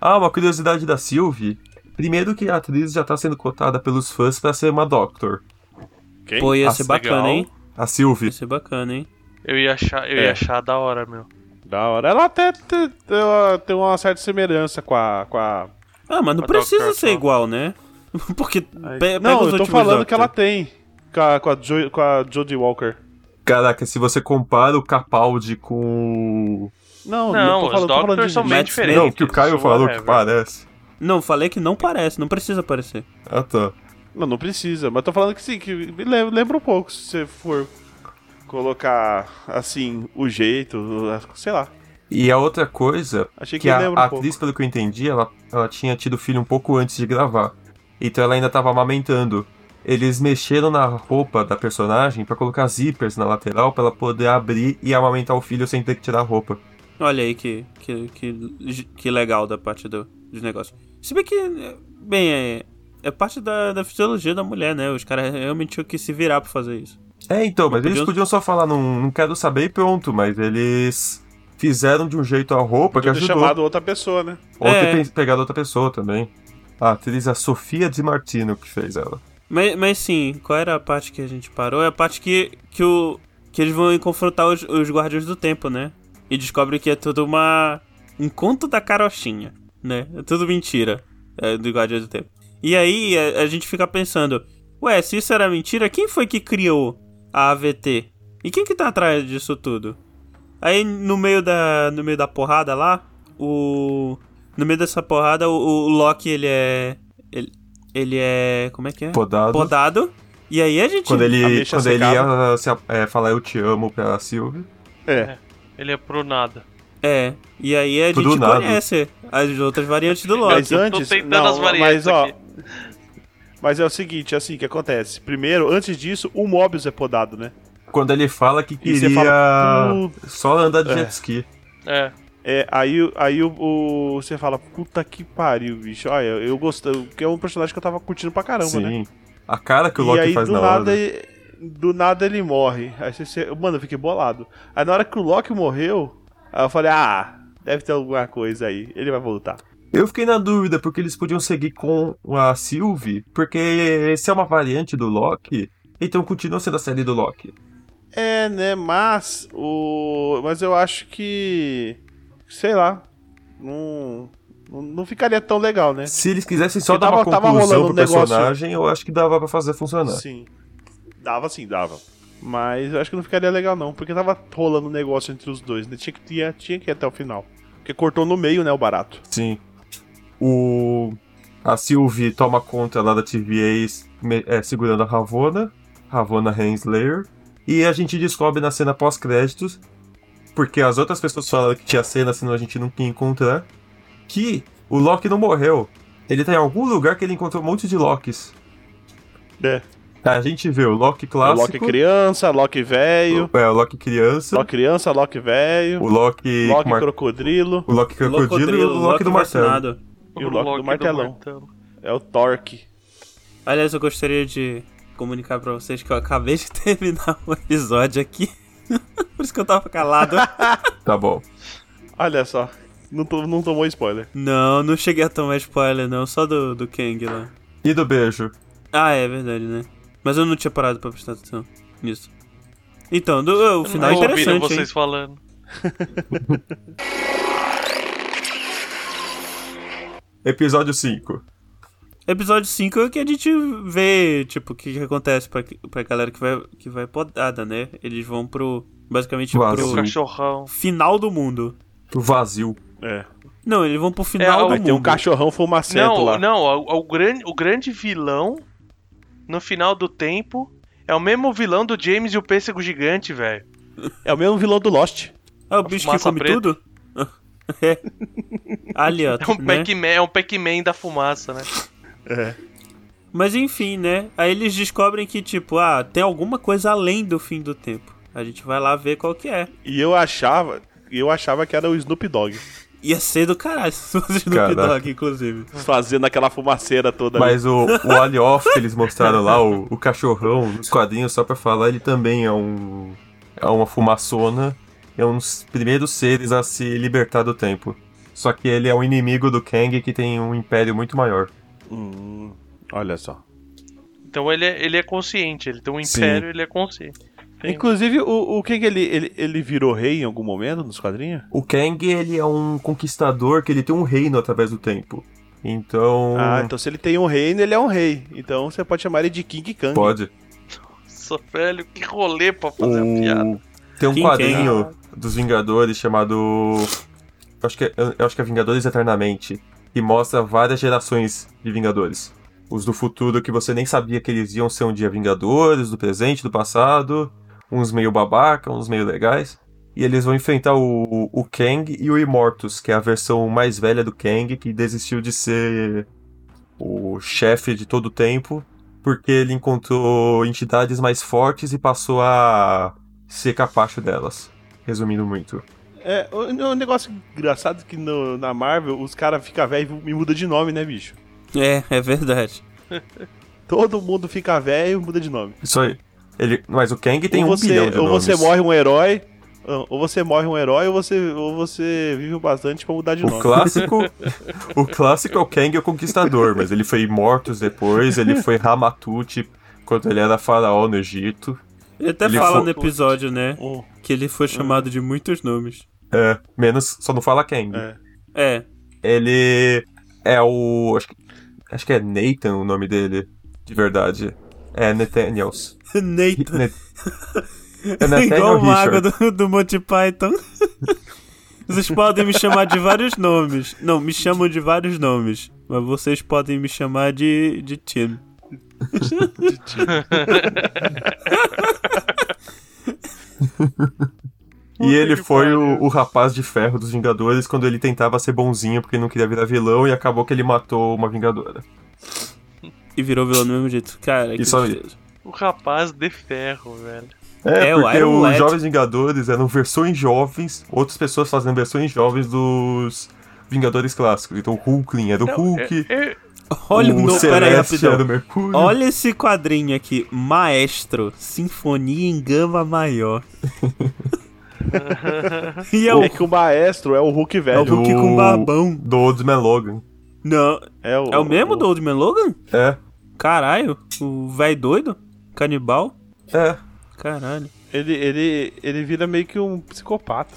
[SPEAKER 3] Ah, uma curiosidade da Sylvie. Primeiro que a atriz já tá sendo cotada pelos fãs pra ser uma Doctor.
[SPEAKER 4] Quem?
[SPEAKER 1] Pô, ia
[SPEAKER 3] Ah,
[SPEAKER 1] ser
[SPEAKER 3] legal.
[SPEAKER 1] bacana, hein?
[SPEAKER 3] A Sylvie.
[SPEAKER 1] Ia ser bacana, hein?
[SPEAKER 2] Eu ia achar, eu ia
[SPEAKER 4] É.
[SPEAKER 2] achar da hora, meu.
[SPEAKER 4] Da hora. Ela até te- te- ela tem uma certa semelhança com a. Com a...
[SPEAKER 1] Ah, mas não
[SPEAKER 2] A
[SPEAKER 1] precisa
[SPEAKER 2] Dr.
[SPEAKER 1] ser
[SPEAKER 2] Tom.
[SPEAKER 1] igual, né? Porque pe pega
[SPEAKER 4] não,
[SPEAKER 1] os
[SPEAKER 4] eu tô
[SPEAKER 1] últimos
[SPEAKER 4] falando
[SPEAKER 1] Doctor.
[SPEAKER 4] que ela tem. Com a, com, a Jo- com a Jodie Walker.
[SPEAKER 3] Caraca, se você compara o Capaldi com. o-
[SPEAKER 4] Não,
[SPEAKER 2] Não,
[SPEAKER 4] tô
[SPEAKER 2] os
[SPEAKER 4] falando, tô falando
[SPEAKER 2] Doctors
[SPEAKER 4] de-
[SPEAKER 2] são
[SPEAKER 4] de-
[SPEAKER 2] meio
[SPEAKER 1] Matt Smith.
[SPEAKER 2] diferentes.
[SPEAKER 3] Não, que o Caio falou que
[SPEAKER 2] whatever.
[SPEAKER 3] parece.
[SPEAKER 1] Não, falei que não parece, não precisa parecer.
[SPEAKER 3] Ah, tá.
[SPEAKER 4] Não, não precisa, mas tô falando que sim, que me lembra, lembra um pouco, se você for colocar, assim, o jeito, o- sei lá.
[SPEAKER 3] E a outra coisa,
[SPEAKER 4] Achei que,
[SPEAKER 3] que a,
[SPEAKER 4] lembra
[SPEAKER 3] a
[SPEAKER 4] um pouco.
[SPEAKER 3] atriz, pelo que eu entendi, ela, ela tinha tido filho um pouco antes de gravar. Então ela ainda tava amamentando. Eles mexeram na roupa da personagem pra colocar zippers na lateral pra ela poder abrir e amamentar o filho sem ter que tirar a roupa.
[SPEAKER 1] Olha aí que, que, que, que legal da parte do, dos negócios. Se bem que, é, bem, é, é parte da, da fisiologia da mulher, né? Os caras realmente tinham que se virar pra fazer isso.
[SPEAKER 3] É, então, mas eles
[SPEAKER 1] Podiam-
[SPEAKER 3] podiam só falar, não, não quero saber e pronto, mas eles fizeram de um jeito a roupa que
[SPEAKER 4] Podia ter
[SPEAKER 3] ajudou.
[SPEAKER 4] chamado outra pessoa, né?
[SPEAKER 3] Ou
[SPEAKER 1] É.
[SPEAKER 3] ter pe- pegado outra pessoa também. A atriz, a Sofia Di Martino, que fez ela.
[SPEAKER 1] Mas, mas sim, qual era a parte que a gente parou? É a parte que, que, o, que eles vão confrontar os, os guardiões do tempo, né? E descobre que é tudo uma. um conto da carochinha, né? É tudo mentira é, dos guardiões do tempo. E aí a, a gente fica pensando: ué, se isso era mentira, quem foi que criou a AVT? E quem que tá atrás disso tudo? Aí no meio da, no meio da porrada lá, o. No meio dessa porrada, o, o Loki ele é. Ele, ele é. Como é que é?
[SPEAKER 3] Podado.
[SPEAKER 1] podado E aí a gente.
[SPEAKER 3] Quando ele,
[SPEAKER 4] Ameixa
[SPEAKER 3] quando ele
[SPEAKER 4] secada.
[SPEAKER 3] ia se a- é, falar eu te amo pra Sylvie.
[SPEAKER 4] É.
[SPEAKER 2] Ele é pro nada.
[SPEAKER 1] É. E aí a
[SPEAKER 3] Tudo
[SPEAKER 1] gente
[SPEAKER 3] nada.
[SPEAKER 1] conhece as outras variantes do Loki.
[SPEAKER 4] Mas antes,
[SPEAKER 2] tô tentando
[SPEAKER 4] não,
[SPEAKER 2] as variantes
[SPEAKER 4] mas, ó,
[SPEAKER 2] aqui.
[SPEAKER 4] Mas é o seguinte, é assim que acontece. Primeiro, antes disso, o Mobius é podado, né?
[SPEAKER 3] Quando ele fala que
[SPEAKER 4] E você
[SPEAKER 3] queria
[SPEAKER 4] fala,
[SPEAKER 3] só andar de
[SPEAKER 4] É.
[SPEAKER 3] jet ski.
[SPEAKER 2] É.
[SPEAKER 4] É, aí o- aí o, o- você fala, puta que pariu, bicho. Olha, eu gostei, que é um personagem que eu tava curtindo pra caramba, né?
[SPEAKER 3] Sim. A cara que o
[SPEAKER 4] e
[SPEAKER 3] Loki
[SPEAKER 4] aí
[SPEAKER 3] faz
[SPEAKER 4] do
[SPEAKER 3] na
[SPEAKER 4] nada,
[SPEAKER 3] hora. né?
[SPEAKER 4] ele- do nada ele morre. Aí você, você- mano, eu fiquei bolado. Aí na hora que o Loki morreu, aí eu falei: "Ah, deve ter alguma coisa aí. Ele vai voltar".
[SPEAKER 3] Eu fiquei na dúvida porque eles podiam seguir com a Sylvie, porque se é uma variante do Loki, então continua sendo a série do Loki.
[SPEAKER 4] É, né, mas o mas eu acho que sei lá, não não- não ficaria tão legal, né?
[SPEAKER 3] Se eles quisessem só
[SPEAKER 4] Porque
[SPEAKER 3] dar uma
[SPEAKER 4] tava- tava
[SPEAKER 3] conclusão
[SPEAKER 4] rolando
[SPEAKER 3] pro
[SPEAKER 4] um negócio-
[SPEAKER 3] personagem, eu acho que dava pra fazer funcionar.
[SPEAKER 4] Sim. Dava sim, dava. Mas eu acho que não ficaria legal não, porque tava rolando um negócio entre os dois, né? Tinha que, tinha, tinha que ir até o final. Porque cortou no meio, né, o barato.
[SPEAKER 3] Sim. O... A Sylvie toma conta lá da TVA me- é, segurando a Ravonna, Ravonna Henslayer. E a gente descobre na cena pós-créditos, porque as outras pessoas falaram que tinha cena, senão a gente nunca ia encontrar, que o Loki não morreu. Ele tá em algum lugar que ele encontrou um monte de Locks.
[SPEAKER 4] É.
[SPEAKER 3] A gente vê o Loki clássico,
[SPEAKER 4] Loki criança, Loki velho.
[SPEAKER 3] é, o Loki criança,
[SPEAKER 4] Loki criança, Loki velho.
[SPEAKER 3] o Loki,
[SPEAKER 4] Loki
[SPEAKER 3] mar-
[SPEAKER 4] crocodrilo.
[SPEAKER 3] o Loki crocodilo e o
[SPEAKER 1] Locodrilo,
[SPEAKER 3] Loki do martelo.
[SPEAKER 1] vacinado.
[SPEAKER 4] E o Loki do martelão.
[SPEAKER 2] martelo.
[SPEAKER 4] É o Torque.
[SPEAKER 1] Aliás, eu gostaria de comunicar pra vocês que eu acabei de terminar um episódio aqui. Por isso que eu tava calado.
[SPEAKER 3] Tá bom.
[SPEAKER 4] Olha só. Não, to- não tomou spoiler.
[SPEAKER 1] não, não cheguei a tomar spoiler, não. Só do, do Kang lá.
[SPEAKER 3] E do beijo?
[SPEAKER 1] Ah, é verdade, né? Mas eu não tinha parado pra prestar atenção nisso. Então, do- o
[SPEAKER 2] Eu
[SPEAKER 1] final é
[SPEAKER 2] não ouviram
[SPEAKER 1] interessante,
[SPEAKER 2] vocês
[SPEAKER 1] hein?
[SPEAKER 2] falando.
[SPEAKER 3] Episódio 5.
[SPEAKER 1] Episódio 5 é que a gente vê, tipo, o que, que acontece pra, pra galera que vai, que vai podada, né? Eles vão pro... Basicamente
[SPEAKER 3] Vazio.
[SPEAKER 2] O
[SPEAKER 3] Sim.
[SPEAKER 1] pro
[SPEAKER 2] cachorrão.
[SPEAKER 1] final do mundo.
[SPEAKER 3] O vazio.
[SPEAKER 4] É.
[SPEAKER 1] Não, eles vão pro final
[SPEAKER 2] É,
[SPEAKER 1] do
[SPEAKER 2] vai
[SPEAKER 4] Aí
[SPEAKER 1] mundo.
[SPEAKER 4] tem um cachorrão fumacento
[SPEAKER 2] Não,
[SPEAKER 4] lá.
[SPEAKER 2] não, o, o grande, o grande vilão no final do tempo é o mesmo vilão do James e o Pêssego Gigante, velho.
[SPEAKER 4] É o mesmo vilão do Lost.
[SPEAKER 1] Ah, o bicho que
[SPEAKER 2] fumaça
[SPEAKER 1] come
[SPEAKER 2] preta.
[SPEAKER 1] tudo? é. Ali, ó.
[SPEAKER 2] É um
[SPEAKER 1] né?
[SPEAKER 2] Pac-Man, é um Pac-Man da fumaça, né?
[SPEAKER 4] É.
[SPEAKER 1] Mas enfim, né? Aí eles descobrem que, tipo, ah, tem alguma coisa além do fim do tempo. A gente vai lá ver qual que é.
[SPEAKER 4] E eu achava. Eu achava que era o Snoop Dogg.
[SPEAKER 1] Ia ser do caralho se fosse Snoop
[SPEAKER 3] Caraca.
[SPEAKER 1] Dogg, inclusive.
[SPEAKER 4] Fazendo aquela fumaceira toda ali.
[SPEAKER 3] Mas o, o Alioff que eles mostraram lá, o, o cachorrão, nos quadrinhos, só pra falar, ele também é um. É uma fumaçona. É um dos primeiros seres a se libertar do tempo. Só que ele é um inimigo do Kang que tem um império muito maior.
[SPEAKER 4] Hum, olha só.
[SPEAKER 2] Então ele é, ele é consciente, ele tem um
[SPEAKER 3] Sim.
[SPEAKER 2] império, ele é consciente. Tem-
[SPEAKER 4] Inclusive, o, o que que ele, ele. Ele virou rei em algum momento nos quadrinhos?
[SPEAKER 3] O Kang, ele é um conquistador que ele tem um reino através do tempo. Então.
[SPEAKER 4] Ah,
[SPEAKER 2] tá.
[SPEAKER 4] então se ele tem um reino, ele é um rei. Então você pode chamar ele de King Kang.
[SPEAKER 3] Pode.
[SPEAKER 2] Nossa, velho, que rolê pra fazer a piada.
[SPEAKER 3] O... Tem um
[SPEAKER 1] King
[SPEAKER 3] quadrinho dos Vingadores chamado. eu Acho que, é- eu acho que é Vingadores Eternamente. Que mostra várias gerações de Vingadores. Os do futuro que você nem sabia que eles iam ser um dia Vingadores, do presente, do passado. Uns meio babaca, uns meio legais. E eles vão enfrentar o, o Kang e o Immortus, que é a versão mais velha do Kang, que desistiu de ser o chefe de todo o tempo, porque ele encontrou entidades mais fortes e passou a ser capacho delas. Resumindo muito.
[SPEAKER 4] É, o, o negócio engraçado é que no- na Marvel os caras ficam velho e muda de nome, né, bicho?
[SPEAKER 1] É, é verdade.
[SPEAKER 4] Todo mundo fica velho e muda de nome.
[SPEAKER 3] Isso aí. Ele, mas o Kang tem
[SPEAKER 4] ou
[SPEAKER 3] um
[SPEAKER 4] você,
[SPEAKER 3] bilhão de
[SPEAKER 4] ou
[SPEAKER 3] nomes.
[SPEAKER 4] você morre um herói, ou você morre um herói, ou você, ou você vive bastante pra mudar de
[SPEAKER 3] O
[SPEAKER 4] nome.
[SPEAKER 3] clássico, o clássico é o Kang e o Conquistador, mas ele foi Mortos depois, ele foi Ramatut quando ele era faraó no Egito.
[SPEAKER 1] Ele até
[SPEAKER 3] Ele
[SPEAKER 1] fala
[SPEAKER 3] foi-
[SPEAKER 1] no episódio, né?
[SPEAKER 4] Oh,
[SPEAKER 1] Que ele foi chamado de muitos nomes.
[SPEAKER 3] É, menos, só não fala Kang.
[SPEAKER 4] é.
[SPEAKER 1] É.
[SPEAKER 3] Ele é o. Acho que, acho que é Nathan o nome dele, de verdade. É Nathaniels.
[SPEAKER 1] Nathan.
[SPEAKER 3] Ne- é Nathaniel
[SPEAKER 1] Igual o mago
[SPEAKER 3] Richard.
[SPEAKER 1] do, do Monty Python. Vocês podem me chamar de vários nomes. Não, me chamam de vários nomes. Mas vocês podem me chamar de, de Tim.
[SPEAKER 3] E ele
[SPEAKER 2] que
[SPEAKER 3] foi
[SPEAKER 2] pariu.
[SPEAKER 3] o, o rapaz de ferro dos Vingadores quando ele tentava ser bonzinho porque ele não queria virar vilão e acabou que ele matou uma Vingadora.
[SPEAKER 1] E virou vilão do mesmo jeito. Cara, que
[SPEAKER 3] Isso aí.
[SPEAKER 1] tristeza.
[SPEAKER 2] O rapaz de ferro, velho.
[SPEAKER 3] É,
[SPEAKER 1] É, o
[SPEAKER 3] porque
[SPEAKER 1] Iron
[SPEAKER 3] os
[SPEAKER 1] Lad.
[SPEAKER 3] Jovens Vingadores eram versões jovens, outras pessoas fazendo versões jovens dos Vingadores clássicos. Então o Hulkling era o Hulk,
[SPEAKER 2] É, é-
[SPEAKER 1] Olha o
[SPEAKER 3] o
[SPEAKER 1] nome. Pera aí,
[SPEAKER 3] Celeste
[SPEAKER 1] rapidão.
[SPEAKER 3] era o Mercúrio.
[SPEAKER 1] Olha esse quadrinho aqui. Maestro, Sinfonia em Gama Maior. e é o
[SPEAKER 4] É que o maestro é o Hulk
[SPEAKER 1] É o
[SPEAKER 4] velho.
[SPEAKER 1] Hulk com barbão.
[SPEAKER 3] Do Old Man Logan.
[SPEAKER 1] Não.
[SPEAKER 4] É o,
[SPEAKER 1] É o mesmo do Old Man Logan?
[SPEAKER 3] É,
[SPEAKER 1] Caralho. O velho doido? Canibal?
[SPEAKER 3] é.
[SPEAKER 1] Caralho.
[SPEAKER 4] Ele, ele, ele vira meio que um psicopata.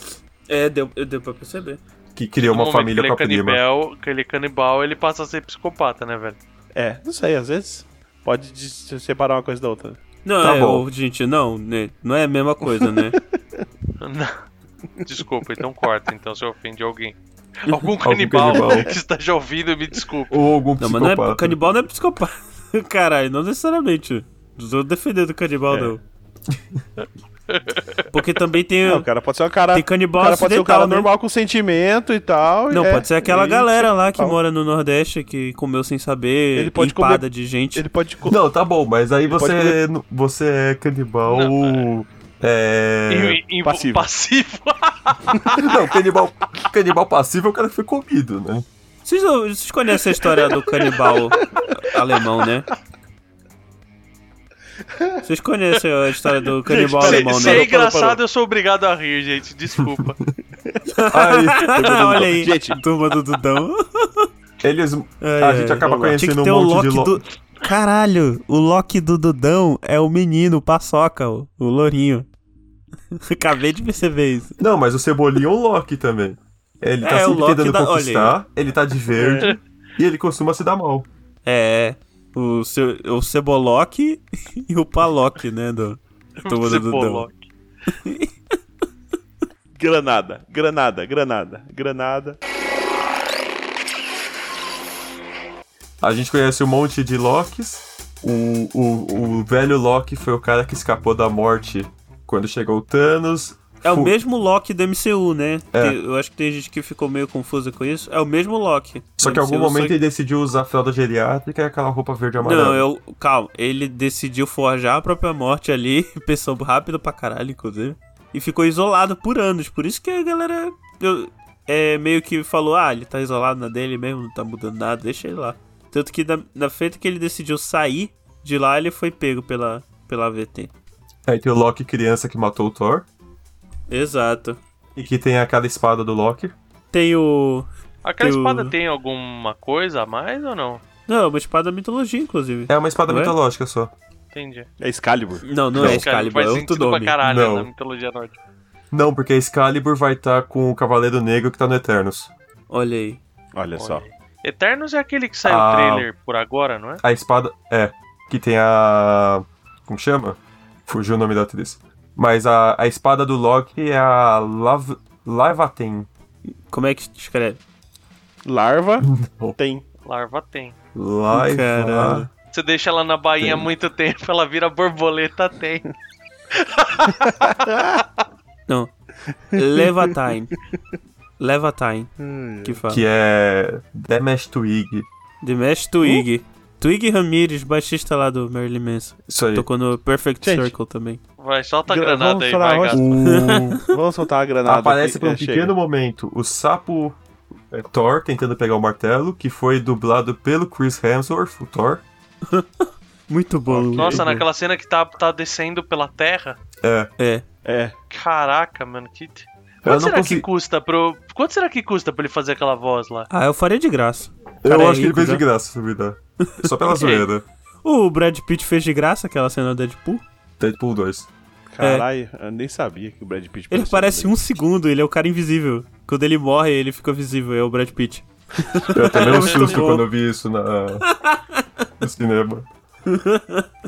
[SPEAKER 1] É, deu, deu pra perceber.
[SPEAKER 3] Que criou
[SPEAKER 2] no
[SPEAKER 3] uma
[SPEAKER 2] momento
[SPEAKER 3] família
[SPEAKER 2] que
[SPEAKER 3] com
[SPEAKER 2] ele é
[SPEAKER 3] a prima.
[SPEAKER 2] canibal, que ele é canibal, ele passa a ser psicopata, né, velho?
[SPEAKER 4] É, não sei, às vezes pode de- se separar uma coisa da outra.
[SPEAKER 1] Não,
[SPEAKER 3] Tá
[SPEAKER 1] é,
[SPEAKER 3] bom.
[SPEAKER 1] ô, gente, não, né, não é a mesma coisa, né?
[SPEAKER 2] Não. Desculpa, então corta, então se eu ofendi alguém. Algum canibal,
[SPEAKER 3] canibal.
[SPEAKER 2] que esteja ouvindo, me desculpe.
[SPEAKER 3] Ou algum
[SPEAKER 1] não, mas não
[SPEAKER 3] psicopata.
[SPEAKER 1] é, canibal não é psicopata. Caralho, não necessariamente. Não vou defender do canibal,
[SPEAKER 4] É.
[SPEAKER 1] não. Porque também tem.
[SPEAKER 4] Não, o cara pode ser um cara.
[SPEAKER 1] É. Tem canibal
[SPEAKER 4] o cara pode ser um cara
[SPEAKER 1] ocidental, né?
[SPEAKER 4] normal com sentimento e tal. e
[SPEAKER 1] Não,
[SPEAKER 4] é,
[SPEAKER 1] pode ser aquela
[SPEAKER 4] e-
[SPEAKER 1] galera lá que
[SPEAKER 4] tal.
[SPEAKER 1] mora no Nordeste que comeu sem saber,
[SPEAKER 4] Ele pode
[SPEAKER 1] empada
[SPEAKER 4] comer-
[SPEAKER 1] de gente.
[SPEAKER 4] Ele pode. co-
[SPEAKER 3] Não, tá bom, mas aí
[SPEAKER 4] pode
[SPEAKER 3] você, é, n- você é canibal. É.
[SPEAKER 2] E- e-
[SPEAKER 4] passivo.
[SPEAKER 2] passivo.
[SPEAKER 3] Não, canibal, canibal passivo é o cara que foi comido, né?
[SPEAKER 1] Vocês, não- vocês conhecem a história do canibal alemão, né? Vocês conhecem a história do canibal
[SPEAKER 2] se,
[SPEAKER 1] alemão,
[SPEAKER 2] se
[SPEAKER 1] né?
[SPEAKER 2] é engraçado, eu sou obrigado a rir, gente. Desculpa.
[SPEAKER 3] Aí,
[SPEAKER 1] Olha aí,
[SPEAKER 4] Gente.
[SPEAKER 1] turma do Dudão.
[SPEAKER 3] eles.
[SPEAKER 1] Ai,
[SPEAKER 3] a
[SPEAKER 1] ai.
[SPEAKER 3] gente acaba
[SPEAKER 1] Tinha
[SPEAKER 3] conhecendo
[SPEAKER 1] que ter
[SPEAKER 3] um
[SPEAKER 1] o
[SPEAKER 3] monte de
[SPEAKER 1] Loki
[SPEAKER 3] lo...
[SPEAKER 1] do... Caralho, o Loki do Dudão é o menino, o paçoca, o, o lourinho. Acabei de perceber isso.
[SPEAKER 3] Não, mas o Cebolinha é um Loki também. Ele tá
[SPEAKER 1] É, o
[SPEAKER 3] sempre
[SPEAKER 1] Loki
[SPEAKER 3] tentando
[SPEAKER 1] da- olha aí.
[SPEAKER 3] conquistar, ele tá de verde e ele costuma se dar mal.
[SPEAKER 1] É, o, seu, o Ceboloque e o Paloque, né, do... Turma do
[SPEAKER 2] Você
[SPEAKER 1] Dudão.
[SPEAKER 2] poloque.
[SPEAKER 4] Granada, granada, granada, granada.
[SPEAKER 3] A gente conhece um monte de Locks. O, o, o velho Loki foi o cara que escapou da morte quando chegou o Thanos.
[SPEAKER 1] É o
[SPEAKER 3] Fu-
[SPEAKER 1] mesmo Loki do MCU, né?
[SPEAKER 3] É.
[SPEAKER 1] Que- Eu acho que tem gente que ficou meio confusa com isso. É o mesmo Loki.
[SPEAKER 3] Só
[SPEAKER 1] do
[SPEAKER 3] que em algum
[SPEAKER 1] MCU,
[SPEAKER 3] momento
[SPEAKER 1] só que-
[SPEAKER 3] ele né? decidiu usar a fralda geriátrica e aquela roupa verde e amarela.
[SPEAKER 1] Não, eu. Calma, ele decidiu forjar a própria morte ali, pensou rápido pra caralho, inclusive. E ficou isolado por anos. Por isso que a galera. eu- é meio que falou, ah, ele tá isolado na dele mesmo, não tá mudando nada, deixa ele lá. Tanto que na, na feita que ele decidiu sair de lá, ele foi pego pela, pela AVT.
[SPEAKER 3] Aí tem o Loki criança que matou o Thor.
[SPEAKER 1] Exato.
[SPEAKER 3] E que tem aquela espada do Loki.
[SPEAKER 1] Tem o.
[SPEAKER 2] Aquela
[SPEAKER 1] Eu-
[SPEAKER 2] espada tem alguma coisa a mais ou não?
[SPEAKER 1] Não, é uma espada da mitologia, inclusive.
[SPEAKER 3] É uma espada
[SPEAKER 1] Não é?
[SPEAKER 3] mitológica só.
[SPEAKER 2] Entendi.
[SPEAKER 4] É Excalibur.
[SPEAKER 1] Não, não, é Excalibur,
[SPEAKER 2] faz
[SPEAKER 1] é outro
[SPEAKER 2] sentido pra
[SPEAKER 1] nome.
[SPEAKER 2] caralho
[SPEAKER 3] Não.
[SPEAKER 2] na mitologia nórdica.
[SPEAKER 3] Não, porque a Excalibur vai estar com o Cavaleiro Negro que tá no Eternos.
[SPEAKER 1] Olha aí.
[SPEAKER 4] Olha só.
[SPEAKER 2] Olha aí. Eternos é aquele que saiu
[SPEAKER 3] Ah.
[SPEAKER 2] o trailer por agora, não é?
[SPEAKER 3] A espada. É. Que tem a. Como chama? Fugiu o nome da atriz. Mas a, a espada do Loki é a Lav, Lavaten.
[SPEAKER 1] Como é que se escreve?
[SPEAKER 4] Larva tem.
[SPEAKER 2] Larva tem.
[SPEAKER 1] Caralho.
[SPEAKER 3] Laiva.
[SPEAKER 2] Você deixa ela na bainha há muito tempo, ela vira borboleta tem.
[SPEAKER 1] Não. Levatine. Levatine. Que fala.
[SPEAKER 3] Que é. Demesh Twig.
[SPEAKER 1] Dimash Twig. Twig Ramirez, baixista lá do Marilyn Manson.
[SPEAKER 3] Isso aí.
[SPEAKER 1] Tocou no Perfect
[SPEAKER 4] Gente.
[SPEAKER 1] Circle também.
[SPEAKER 2] Vai, solta a
[SPEAKER 4] Gra-
[SPEAKER 2] Tá granada
[SPEAKER 4] vamos
[SPEAKER 2] aí,
[SPEAKER 4] falar um
[SPEAKER 2] vai,
[SPEAKER 4] hoje?
[SPEAKER 2] gato.
[SPEAKER 4] Vamos soltar a granada.
[SPEAKER 3] Aparece
[SPEAKER 4] aqui,
[SPEAKER 3] por um
[SPEAKER 4] é, chega.
[SPEAKER 3] pequeno momento o sapo é, Thor tentando pegar o martelo, que foi dublado pelo Chris Hemsworth, o Thor.
[SPEAKER 1] Muito bom.
[SPEAKER 2] Nossa, naquela cena que tá, tá descendo pela terra.
[SPEAKER 3] É.
[SPEAKER 1] É.
[SPEAKER 4] É.
[SPEAKER 2] Caraca, mano, que.
[SPEAKER 3] Eu não
[SPEAKER 2] Quanto será
[SPEAKER 3] consegui-
[SPEAKER 2] que custa pro. Quanto será que custa pra ele fazer aquela voz lá?
[SPEAKER 1] Ah, eu faria de graça.
[SPEAKER 3] Eu
[SPEAKER 1] Cara, é
[SPEAKER 3] acho que ele
[SPEAKER 1] rico
[SPEAKER 3] fez de
[SPEAKER 1] já.
[SPEAKER 3] graça, se duvidar. Só pela zoeira.
[SPEAKER 1] O Brad Pitt fez de graça aquela cena do Deadpool.
[SPEAKER 3] Deadpool 2.
[SPEAKER 4] Caralho, eu nem sabia que o Brad Pitt
[SPEAKER 1] Ele
[SPEAKER 4] parecia
[SPEAKER 1] parece
[SPEAKER 4] um
[SPEAKER 1] um segundo, ele é o cara invisível. Quando ele morre, ele fica visível, é o Brad Pitt.
[SPEAKER 3] Eu tomei um
[SPEAKER 1] Muito
[SPEAKER 3] susto
[SPEAKER 1] bom.
[SPEAKER 3] quando eu vi isso na... no cinema.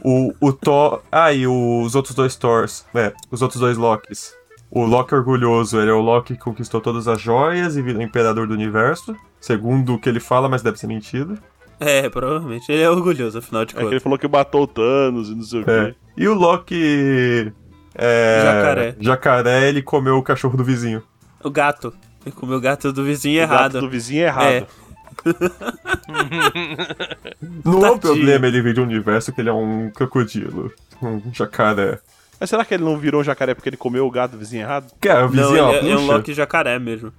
[SPEAKER 3] O, o Thor. Ah, e os outros dois Thors. É, os outros dois Locks. O Loki orgulhoso, ele é o Loki que conquistou todas as joias e virou imperador do universo. Segundo o que ele fala, mas deve ser mentira.
[SPEAKER 1] É, provavelmente. Ele é orgulhoso, afinal de
[SPEAKER 4] É que ele
[SPEAKER 1] contas.
[SPEAKER 4] falou que matou o Thanos e não sei o
[SPEAKER 3] É.
[SPEAKER 1] Uhum.
[SPEAKER 4] quê.
[SPEAKER 3] E o Loki. é,
[SPEAKER 1] Jacaré.
[SPEAKER 3] Jacaré, ele comeu o cachorro do vizinho.
[SPEAKER 1] O gato. Ele comeu o gato do vizinho
[SPEAKER 4] O gato
[SPEAKER 1] errado.
[SPEAKER 4] do vizinho é errado.
[SPEAKER 3] Não é um
[SPEAKER 1] Tadinho.
[SPEAKER 3] problema ele vir de um universo que ele é um crocodilo. Um jacaré.
[SPEAKER 4] Mas será que ele não virou um jacaré porque ele comeu o gato do vizinho errado?
[SPEAKER 3] Que é, o vizinho
[SPEAKER 1] Não,
[SPEAKER 3] é uma
[SPEAKER 1] ele é, é um
[SPEAKER 3] bruxa?
[SPEAKER 1] Loki jacaré mesmo.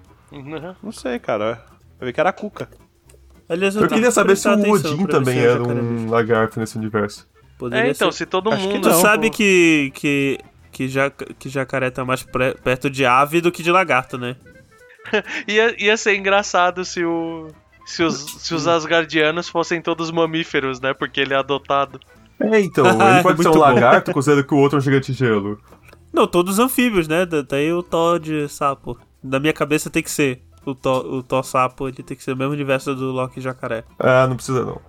[SPEAKER 4] Não sei, cara. Vai ver que era a Cuca.
[SPEAKER 1] Aliás,
[SPEAKER 3] Eu
[SPEAKER 1] tava
[SPEAKER 3] queria saber se
[SPEAKER 1] tá prestando
[SPEAKER 3] o
[SPEAKER 1] atenção
[SPEAKER 3] Odin
[SPEAKER 1] pra ver se
[SPEAKER 3] também
[SPEAKER 1] é
[SPEAKER 3] era
[SPEAKER 1] jacaré mesmo.
[SPEAKER 3] um lagarto nesse universo.
[SPEAKER 2] É,
[SPEAKER 1] Poderia
[SPEAKER 2] então,
[SPEAKER 1] ser.
[SPEAKER 2] se todo
[SPEAKER 4] Acho que
[SPEAKER 2] mundo.
[SPEAKER 1] Tu
[SPEAKER 4] não,
[SPEAKER 1] sabe
[SPEAKER 2] pô.
[SPEAKER 1] que, que, que, ja- que jacaré tá mais pre- perto de ave do que de lagarto, né?
[SPEAKER 2] Ia, ia ser engraçado se o. Se os,
[SPEAKER 1] Hum.
[SPEAKER 2] se os Asgardianos fossem todos mamíferos, né? Porque ele é adotado.
[SPEAKER 3] É, então,
[SPEAKER 1] É
[SPEAKER 3] ele pode ser um
[SPEAKER 1] muito bom.
[SPEAKER 3] lagarto, considerando que o outro é um gigante de gelo.
[SPEAKER 1] Não, todos anfíbios, né? Da- Daí o Thor de sapo. Na minha cabeça tem que ser. O Thor, o Thor sapo, ele tem que ser o mesmo universo do Loki jacaré.
[SPEAKER 3] Ah, não precisa não.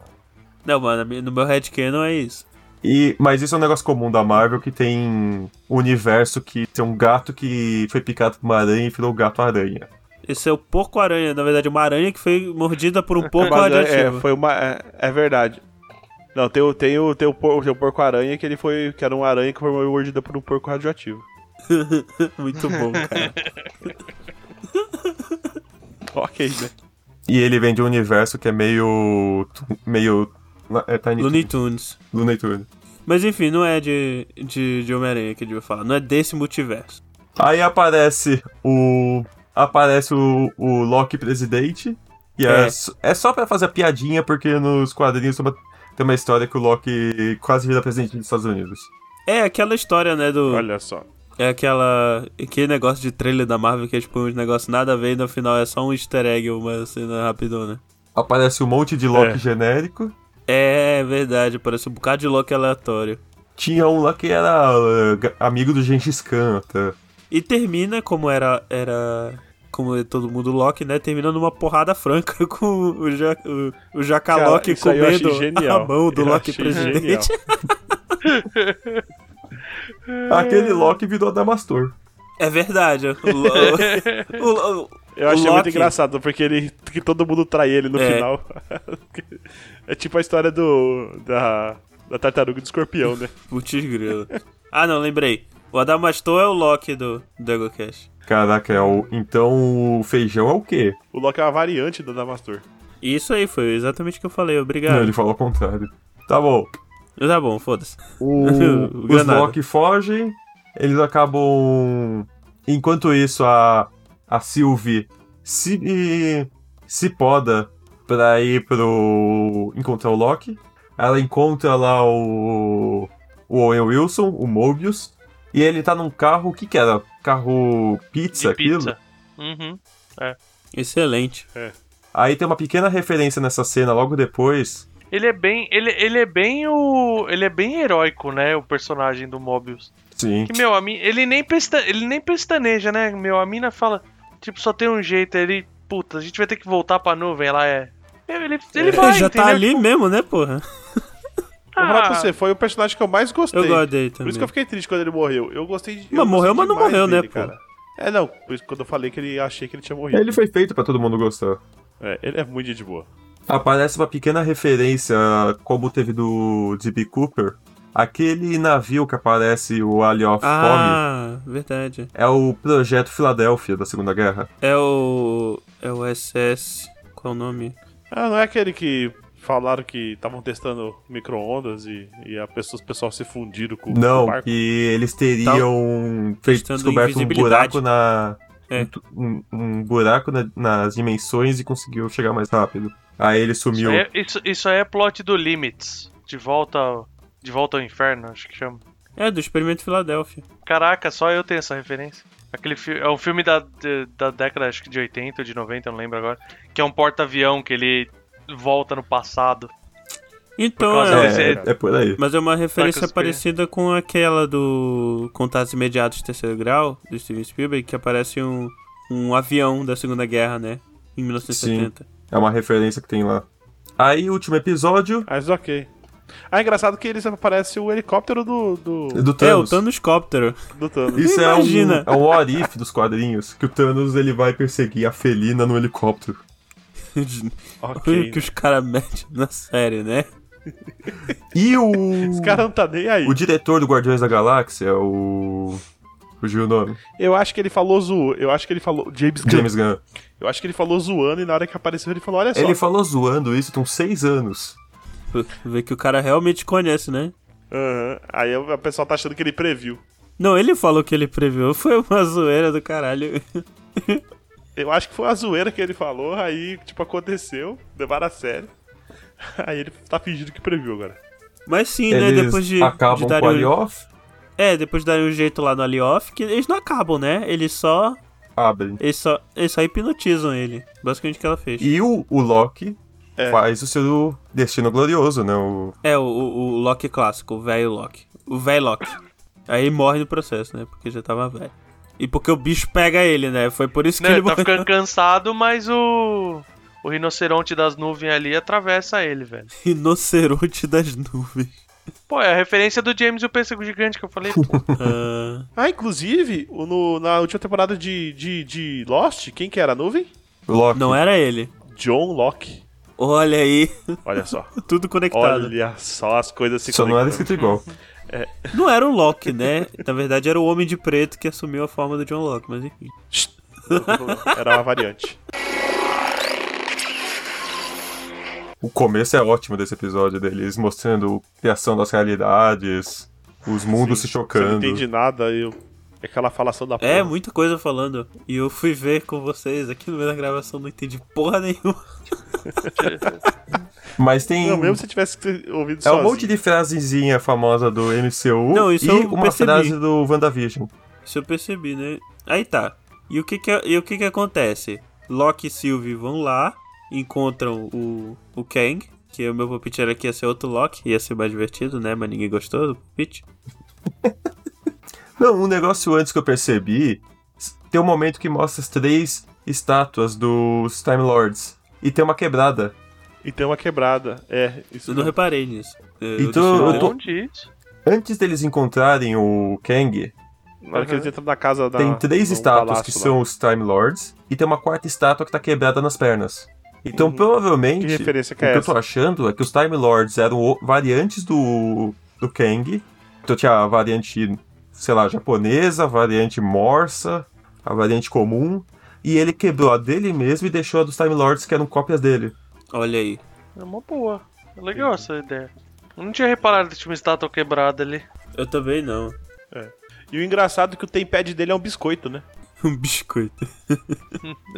[SPEAKER 1] Não, mano, na minha- no meu headcanon é isso.
[SPEAKER 3] E, mas isso é um negócio comum da Marvel que tem um universo que tem um gato que foi picado por uma aranha e virou gato aranha.
[SPEAKER 1] Esse é o porco-aranha, na verdade, é uma aranha que foi mordida por um porco
[SPEAKER 4] Mas é, é,
[SPEAKER 1] radioativo.
[SPEAKER 4] foi uma. É, é verdade. Não, tem, o- tem, o, tem, o, por- tem o porco-aranha que ele foi. que era uma aranha que foi mordida por um porco radioativo.
[SPEAKER 1] Muito bom, cara.
[SPEAKER 4] Ok, né?
[SPEAKER 3] E ele vem de um universo que é meio. meio. É Tiny
[SPEAKER 1] Looney
[SPEAKER 3] Toon.
[SPEAKER 1] Tunes.
[SPEAKER 3] Looney Tunes.
[SPEAKER 1] Mas enfim, não é de, de, de Homem-Aranha que eu devia falar, não é desse multiverso.
[SPEAKER 3] Aí aparece o. Aparece o, o Loki presidente. E é,
[SPEAKER 1] É.
[SPEAKER 3] s- é só pra fazer a piadinha, porque nos quadrinhos tem uma, tem uma história que o Loki quase vira presidente dos Estados Unidos.
[SPEAKER 1] É aquela história, né, do...
[SPEAKER 4] Olha só.
[SPEAKER 1] É aquela... Aquele negócio de trailer da Marvel que eles põem uns negócios nada a ver e no final é só um easter egg, uma cena rapidona.
[SPEAKER 3] Aparece um monte de Loki
[SPEAKER 4] É.
[SPEAKER 3] genérico.
[SPEAKER 1] É verdade, parece um bocado de Loki aleatório.
[SPEAKER 3] Tinha um lá que era uh, g- amigo do Gengis Khan, tá?
[SPEAKER 1] E termina como era... era... Como é todo mundo Loki, né? Termina numa porrada franca com o, ja, o, o Jacaloque
[SPEAKER 4] isso aí eu achei
[SPEAKER 1] comendo
[SPEAKER 4] genial.
[SPEAKER 1] a mão do
[SPEAKER 4] Eu
[SPEAKER 1] Loki
[SPEAKER 4] achei
[SPEAKER 1] presidente.
[SPEAKER 3] Aquele Loki virou Adamastor.
[SPEAKER 1] É verdade. O, Lo- o Lo-
[SPEAKER 4] Eu
[SPEAKER 1] o
[SPEAKER 4] achei muito
[SPEAKER 1] Loki-
[SPEAKER 4] engraçado, porque ele. que todo mundo trai ele no
[SPEAKER 1] É.
[SPEAKER 4] final. é tipo a história do. da. da tartaruga e do escorpião, né?
[SPEAKER 1] Putz grilo. Ah, não, lembrei. O Adamastor é o Loki do Dago Cash.
[SPEAKER 3] Caraca, é o... então o feijão é o quê?
[SPEAKER 4] O Loki é uma variante do Damastor.
[SPEAKER 1] E isso aí foi exatamente o que eu falei,
[SPEAKER 3] Não,
[SPEAKER 1] obrigado.
[SPEAKER 3] ele falou ao contrário. Tá bom.
[SPEAKER 1] Tá bom, foda-se.
[SPEAKER 3] O- os
[SPEAKER 1] Granada.
[SPEAKER 3] Loki fogem, eles acabam. Enquanto isso, a, a Sylvie se, se poda pra ir pro. encontrar o Loki. Ela encontra lá o. o Owen Wilson, o Mobius. E ele tá num carro, o que que era? Carro
[SPEAKER 1] é
[SPEAKER 3] pizza,
[SPEAKER 2] De
[SPEAKER 3] aquilo?
[SPEAKER 2] pizza. Uhum.
[SPEAKER 1] Excelente.
[SPEAKER 3] Aí tem uma pequena referência nessa cena logo depois.
[SPEAKER 2] Ele é bem. Ele, ele é bem o. Ele é bem heróico, né? O personagem do Mobius.
[SPEAKER 3] Sim.
[SPEAKER 2] Que, meu, a mi- ele, nem pesta, ele nem pestaneja, né? Meu, a mina fala, tipo, só tem um jeito. Ele, puta, a gente vai ter que voltar pra nuvem. Ela é. Meu, Ele, É, ele vai,
[SPEAKER 1] já tá
[SPEAKER 2] entendeu?
[SPEAKER 1] ali mesmo, né, porra?
[SPEAKER 4] Vou falar pra
[SPEAKER 2] Ah.
[SPEAKER 4] você, foi o personagem que eu mais gostei.
[SPEAKER 1] Eu gosto dele
[SPEAKER 4] Por
[SPEAKER 1] também.
[SPEAKER 4] isso que eu fiquei triste quando ele morreu. Eu gostei de.
[SPEAKER 1] Mas
[SPEAKER 4] eu
[SPEAKER 1] morreu,
[SPEAKER 4] gostei
[SPEAKER 1] mas não
[SPEAKER 4] demais
[SPEAKER 1] morreu, né,
[SPEAKER 4] dele,
[SPEAKER 1] pô?
[SPEAKER 4] cara. É, não. Por isso que quando eu falei que ele achei que ele tinha morrido.
[SPEAKER 3] Ele foi feito pra todo mundo gostar.
[SPEAKER 4] É, ele é muito de boa.
[SPEAKER 3] Aparece uma pequena referência, como teve do D.B. Cooper. Aquele navio que aparece o Ali of Tommy
[SPEAKER 1] Ah, verdade.
[SPEAKER 3] é o Projeto Filadélfia da Segunda Guerra.
[SPEAKER 1] É o. É o SS. Qual é o nome?
[SPEAKER 4] Ah, não é aquele que falaram que estavam testando micro-ondas e, e a pessoa, os pessoal se fundiram com, com o
[SPEAKER 3] Não,
[SPEAKER 4] barco?
[SPEAKER 3] que eles
[SPEAKER 1] Tá
[SPEAKER 3] teriam feito,
[SPEAKER 1] Testando
[SPEAKER 3] descoberto um
[SPEAKER 1] invisibilidade.
[SPEAKER 3] buraco na.
[SPEAKER 1] É.
[SPEAKER 3] Um, um buraco na- nas dimensões e conseguiu chegar mais rápido. Aí ele
[SPEAKER 2] Isso
[SPEAKER 3] sumiu.
[SPEAKER 2] aí, é, isso, isso aí é plot do Limits. De volta ao, de volta ao inferno, acho que chama.
[SPEAKER 1] É, do Experimento Filadélfia.
[SPEAKER 2] Caraca, só eu tenho essa referência. Aquele fi- é um filme da, de- da década acho que de 80 ou de 90, não lembro agora. Que é um porta-avião que ele volta no passado.
[SPEAKER 1] Então,
[SPEAKER 2] causa
[SPEAKER 1] é.
[SPEAKER 2] desse-
[SPEAKER 3] É, é por aí.
[SPEAKER 1] Mas é uma referência
[SPEAKER 2] Marcos P.
[SPEAKER 1] parecida com aquela do Contatos Imediatos Terceiro Grau, do Steven Spielberg, que aparece um, um avião da Segunda Guerra, né? Em 1970.
[SPEAKER 3] É uma referência que tem lá. Aí, último episódio
[SPEAKER 4] Mas ok. Ah, é engraçado que eles aparecem o helicóptero do. do,
[SPEAKER 3] do
[SPEAKER 1] É, o
[SPEAKER 3] Thanos.
[SPEAKER 1] Thanos Cóptero.
[SPEAKER 4] do Thanos.
[SPEAKER 3] Isso é um,
[SPEAKER 1] Imagina.
[SPEAKER 3] é um orif dos quadrinhos, que o Thanos ele vai perseguir a felina no helicóptero.
[SPEAKER 1] Olha o
[SPEAKER 4] Ok.
[SPEAKER 1] que os caras metem na série, né?
[SPEAKER 3] E o.
[SPEAKER 4] Os caras não tá nem aí.
[SPEAKER 3] O diretor do Guardiões da Galáxia, o. Fugiu o nome?
[SPEAKER 4] Eu acho que ele falou zo... Eu acho que ele falou. James Gunn.
[SPEAKER 3] James Gunn.
[SPEAKER 4] Eu acho que ele falou zoando e na hora que apareceu ele falou: Olha só.
[SPEAKER 3] Ele falou zoando isso, tem uns seis anos.
[SPEAKER 1] Vê que o cara realmente conhece, né?
[SPEAKER 4] Aham. Aí o pessoal tá achando que ele previu.
[SPEAKER 1] Não, ele falou que ele previu, foi uma zoeira do caralho.
[SPEAKER 4] Eu acho que foi a zoeira que ele falou, aí, tipo, aconteceu, levaram a sério. Aí ele tá fingindo que previu agora.
[SPEAKER 1] Mas sim, né?
[SPEAKER 3] Eles
[SPEAKER 1] Depois de, de
[SPEAKER 3] acabam com o
[SPEAKER 1] darem um,
[SPEAKER 3] Alioth,
[SPEAKER 1] É, depois de darem um jeito lá no Alioth, que eles não acabam, né? Eles só.
[SPEAKER 3] abrem.
[SPEAKER 1] Eles só, eles só hipnotizam ele. Basicamente o que ela fez.
[SPEAKER 3] E o, o Loki
[SPEAKER 4] É.
[SPEAKER 3] faz o seu destino glorioso, né? O,
[SPEAKER 1] É, o, o, o Loki clássico, o velho Loki. O velho Loki. Aí morre no processo, né? Porque já tava velho. E porque o bicho pega ele, né? Foi por isso que
[SPEAKER 2] Não,
[SPEAKER 1] ele
[SPEAKER 2] ele tá
[SPEAKER 1] morreu.
[SPEAKER 2] ficando cansado, mas o. O rinoceronte das nuvens ali atravessa ele, velho.
[SPEAKER 1] Rinoceronte das nuvens.
[SPEAKER 2] Pô, é a referência do James e o Pêssego Gigante que eu falei.
[SPEAKER 1] Ah,
[SPEAKER 4] Ah, inclusive, o- no- na última temporada de, de, de Lost, quem que era a nuvem?
[SPEAKER 3] o Loki.
[SPEAKER 1] não é era ele.
[SPEAKER 4] John Locke.
[SPEAKER 1] Olha aí,
[SPEAKER 4] Olha só.
[SPEAKER 1] tudo conectado.
[SPEAKER 4] Olha só as coisas se
[SPEAKER 3] Só não é era
[SPEAKER 4] conectando.
[SPEAKER 3] escrito igual.
[SPEAKER 1] Não era o Loki, né? Na verdade era o Homem de Preto que assumiu a forma do John Locke, mas enfim.
[SPEAKER 4] Era uma variante.
[SPEAKER 3] O começo é ótimo desse episódio deles, mostrando a criação das realidades, os mundos se
[SPEAKER 4] Você não
[SPEAKER 3] chocando.
[SPEAKER 4] entende nada, eu. é Aquela falação da
[SPEAKER 1] É,
[SPEAKER 4] porra.
[SPEAKER 1] muita coisa falando. E eu fui ver com vocês aqui no meio da gravação, não entendi porra nenhuma.
[SPEAKER 3] Mas tem.
[SPEAKER 4] Não, mesmo se tivesse ouvido
[SPEAKER 3] É
[SPEAKER 4] sozinho.
[SPEAKER 3] um monte de frasezinha famosa do MCU
[SPEAKER 1] Não, isso
[SPEAKER 3] e
[SPEAKER 1] eu
[SPEAKER 3] uma
[SPEAKER 1] percebi.
[SPEAKER 3] frase do WandaVision.
[SPEAKER 1] Isso eu percebi, né? Aí tá. E o que que, e o que, que acontece? Loki e Sylvie vão lá, encontram o, o Kang, que o meu palpite era que ia ser outro Loki, ia ser mais divertido, né? Mas ninguém gostou do palpite.
[SPEAKER 3] Não, um negócio antes que eu percebi, s- tem um momento que mostra as três estátuas dos Time Lords. E tem uma quebrada.
[SPEAKER 4] E tem uma quebrada. É, isso
[SPEAKER 1] Eu não reparei nisso. Eu- eu
[SPEAKER 3] Então,
[SPEAKER 1] deixei
[SPEAKER 3] eu tô-
[SPEAKER 1] lá.
[SPEAKER 2] Onde isso?
[SPEAKER 3] Antes deles encontrarem o Kang,
[SPEAKER 4] Na hora que eles entram na casa da.
[SPEAKER 3] tem três
[SPEAKER 4] tá num
[SPEAKER 3] estátuas
[SPEAKER 4] palácio
[SPEAKER 3] que
[SPEAKER 4] lá.
[SPEAKER 3] são os Time Lords e tem uma quarta estátua que tá quebrada nas pernas. Então, provavelmente,
[SPEAKER 4] Uhum. Que referência
[SPEAKER 3] o
[SPEAKER 4] que
[SPEAKER 3] que
[SPEAKER 4] é
[SPEAKER 3] eu
[SPEAKER 4] essa?
[SPEAKER 3] tô achando é que os Time Lords eram o- variantes do, do Kang. Então tinha a variante, sei lá, japonesa, a variante morsa, a variante comum. E ele quebrou a dele mesmo e deixou a dos Time Lords, que eram cópias dele.
[SPEAKER 1] Olha aí.
[SPEAKER 2] É uma boa. É legal essa ideia. Eu não tinha reparado que tinha uma estátua quebrada ali.
[SPEAKER 1] Eu também não.
[SPEAKER 4] E o engraçado é que o tempad dele é um biscoito, né?
[SPEAKER 1] Um biscoito.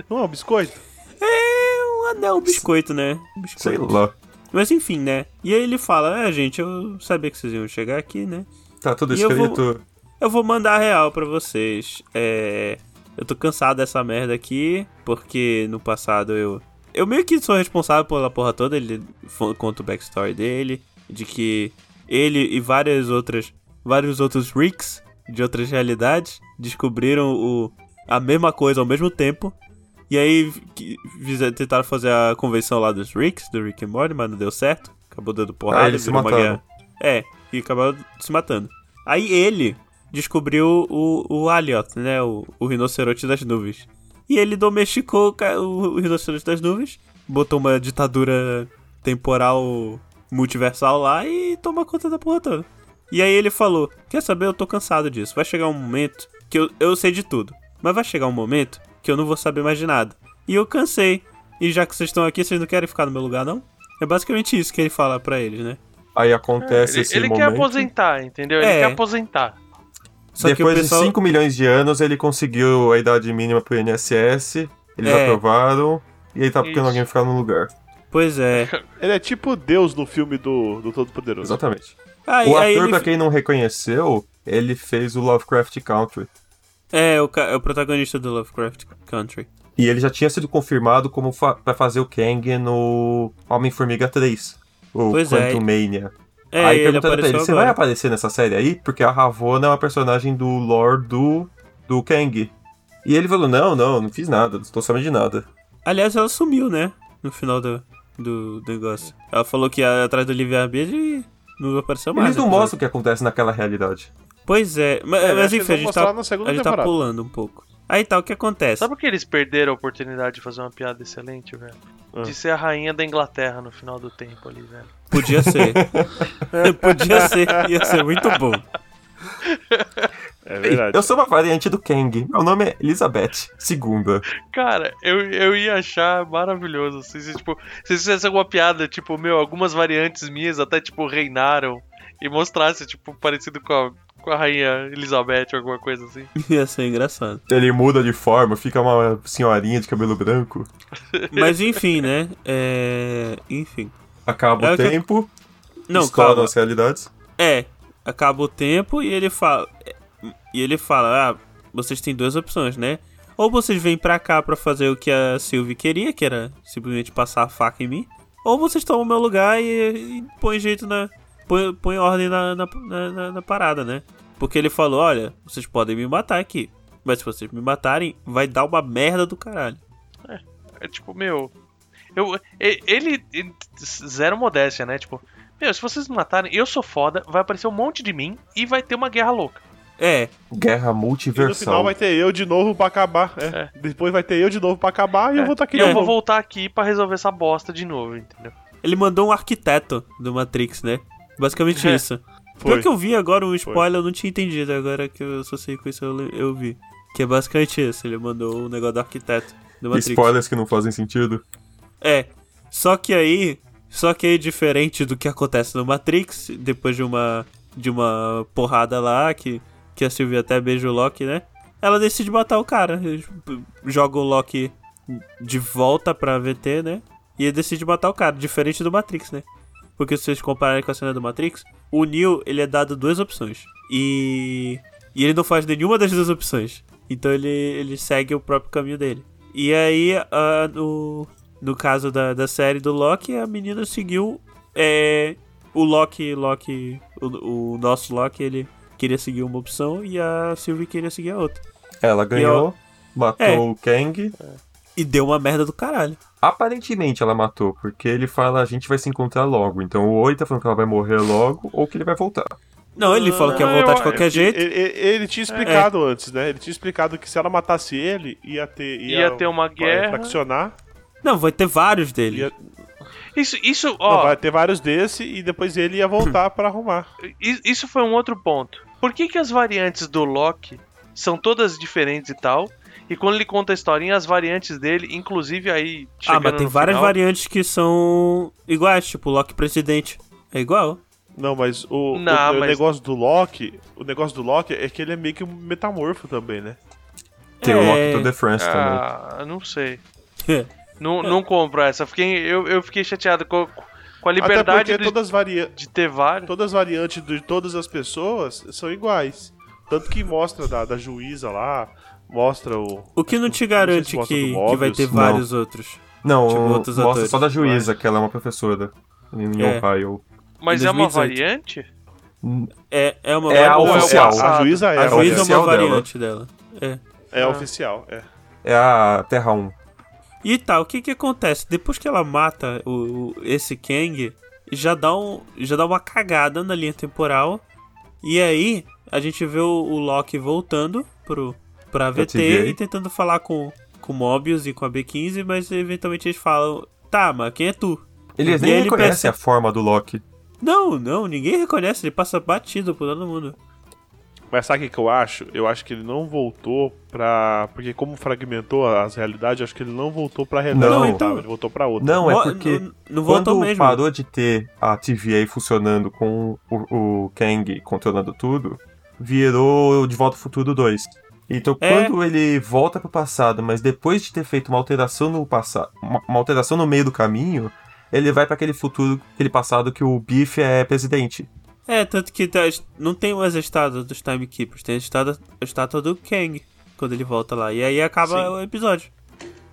[SPEAKER 4] Não é um biscoito?
[SPEAKER 1] É um anel biscoito, né? Um
[SPEAKER 3] Sei
[SPEAKER 1] Biscoito.
[SPEAKER 3] lá.
[SPEAKER 1] Mas enfim, né? E aí ele fala: É, gente, eu sabia que vocês iam chegar aqui, né?
[SPEAKER 3] Tá tudo
[SPEAKER 1] E eu vou-
[SPEAKER 3] escrito.
[SPEAKER 1] Eu vou mandar a real pra vocês. É. Eu tô cansado dessa merda aqui, porque no passado eu. Eu meio que sou responsável pela porra toda. Ele fo- conta o backstory dele, de que ele e várias outras. Vários outros Ricks de outras realidades descobriram o, a mesma coisa ao mesmo tempo. E aí que- fizer- tentaram fazer a convenção lá dos Ricks, do Rick and Morty, mas não deu certo. Acabou dando porrada,
[SPEAKER 3] Ah, eles se
[SPEAKER 1] virou uma
[SPEAKER 3] mataram.
[SPEAKER 1] guerra. É, e acabaram se matando. Aí ele descobriu o, o Alioth, né? O, o rinoceronte das nuvens. E ele domesticou o ca- o, o rinoceronte das nuvens, botou uma ditadura temporal multiversal lá e toma conta da porra toda. E aí ele falou: Quer saber? Eu tô cansado disso. Vai chegar um momento que eu, eu sei de tudo, mas vai chegar um momento que eu não vou saber mais de nada. E eu cansei. E já que vocês estão aqui, vocês não querem ficar no meu lugar, não? É basicamente isso que ele fala pra eles, né?
[SPEAKER 3] Aí acontece
[SPEAKER 4] É,
[SPEAKER 2] Ele,
[SPEAKER 3] esse
[SPEAKER 2] ele quer
[SPEAKER 3] momento.
[SPEAKER 2] aposentar, entendeu?
[SPEAKER 1] É.
[SPEAKER 2] Ele quer aposentar.
[SPEAKER 1] Só que o
[SPEAKER 3] Depois
[SPEAKER 1] pessoal.
[SPEAKER 3] de 5 milhões de anos, ele conseguiu a idade mínima pro INSS, eles
[SPEAKER 1] É.
[SPEAKER 3] aprovaram, e aí tá ficando
[SPEAKER 2] Isso.
[SPEAKER 3] alguém ficar no lugar.
[SPEAKER 1] Pois é.
[SPEAKER 4] Ele é tipo Deus no filme do, do Todo-Poderoso.
[SPEAKER 3] Exatamente.
[SPEAKER 1] Aí,
[SPEAKER 3] o ator,
[SPEAKER 1] aí ele-
[SPEAKER 3] pra quem não reconheceu, ele fez o Lovecraft Country.
[SPEAKER 1] É, o, ca- é o protagonista do Lovecraft Country.
[SPEAKER 3] E ele já tinha sido confirmado como fa pra fazer o Kang no Homem-Formiga 3. O
[SPEAKER 1] Pois é.
[SPEAKER 3] Quantum Mania.
[SPEAKER 1] É,
[SPEAKER 3] aí
[SPEAKER 1] ele
[SPEAKER 3] perguntaram pra
[SPEAKER 1] apareceu
[SPEAKER 3] ele, você vai
[SPEAKER 1] agora.
[SPEAKER 3] aparecer nessa série aí? Porque a Ravonna é uma personagem do lore do, do Kang. E ele falou, não, não, não fiz nada, não tô sabendo de nada.
[SPEAKER 1] Aliás, ela sumiu, né? No final do, do negócio. Ela falou que ia atrás do livre-arbítrio e não apareceu mais.
[SPEAKER 3] Eles não
[SPEAKER 1] né?
[SPEAKER 3] mostram o que acontece naquela realidade.
[SPEAKER 1] Pois é, mas,
[SPEAKER 4] É,
[SPEAKER 1] mas
[SPEAKER 4] acho que eles
[SPEAKER 1] enfim, a
[SPEAKER 4] vão
[SPEAKER 1] gente,
[SPEAKER 4] mostrar
[SPEAKER 1] tá,
[SPEAKER 4] na segunda
[SPEAKER 1] a gente tá
[SPEAKER 4] temporada.
[SPEAKER 1] pulando um pouco. Aí tá, o que acontece?
[SPEAKER 2] Sabe por que eles perderam a oportunidade de fazer uma piada excelente, velho?
[SPEAKER 4] Ah.
[SPEAKER 2] de ser a rainha da Inglaterra no final do tempo ali, velho.
[SPEAKER 1] Podia ser. Podia ser, ia ser muito bom.
[SPEAKER 4] É
[SPEAKER 3] Ei,
[SPEAKER 4] verdade.
[SPEAKER 3] Eu sou uma variante do Kang. Meu nome é Elizabeth Segunda.
[SPEAKER 2] Cara, eu, eu ia achar maravilhoso. Se, se, tipo, se fizesse alguma piada, tipo, meu, algumas variantes minhas até, tipo, reinaram e mostrasse, tipo, parecido com a, com a rainha Elizabeth ou alguma coisa assim.
[SPEAKER 1] Ia ser engraçado.
[SPEAKER 3] Ele muda de forma, fica uma senhorinha de cabelo branco.
[SPEAKER 1] Mas enfim, né? É... Enfim.
[SPEAKER 3] Acaba
[SPEAKER 1] É
[SPEAKER 3] o
[SPEAKER 1] o que-
[SPEAKER 3] tempo,
[SPEAKER 1] Não,
[SPEAKER 3] estouram
[SPEAKER 1] calma.
[SPEAKER 3] as realidades.
[SPEAKER 1] É, acaba o tempo e ele fala. E ele fala: Ah, vocês têm duas opções, né? Ou vocês vêm pra cá pra fazer o que a Sylvie queria, que era simplesmente passar a faca em mim. Ou vocês tomam o meu lugar e, e põem jeito na. põem, põem ordem na, na, na- na- na parada, né? Porque ele falou: Olha, vocês podem me matar aqui. Mas se vocês me matarem, vai dar uma merda do caralho.
[SPEAKER 2] É tipo, meu. Eu, e- ele, ele- Zero modéstia, né? Tipo, meu, se vocês me matarem, eu sou foda, vai aparecer um monte de mim e vai ter uma guerra louca.
[SPEAKER 1] É,
[SPEAKER 3] Guerra
[SPEAKER 4] E no final
[SPEAKER 3] multiversal.
[SPEAKER 4] vai ter eu de novo pra acabar. É. Depois vai ter eu de novo pra acabar e eu vou estar aqui
[SPEAKER 2] E
[SPEAKER 4] de
[SPEAKER 2] É. eu vou
[SPEAKER 4] novo.
[SPEAKER 2] voltar aqui pra resolver essa bosta de novo, entendeu?
[SPEAKER 1] ele mandou um arquiteto do Matrix, né? Basicamente
[SPEAKER 2] É.
[SPEAKER 1] isso.
[SPEAKER 4] Foi.
[SPEAKER 1] Pior que eu vi agora um spoiler, eu não tinha entendido. Agora que eu associei com isso, eu, le- eu vi. Que é basicamente isso. Ele mandou o negócio do arquiteto do Matrix.
[SPEAKER 3] Spoilers que não fazem sentido.
[SPEAKER 1] É. Só que aí. Só que aí, diferente do que acontece no Matrix, depois de uma. de uma porrada lá, que, que a Sylvia até beija o Loki, né? Ela decide matar o cara. Joga o Loki de volta pra VT, né? E ele decide matar o cara, diferente do Matrix, né? Porque se vocês compararem com a cena do Matrix, o Neo, ele é dado duas opções. E. E ele não faz nenhuma das duas opções. Então ele, ele segue o próprio caminho dele. E aí, ah, no, no caso da, da série do Loki, a menina seguiu. É, o Loki, Loki o, o nosso Loki, ele queria seguir uma opção e a Sylvie queria seguir a outra.
[SPEAKER 3] Ela ganhou, matou
[SPEAKER 1] É.
[SPEAKER 3] o Kang.
[SPEAKER 1] E deu uma merda do caralho.
[SPEAKER 3] Aparentemente ela matou, porque ele fala a gente vai se encontrar logo. Então ou ele tá falando que ela vai morrer logo, ou que ele vai voltar.
[SPEAKER 1] Não, ele falou que ia
[SPEAKER 2] eu-
[SPEAKER 1] voltar de qualquer jeito.
[SPEAKER 4] Ele, ele- ele tinha explicado
[SPEAKER 2] É.
[SPEAKER 4] antes, né? Ele tinha explicado que se ela matasse ele, ia ter. Ia,
[SPEAKER 2] Ia ter uma guerra.
[SPEAKER 4] Vai fraccionar.
[SPEAKER 1] Não, vai ter vários dele. Ah,
[SPEAKER 4] Ia,
[SPEAKER 2] Isso, isso,
[SPEAKER 4] não,
[SPEAKER 2] ó.
[SPEAKER 4] vai ter vários desse e depois ele ia voltar pra arrumar.
[SPEAKER 2] I- Isso foi um outro ponto. Por que, que as variantes do Loki são todas diferentes e tal? E quando ele conta a historinha, as variantes dele, inclusive aí.
[SPEAKER 1] Ah,
[SPEAKER 2] chegando
[SPEAKER 1] mas tem
[SPEAKER 2] no
[SPEAKER 1] várias
[SPEAKER 2] final-
[SPEAKER 1] variantes que são iguais, tipo o Loki presidente. É igual.
[SPEAKER 4] Não, mas o, o-
[SPEAKER 2] Não,
[SPEAKER 4] o
[SPEAKER 2] mas-
[SPEAKER 4] negócio do Loki. O negócio do Loki é que ele é meio que um metamorfo também, né?
[SPEAKER 3] Tem o
[SPEAKER 1] É.
[SPEAKER 3] Loki do The France também.
[SPEAKER 2] Ah, não sei. Não, não compro essa. Fiquei, eu, eu fiquei chateado com, com a
[SPEAKER 4] Até
[SPEAKER 2] liberdade
[SPEAKER 4] porque
[SPEAKER 2] do-
[SPEAKER 4] todas as varia
[SPEAKER 2] de ter vários.
[SPEAKER 4] todas as variantes de todas as pessoas são iguais. Tanto que mostra da, da juíza lá, mostra o.
[SPEAKER 1] O que não te
[SPEAKER 4] sei se
[SPEAKER 1] garante
[SPEAKER 4] mostra
[SPEAKER 1] que,
[SPEAKER 4] do
[SPEAKER 1] que vai
[SPEAKER 4] Mobius.
[SPEAKER 1] ter
[SPEAKER 3] Não.
[SPEAKER 1] vários outros.
[SPEAKER 3] Não,
[SPEAKER 1] Tipo,
[SPEAKER 3] mostra
[SPEAKER 1] outros atores.
[SPEAKER 3] só da juíza, que ela é uma professora em
[SPEAKER 1] É.
[SPEAKER 3] Ohio.
[SPEAKER 2] Mas
[SPEAKER 1] em
[SPEAKER 2] é uma
[SPEAKER 1] 2018.
[SPEAKER 2] variante?
[SPEAKER 1] É, é uma
[SPEAKER 3] É a
[SPEAKER 1] ou é o-
[SPEAKER 3] oficial.
[SPEAKER 4] A juíza é,
[SPEAKER 1] A juíza é
[SPEAKER 3] oficial
[SPEAKER 1] uma
[SPEAKER 3] dela.
[SPEAKER 1] variante dela. É.
[SPEAKER 4] é oficial. É.
[SPEAKER 3] É a Terra 1.
[SPEAKER 1] E tá, o que que acontece? Depois que ela mata o, o- esse Kang, já dá, um, já dá uma cagada na linha temporal. E aí, a gente vê o, o Loki voltando pro, pra VT
[SPEAKER 3] TVA.
[SPEAKER 1] e tentando falar com, com o Mobius e com a B15, mas eventualmente eles falam, tá, mas quem é tu?
[SPEAKER 3] Eles
[SPEAKER 1] E
[SPEAKER 3] nem
[SPEAKER 1] ele
[SPEAKER 3] reconhecem
[SPEAKER 1] perce-
[SPEAKER 3] a forma do Loki.
[SPEAKER 1] Não, não, ninguém reconhece, ele passa batido por todo mundo.
[SPEAKER 4] Mas sabe o que que eu acho? Eu acho que ele não voltou pra. Porque como fragmentou as realidades, eu acho que ele não voltou pra realidade.
[SPEAKER 3] Não,
[SPEAKER 4] que ele
[SPEAKER 1] então-
[SPEAKER 4] tava, ele voltou pra outra.
[SPEAKER 3] Não,
[SPEAKER 1] Mo-
[SPEAKER 3] é porque
[SPEAKER 1] n- Não voltou
[SPEAKER 3] quando
[SPEAKER 1] mesmo.
[SPEAKER 3] parou de ter a TVA funcionando com o, o Kang controlando tudo, virou De Volta ao Futuro 2. Então
[SPEAKER 1] É.
[SPEAKER 3] quando ele volta pro passado, mas depois de ter feito uma alteração no passado, uma, uma alteração no meio do caminho, ele vai pra aquele futuro, aquele passado que o Biff é presidente.
[SPEAKER 1] É, tanto que tá- não tem mais a estátua dos Timekeepers, tem a estátua, a estátua do Kang quando ele volta lá. E aí acaba
[SPEAKER 4] Sim.
[SPEAKER 1] o episódio.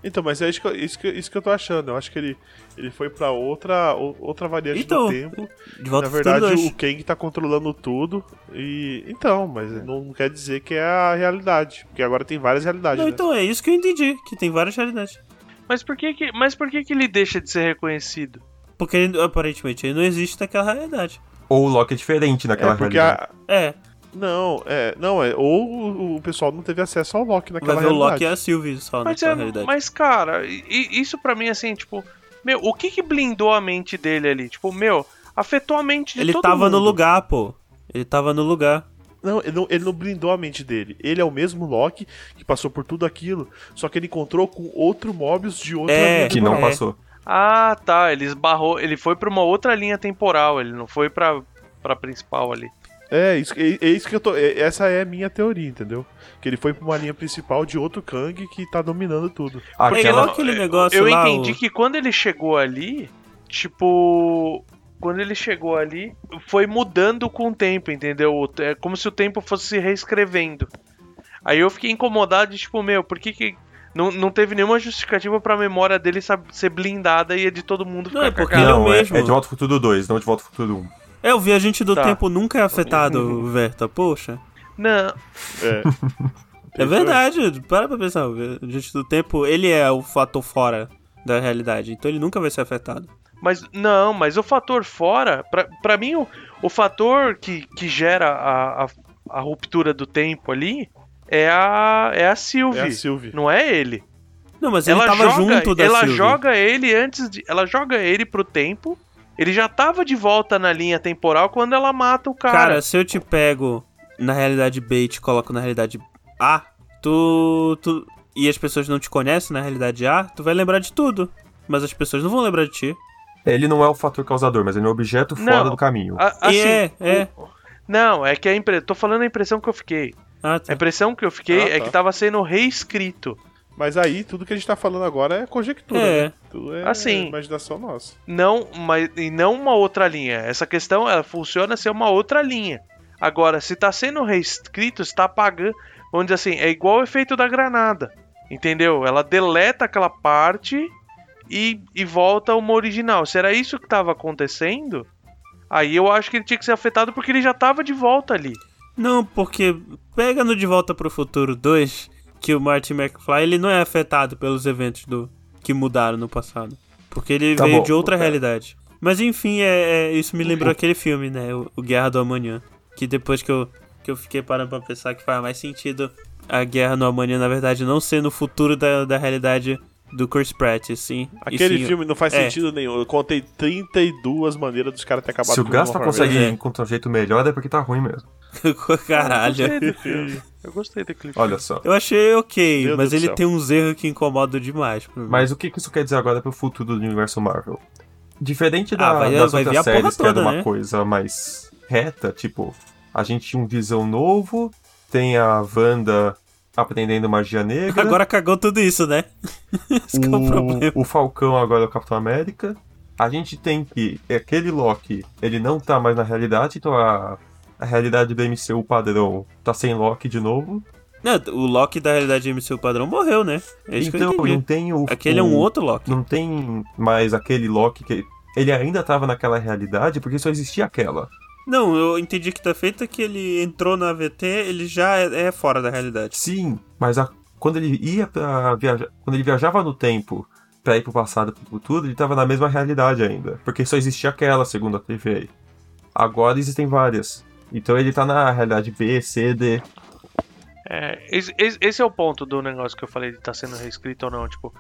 [SPEAKER 4] Então, mas é isso que, eu- isso, que, isso que eu tô achando. Eu acho que ele, ele foi pra outra, o- outra variante
[SPEAKER 1] Então,
[SPEAKER 4] do tempo.
[SPEAKER 1] De volta
[SPEAKER 4] Na
[SPEAKER 1] ao futuro
[SPEAKER 4] verdade,
[SPEAKER 1] 2.
[SPEAKER 4] o Kang tá controlando tudo. E. Então, mas não quer dizer que é a realidade. Porque agora tem várias realidades.
[SPEAKER 1] Não,
[SPEAKER 4] né?
[SPEAKER 1] então é isso que eu entendi, que tem várias realidades.
[SPEAKER 2] Mas por que, que, mas por que, que ele deixa de ser reconhecido?
[SPEAKER 1] Porque ele- aparentemente ele não existe naquela realidade.
[SPEAKER 3] Ou o Loki é diferente naquela
[SPEAKER 4] É porque
[SPEAKER 3] realidade.
[SPEAKER 4] a,
[SPEAKER 1] É,
[SPEAKER 4] não, é, não é, ou o- o pessoal não teve acesso ao Loki
[SPEAKER 1] vai
[SPEAKER 4] naquela
[SPEAKER 1] ver o
[SPEAKER 4] realidade.
[SPEAKER 1] Loki e a Sylvie só
[SPEAKER 2] Mas,
[SPEAKER 1] naquela
[SPEAKER 2] é-
[SPEAKER 1] realidade.
[SPEAKER 2] mas cara, i- i- isso pra mim, assim, tipo. Meu, o que que blindou a mente dele ali? Tipo, meu, afetou a mente de
[SPEAKER 1] Ele
[SPEAKER 2] todo
[SPEAKER 1] tava no
[SPEAKER 2] mundo.
[SPEAKER 1] lugar, pô. Ele tava no lugar.
[SPEAKER 9] Não, ele não, ele não blindou a mente dele. Ele é o mesmo Loki que passou por tudo aquilo, só que ele encontrou com outro Mobius de outra
[SPEAKER 1] É,
[SPEAKER 9] linha
[SPEAKER 3] Que não
[SPEAKER 1] É.
[SPEAKER 3] passou.
[SPEAKER 2] Ah, tá. Ele esbarrou. Ele foi pra uma outra linha temporal. Ele não foi pra, pra principal ali.
[SPEAKER 9] É, isso, é, é isso que eu tô. é- essa é a minha teoria, entendeu? Que ele foi pra uma linha principal de outro Kang que tá dominando tudo.
[SPEAKER 1] Igual
[SPEAKER 3] Aquela.
[SPEAKER 1] aquele negócio
[SPEAKER 2] Eu
[SPEAKER 1] lá.
[SPEAKER 2] entendi
[SPEAKER 1] o-
[SPEAKER 2] que quando ele chegou ali, tipo. Quando ele chegou ali, foi mudando com o tempo, entendeu? O te- É como se o tempo fosse se reescrevendo. Aí eu fiquei incomodado de tipo, meu, por que que. Não, não teve nenhuma justificativa pra memória dele sab- ser blindada e a de todo mundo
[SPEAKER 1] Não,
[SPEAKER 2] ficar
[SPEAKER 1] é porque-
[SPEAKER 2] cagada.
[SPEAKER 1] eu
[SPEAKER 3] Não, é,
[SPEAKER 1] mesmo.
[SPEAKER 3] é De Volta ao Futuro 2, não De Volta ao Futuro 1.
[SPEAKER 1] É, o viajante do
[SPEAKER 2] Tá.
[SPEAKER 1] tempo nunca é afetado, Verta. Poxa.
[SPEAKER 2] Não,
[SPEAKER 9] É.
[SPEAKER 1] É verdade. Para pra pensar. O viajante do tempo, ele é o fator fora da realidade. Então ele nunca vai ser afetado.
[SPEAKER 2] Mas não, mas o fator fora, pra, pra mim, o, o fator que, que gera a, a, a ruptura do tempo ali é a, é a Sylvie.
[SPEAKER 9] É a Sylvie.
[SPEAKER 2] Não é ele.
[SPEAKER 1] Não, mas
[SPEAKER 2] ela
[SPEAKER 1] ele tava
[SPEAKER 2] joga,
[SPEAKER 1] junto da
[SPEAKER 2] ela
[SPEAKER 1] Sylvie.
[SPEAKER 2] joga ele antes de, ela joga ele pro tempo. Ele já tava de volta na linha temporal quando ela mata o
[SPEAKER 1] Cara,
[SPEAKER 2] cara.
[SPEAKER 1] se eu te pego na realidade B e te coloco na realidade A, tu, tu. E as pessoas não te conhecem na realidade A, tu vai lembrar de tudo. Mas as pessoas não vão lembrar de ti.
[SPEAKER 3] Ele não é o fator causador, mas ele é um objeto
[SPEAKER 2] Não.
[SPEAKER 3] fora do caminho.
[SPEAKER 2] A-
[SPEAKER 1] E
[SPEAKER 2] assim,
[SPEAKER 1] é, é.
[SPEAKER 2] Não, é que a impre... tô falando a impressão que eu fiquei.
[SPEAKER 1] Ah,
[SPEAKER 2] A
[SPEAKER 1] tá.
[SPEAKER 2] impressão que eu fiquei
[SPEAKER 9] Ah,
[SPEAKER 2] é
[SPEAKER 9] tá.
[SPEAKER 2] que tava sendo reescrito.
[SPEAKER 9] Mas aí, tudo que a gente tá falando agora é conjectura.
[SPEAKER 1] É.
[SPEAKER 9] né? Tudo é
[SPEAKER 2] Assim.
[SPEAKER 9] imaginação nossa.
[SPEAKER 2] Não, mas e não uma outra linha. Essa questão ela funciona ser uma outra linha. Agora, se tá sendo reescrito, está apagando. Vamos dizer assim, é igual o efeito da granada. Entendeu? Ela deleta aquela parte e, e volta a uma original. Se era isso que estava acontecendo, aí eu acho que ele tinha que ser afetado porque ele já estava de volta ali.
[SPEAKER 1] Não, porque pega no De Volta pro Futuro 2, que o Martin McFly ele não é afetado pelos eventos do que mudaram no passado. Porque ele
[SPEAKER 3] Tá
[SPEAKER 1] veio
[SPEAKER 3] bom.
[SPEAKER 1] de outra realidade. Mas enfim, é, é- isso me lembrou aquele filme, né? O, o Guerra do Amanhã. Que depois que eu, que eu fiquei parando pra pensar que faz mais sentido a Guerra no Amanhã, na verdade, não ser no futuro da, da realidade do Chris Pratt, sim.
[SPEAKER 9] Aquele
[SPEAKER 1] e sim,
[SPEAKER 9] filme não faz
[SPEAKER 1] é.
[SPEAKER 9] sentido nenhum. Eu contei 32 maneiras dos caras ter acabado
[SPEAKER 3] Se o
[SPEAKER 9] com
[SPEAKER 1] tá
[SPEAKER 3] Gaspa
[SPEAKER 9] uma forma.
[SPEAKER 3] consegue
[SPEAKER 1] mesmo.
[SPEAKER 3] encontrar um jeito melhor, é porque tá ruim mesmo.
[SPEAKER 1] Caralho.
[SPEAKER 2] Eu gostei do filme. Eu gostei do clipe.
[SPEAKER 3] Olha só.
[SPEAKER 1] Eu achei ok,
[SPEAKER 9] Meu Deus
[SPEAKER 1] mas
[SPEAKER 9] do
[SPEAKER 1] ele
[SPEAKER 9] céu.
[SPEAKER 1] tem uns erros que incomodam demais. pra mim.
[SPEAKER 3] Mas o que que isso quer dizer agora pro futuro do universo Marvel? Diferente da,
[SPEAKER 1] Ah, vai-
[SPEAKER 3] das
[SPEAKER 1] vai ver a
[SPEAKER 3] outras
[SPEAKER 1] porra
[SPEAKER 3] séries, que era
[SPEAKER 1] toda,
[SPEAKER 3] uma
[SPEAKER 1] né?
[SPEAKER 3] coisa mais reta, tipo, a gente tinha um Visão novo, tem a Wanda aprendendo magia negra,
[SPEAKER 1] Agora cagou tudo isso, né? Esse que é o problema.
[SPEAKER 3] o, o Falcão agora é o Capitão América, a gente tem que, aquele Loki, ele não tá mais na realidade, então a, a realidade do MCU padrão tá sem Loki de novo.
[SPEAKER 1] Não, o Loki da realidade MCU padrão morreu, né? É isso
[SPEAKER 3] então,
[SPEAKER 1] que eu
[SPEAKER 3] não
[SPEAKER 1] entendi.
[SPEAKER 3] tem o...
[SPEAKER 1] Aquele é um
[SPEAKER 3] o-
[SPEAKER 1] outro Loki.
[SPEAKER 3] não tem mais aquele Loki que ele ainda tava naquela realidade porque só existia aquela.
[SPEAKER 1] Não, eu entendi que tá feito que ele entrou na AVT, ele já é, é fora da realidade.
[SPEAKER 3] Sim, mas a- quando ele ia para viajar, quando ele viajava no tempo pra ir pro passado, pro futuro, ele tava na mesma realidade ainda, porque só existia aquela segundo a TVA. Agora existem várias. Então ele tá na realidade B, C, D.
[SPEAKER 2] É, esse, esse- esse é o ponto do negócio que eu falei de estar sendo reescrito ou não. Tipo,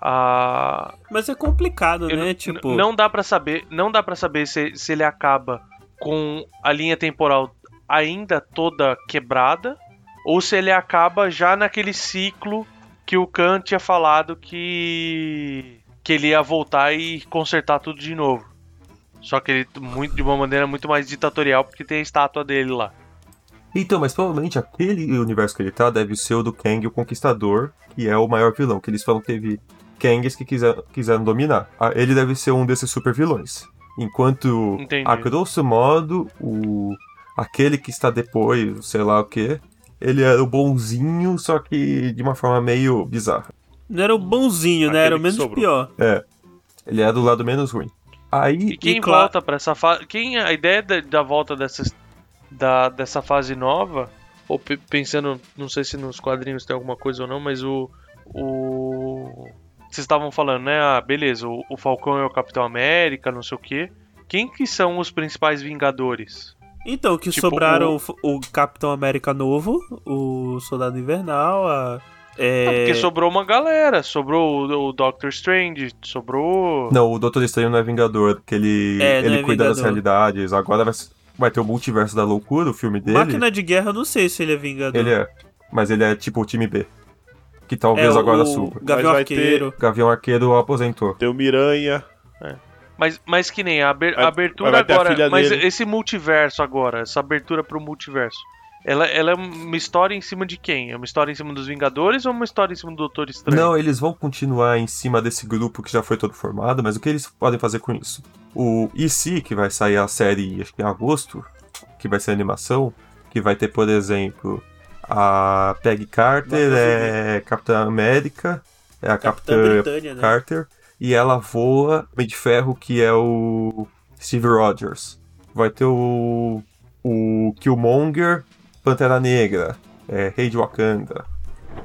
[SPEAKER 2] a,
[SPEAKER 1] Mas é complicado,
[SPEAKER 2] Eu
[SPEAKER 1] né?
[SPEAKER 2] não-
[SPEAKER 1] Tipo,
[SPEAKER 2] n- não dá pra saber, não dá para saber se, se ele acaba com a linha temporal ainda toda quebrada ou se ele acaba já naquele ciclo que o Kant tinha falado que que ele ia voltar e consertar tudo de novo. Só que ele muito, de uma maneira muito mais ditatorial porque tem a estátua dele lá.
[SPEAKER 3] Então, mas provavelmente aquele universo que ele tá deve ser o do Kang, o Conquistador, que é o maior vilão, que eles falam que teve Kangs que quiser, quiseram dominar. Ah, Ele deve ser um desses super vilões. Enquanto,
[SPEAKER 2] Entendi.
[SPEAKER 3] a grosso modo, o aquele que está depois, sei lá o que, ele era o bonzinho, só que de uma forma meio bizarra.
[SPEAKER 1] não era o bonzinho,
[SPEAKER 9] Aquele
[SPEAKER 1] né? Era o
[SPEAKER 9] que
[SPEAKER 1] menos
[SPEAKER 9] sobrou.
[SPEAKER 1] pior.
[SPEAKER 3] Ele era do lado menos ruim. Aí,
[SPEAKER 2] E quem
[SPEAKER 1] E claro-
[SPEAKER 2] volta pra essa fase. Quem a ideia da, da volta dessa, da, dessa fase nova, ou pe- pensando, não sei se nos quadrinhos tem alguma coisa ou não, mas o. o vocês estavam falando, né? Ah, beleza, o, o Falcão é o Capitão América, não sei o quê. Quem que são os principais Vingadores?
[SPEAKER 1] Então, que
[SPEAKER 2] Tipo,
[SPEAKER 1] sobraram o... o Capitão América novo, o Soldado Invernal, a É,
[SPEAKER 2] Não, porque sobrou uma galera. Sobrou o, o Doctor Strange, sobrou.
[SPEAKER 3] Não, o Doutor Estranho não é Vingador, porque ele,
[SPEAKER 1] É, não
[SPEAKER 3] ele
[SPEAKER 1] é
[SPEAKER 3] cuida das
[SPEAKER 1] Vingador.
[SPEAKER 3] realidades. Agora vai, vai ter o Multiverso da Loucura, o filme dele.
[SPEAKER 1] Máquina de Guerra, eu não sei se ele é Vingador.
[SPEAKER 3] Ele é. Mas ele é tipo o time B. Que talvez
[SPEAKER 1] o-
[SPEAKER 3] agora
[SPEAKER 1] É, o
[SPEAKER 3] suba.
[SPEAKER 9] Mas
[SPEAKER 1] Gavião
[SPEAKER 9] vai
[SPEAKER 1] Arqueiro.
[SPEAKER 3] Gavião Arqueiro aposentou.
[SPEAKER 9] Tem o Miranha.
[SPEAKER 2] Mas, mas que nem a aber-
[SPEAKER 9] Vai-
[SPEAKER 2] abertura
[SPEAKER 9] vai ter a
[SPEAKER 2] agora.
[SPEAKER 9] filha
[SPEAKER 2] Mas
[SPEAKER 9] dele.
[SPEAKER 2] esse multiverso agora, essa abertura pro multiverso. Ela, ela é uma história em cima de quem? É uma história em cima dos Vingadores ou uma história em cima do Doutor Estranho?
[SPEAKER 3] Não, eles vão continuar em cima desse grupo que já foi todo formado, mas o que eles podem fazer com isso? O EC, que vai sair a série acho que em agosto, que vai ser animação, que vai ter, por exemplo, a Peggy Carter,
[SPEAKER 1] Vai
[SPEAKER 3] é Capitã América, é a
[SPEAKER 1] Capitã
[SPEAKER 3] Capitã
[SPEAKER 1] Britânia, né?
[SPEAKER 3] Carter, e ela voa Homem de Ferro, que é o Steve Rogers. Vai ter o, o Killmonger, Pantera Negra, é, Rei de Wakanda.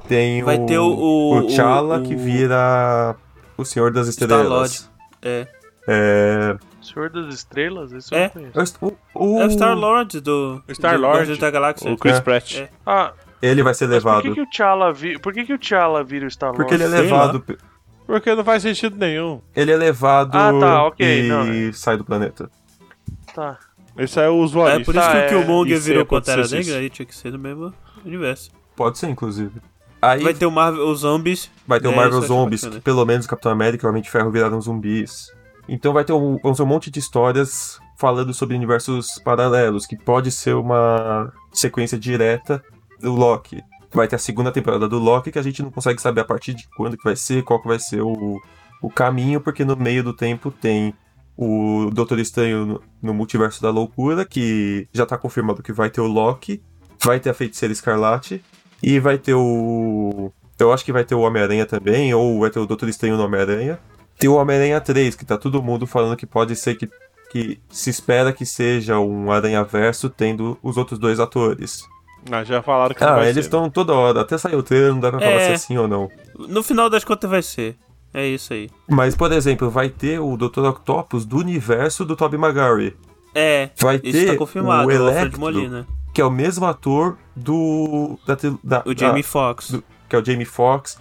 [SPEAKER 3] Tem
[SPEAKER 1] Vai
[SPEAKER 3] o,
[SPEAKER 1] ter o- o-
[SPEAKER 3] o T'Challa,
[SPEAKER 1] o-
[SPEAKER 3] que vira o Senhor das Estrelas.
[SPEAKER 1] É.
[SPEAKER 3] É,
[SPEAKER 2] Senhor das Estrelas? Isso
[SPEAKER 1] É.
[SPEAKER 2] eu não conheço.
[SPEAKER 3] é o, o-
[SPEAKER 1] É o Star-Lord do...
[SPEAKER 9] Star-Lord.
[SPEAKER 1] do Guardiões da Galáxia.
[SPEAKER 9] O Chris
[SPEAKER 3] É.
[SPEAKER 9] Pratt.
[SPEAKER 1] É.
[SPEAKER 2] Ah,
[SPEAKER 3] ele vai ser
[SPEAKER 2] mas por que,
[SPEAKER 3] levado.
[SPEAKER 2] que o T'Challa vi... por que, que o T'Challa vira o Star Lord?
[SPEAKER 3] Porque ele é
[SPEAKER 1] Sei
[SPEAKER 3] levado. pe-
[SPEAKER 9] Porque não faz sentido nenhum.
[SPEAKER 3] Ele é levado
[SPEAKER 2] Ah, tá, ok,
[SPEAKER 3] e
[SPEAKER 2] não, né?
[SPEAKER 3] sai do planeta.
[SPEAKER 2] Tá.
[SPEAKER 9] Esse é o
[SPEAKER 1] É
[SPEAKER 9] usuário.
[SPEAKER 1] por
[SPEAKER 2] Tá,
[SPEAKER 4] Ah,
[SPEAKER 1] isso que
[SPEAKER 2] é.
[SPEAKER 1] o Killmonger
[SPEAKER 9] Isso
[SPEAKER 1] virou
[SPEAKER 9] ia acontecer,
[SPEAKER 1] Pantera
[SPEAKER 9] isso.
[SPEAKER 1] Negra, aí tinha que ser do mesmo universo.
[SPEAKER 3] Pode ser, inclusive. Aí
[SPEAKER 1] Vai ter o Marvel, os zombies.
[SPEAKER 3] Vai ter
[SPEAKER 1] É,
[SPEAKER 3] o Marvel
[SPEAKER 1] isso eu acho
[SPEAKER 3] Zombies,
[SPEAKER 1] bacana.
[SPEAKER 3] que pelo menos o Capitão América e o Homem de Ferro viraram zumbis. Então vai ter um, vão ser um monte de histórias falando sobre universos paralelos, que pode ser uma sequência direta do Loki. Vai ter a segunda temporada do Loki, que a gente não consegue saber a partir de quando que vai ser, qual que vai ser o, o caminho, porque no meio do tempo tem o Doutor Estranho no, no Multiverso da Loucura, que já tá confirmado que vai ter o Loki, vai ter a Feiticeira Escarlate, e vai ter o Então, eu acho que vai ter o Homem-Aranha também, ou vai ter o Doutor Estranho no Homem-Aranha. Tem o Homem-Aranha 3, que tá todo mundo falando que pode ser que, que se espera que seja um Aranha-Verso tendo os outros dois atores.
[SPEAKER 9] Ah, já falaram que não
[SPEAKER 3] Ah,
[SPEAKER 9] vai
[SPEAKER 3] eles
[SPEAKER 9] ser.
[SPEAKER 3] estão toda hora, até saiu o trailer, não dá pra
[SPEAKER 1] É.
[SPEAKER 3] falar se é sim ou não.
[SPEAKER 1] No final das contas vai ser. É isso aí.
[SPEAKER 3] Mas, por exemplo, vai ter o Dr. Octopus do universo do Tobey Maguire.
[SPEAKER 1] É,
[SPEAKER 3] Vai
[SPEAKER 1] isso
[SPEAKER 3] ter
[SPEAKER 1] tá confirmado,
[SPEAKER 3] o
[SPEAKER 1] o Alfred
[SPEAKER 3] Electro,
[SPEAKER 1] Molina.
[SPEAKER 3] que é o mesmo ator do... Da, tri- da,
[SPEAKER 1] O Jamie
[SPEAKER 3] da-
[SPEAKER 1] Foxx,
[SPEAKER 3] do- que é o Jamie Foxx,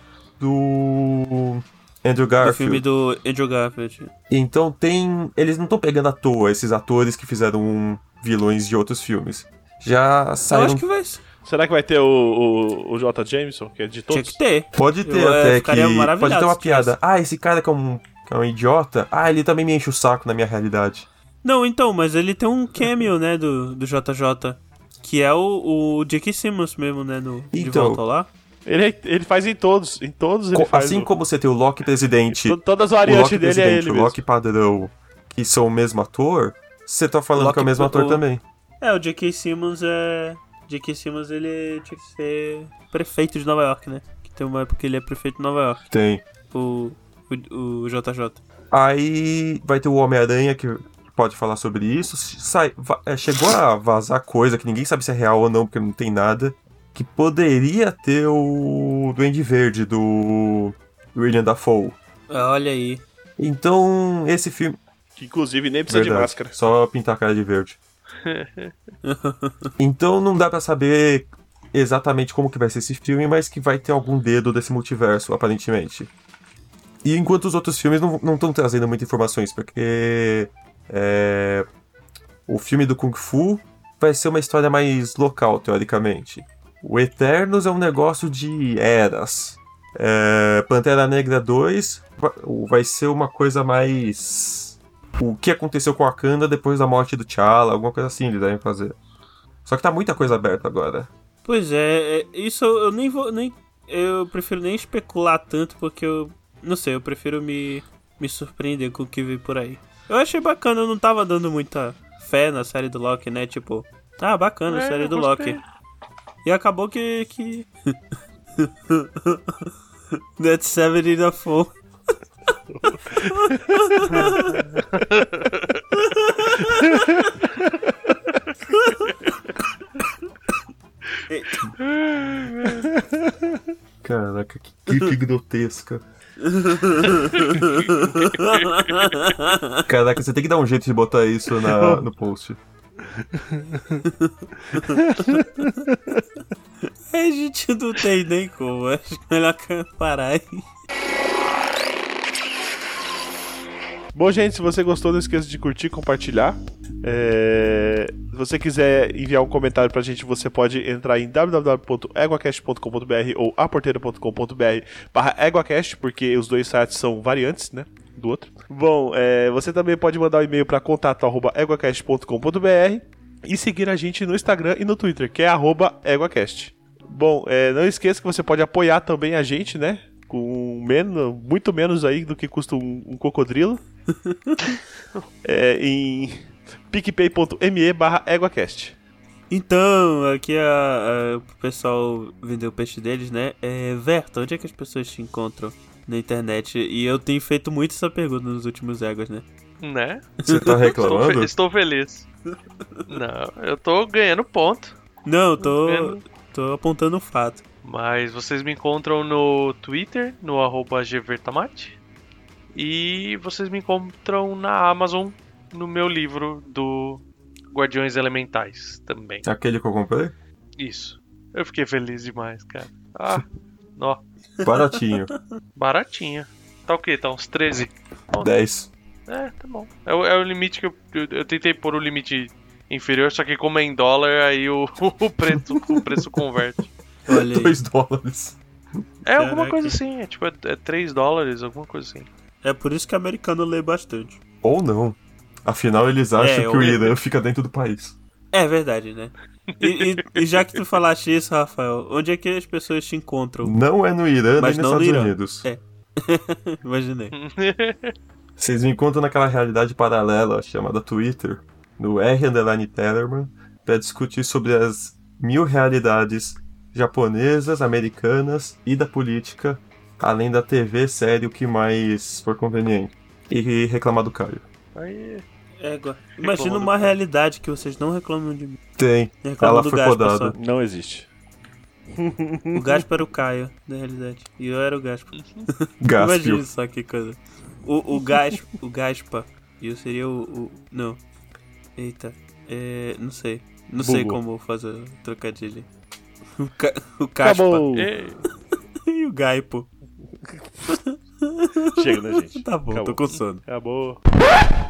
[SPEAKER 3] do... Andrew
[SPEAKER 1] do
[SPEAKER 3] Garfield.
[SPEAKER 1] filme do Andrew Garfield.
[SPEAKER 3] Então tem. Eles não estão pegando à toa esses atores que fizeram um vilões de outros filmes. Já
[SPEAKER 1] Eu
[SPEAKER 3] saíram.
[SPEAKER 1] acho que vai ser.
[SPEAKER 9] Será que vai ter o, o, o J. Jameson, que é de
[SPEAKER 1] Tinha
[SPEAKER 9] todos?
[SPEAKER 1] que ter.
[SPEAKER 3] Pode ter
[SPEAKER 1] Eu, é,
[SPEAKER 3] até que.
[SPEAKER 1] ficaria maravilhado
[SPEAKER 3] Pode ter uma
[SPEAKER 1] se tivesse.
[SPEAKER 3] piada. Ah, esse cara que é um. Que é um idiota. Ah, ele também me enche o saco na minha realidade.
[SPEAKER 1] Não, então, mas ele tem um cameo, né, do, do JJ. Que é o, o Jake Simmons mesmo, né, no, de
[SPEAKER 3] Então.
[SPEAKER 1] volta lá.
[SPEAKER 9] Ele, é, ele faz em todos. Em todos ele
[SPEAKER 3] Co-
[SPEAKER 9] faz.
[SPEAKER 3] assim
[SPEAKER 9] o-
[SPEAKER 3] como você tem o Loki presidente.
[SPEAKER 9] to- Todas as
[SPEAKER 3] o
[SPEAKER 9] variantes
[SPEAKER 3] Loki
[SPEAKER 9] dele
[SPEAKER 3] presidente,
[SPEAKER 9] é ele
[SPEAKER 3] o
[SPEAKER 9] mesmo.
[SPEAKER 3] Loki padrão, que são o mesmo ator, você tá falando
[SPEAKER 1] Loki
[SPEAKER 3] que é o mesmo ator
[SPEAKER 1] padrão.
[SPEAKER 3] também.
[SPEAKER 1] É, o J.K. Simmons é. J.K. Simmons ele tinha que ser prefeito de Nova York, né? Que tem uma época que ele é prefeito de Nova York.
[SPEAKER 3] Tem.
[SPEAKER 1] O. O, o JJ.
[SPEAKER 3] Aí vai ter o Homem-Aranha que pode falar sobre isso. Sai- va- é, chegou a vazar coisa que ninguém sabe se é real ou não, porque não tem nada. Que poderia ter o Duende Verde do William Dafoe.
[SPEAKER 1] Ah, Olha aí.
[SPEAKER 3] Então, esse filme.
[SPEAKER 9] Que inclusive nem precisa de
[SPEAKER 3] Verdade,
[SPEAKER 9] máscara.
[SPEAKER 3] Só pintar a cara de verde. então não dá pra saber exatamente como que vai ser esse filme, mas que vai ter algum dedo desse multiverso, aparentemente. E enquanto os outros filmes não estão trazendo muitas informações, porque é, o filme do Kung Fu vai ser uma história mais local, teoricamente. O Eternos é um negócio de eras. É, Pantera Negra 2 va- vai ser uma coisa mais. O que aconteceu com a Wakanda depois da morte do T'Challa, alguma coisa assim eles devem fazer. Só que tá muita coisa aberta agora.
[SPEAKER 1] Pois é, é, isso eu nem vou. Nem, eu prefiro nem especular tanto, porque eu. Não sei, eu prefiro me, me surpreender com o que vi por aí. Eu achei bacana, eu não tava dando muita fé na série do Loki, né? Tipo, ah, bacana a
[SPEAKER 2] É,
[SPEAKER 1] série
[SPEAKER 2] eu
[SPEAKER 1] do
[SPEAKER 2] gostei.
[SPEAKER 1] Loki. E acabou que. que... That's 70 da Full.
[SPEAKER 3] Caraca, que clipe grotesca. Caraca, você tem que dar um jeito de botar isso na- no post.
[SPEAKER 1] A gente não tem nem como, acho que melhor parar aí.
[SPEAKER 4] Bom, gente, se você gostou, não esqueça de curtir, compartilhar. É, Se você quiser enviar um comentário pra gente, você pode entrar em www.eguacast.com.br ou aporteira.com.br barra eguacast, porque os dois sites são variantes, né? Do outro. Bom, é, você também pode mandar um e-mail para contato.eguacast.com.br e seguir a gente no Instagram e no Twitter, que é arroba eguacast. Bom, é, não esqueça que você pode apoiar também a gente, né? Com menos, muito menos aí do que custa um, um cocodrilo. É, em picpay.me barra eguacast.
[SPEAKER 1] Então, aqui a, a- o pessoal vendeu o peixe deles, né? É, Verta, onde é que as pessoas te encontram na internet? E eu tenho feito muito essa pergunta nos últimos Éguas, né?
[SPEAKER 2] Né?
[SPEAKER 3] Você tá
[SPEAKER 2] Estou, fe-
[SPEAKER 3] reclamando?
[SPEAKER 2] estou feliz. Não, eu tô ganhando ponto.
[SPEAKER 1] Não, eu tô,
[SPEAKER 2] Vendo.
[SPEAKER 1] tô apontando o fato.
[SPEAKER 2] Mas vocês me encontram no Twitter, no arroba gvertamate. E vocês me encontram na Amazon, no meu livro do Guardiões Elementais também.
[SPEAKER 3] Aquele que eu comprei?
[SPEAKER 2] Isso. Eu fiquei feliz demais, cara. Ah, nó.
[SPEAKER 3] Baratinho.
[SPEAKER 2] Baratinha. Tá o quê? Tá uns 13?
[SPEAKER 3] 10.
[SPEAKER 2] É, tá bom. É, o- é o limite que eu, eu, eu tentei pôr o limite inferior, só que como é em dólar, aí o, o preço, o preço converte.
[SPEAKER 1] Olha aí.
[SPEAKER 3] 2 dólares.
[SPEAKER 2] É alguma
[SPEAKER 1] Caraca.
[SPEAKER 2] coisa assim, é tipo é, é 3 dólares, alguma coisa assim.
[SPEAKER 1] É por isso que americano lê bastante.
[SPEAKER 3] Ou não. Afinal, eles acham
[SPEAKER 1] É,
[SPEAKER 3] que o
[SPEAKER 1] ou-
[SPEAKER 3] Irã fica dentro do país.
[SPEAKER 1] É verdade, né? E, e- e já que tu falaste isso, Rafael, onde é que as pessoas te encontram?
[SPEAKER 3] Não é no Irã
[SPEAKER 1] Mas
[SPEAKER 3] nem
[SPEAKER 1] não
[SPEAKER 3] nos
[SPEAKER 1] no
[SPEAKER 3] Estados
[SPEAKER 1] Irã.
[SPEAKER 3] Unidos.
[SPEAKER 1] É. Imaginei.
[SPEAKER 3] Vocês me encontram naquela realidade paralela chamada Twitter, no R underline Tellerman, para discutir sobre as mil realidades japonesas, americanas e da política, além da TV, série, o que mais for conveniente. E reclamar do Caio.
[SPEAKER 2] Aí,
[SPEAKER 1] Égua. Imagina
[SPEAKER 2] Reclamando
[SPEAKER 1] uma
[SPEAKER 2] do-
[SPEAKER 1] realidade que vocês não reclamam de mim.
[SPEAKER 3] Tem.
[SPEAKER 1] Reclamam
[SPEAKER 3] Ela
[SPEAKER 1] do
[SPEAKER 3] foi
[SPEAKER 1] Gaspar
[SPEAKER 3] podada.
[SPEAKER 1] só.
[SPEAKER 4] Não existe.
[SPEAKER 1] O Gaspar era o Caio, na realidade. E eu era o Gaspar. Imagina
[SPEAKER 3] Gaspio.
[SPEAKER 1] só que coisa. O, o, Gas, o Gaspa. E eu seria o. o- não. Eita. É, não sei. Não sei
[SPEAKER 4] Bugou.
[SPEAKER 1] como fazer o trocadilho. O, ca, o Caspa
[SPEAKER 4] Acabou!
[SPEAKER 2] e-
[SPEAKER 1] e o Gaipo.
[SPEAKER 4] Chega, né, gente?
[SPEAKER 1] Tá bom, tô
[SPEAKER 4] Acabou.
[SPEAKER 1] com sono.
[SPEAKER 4] Acabou.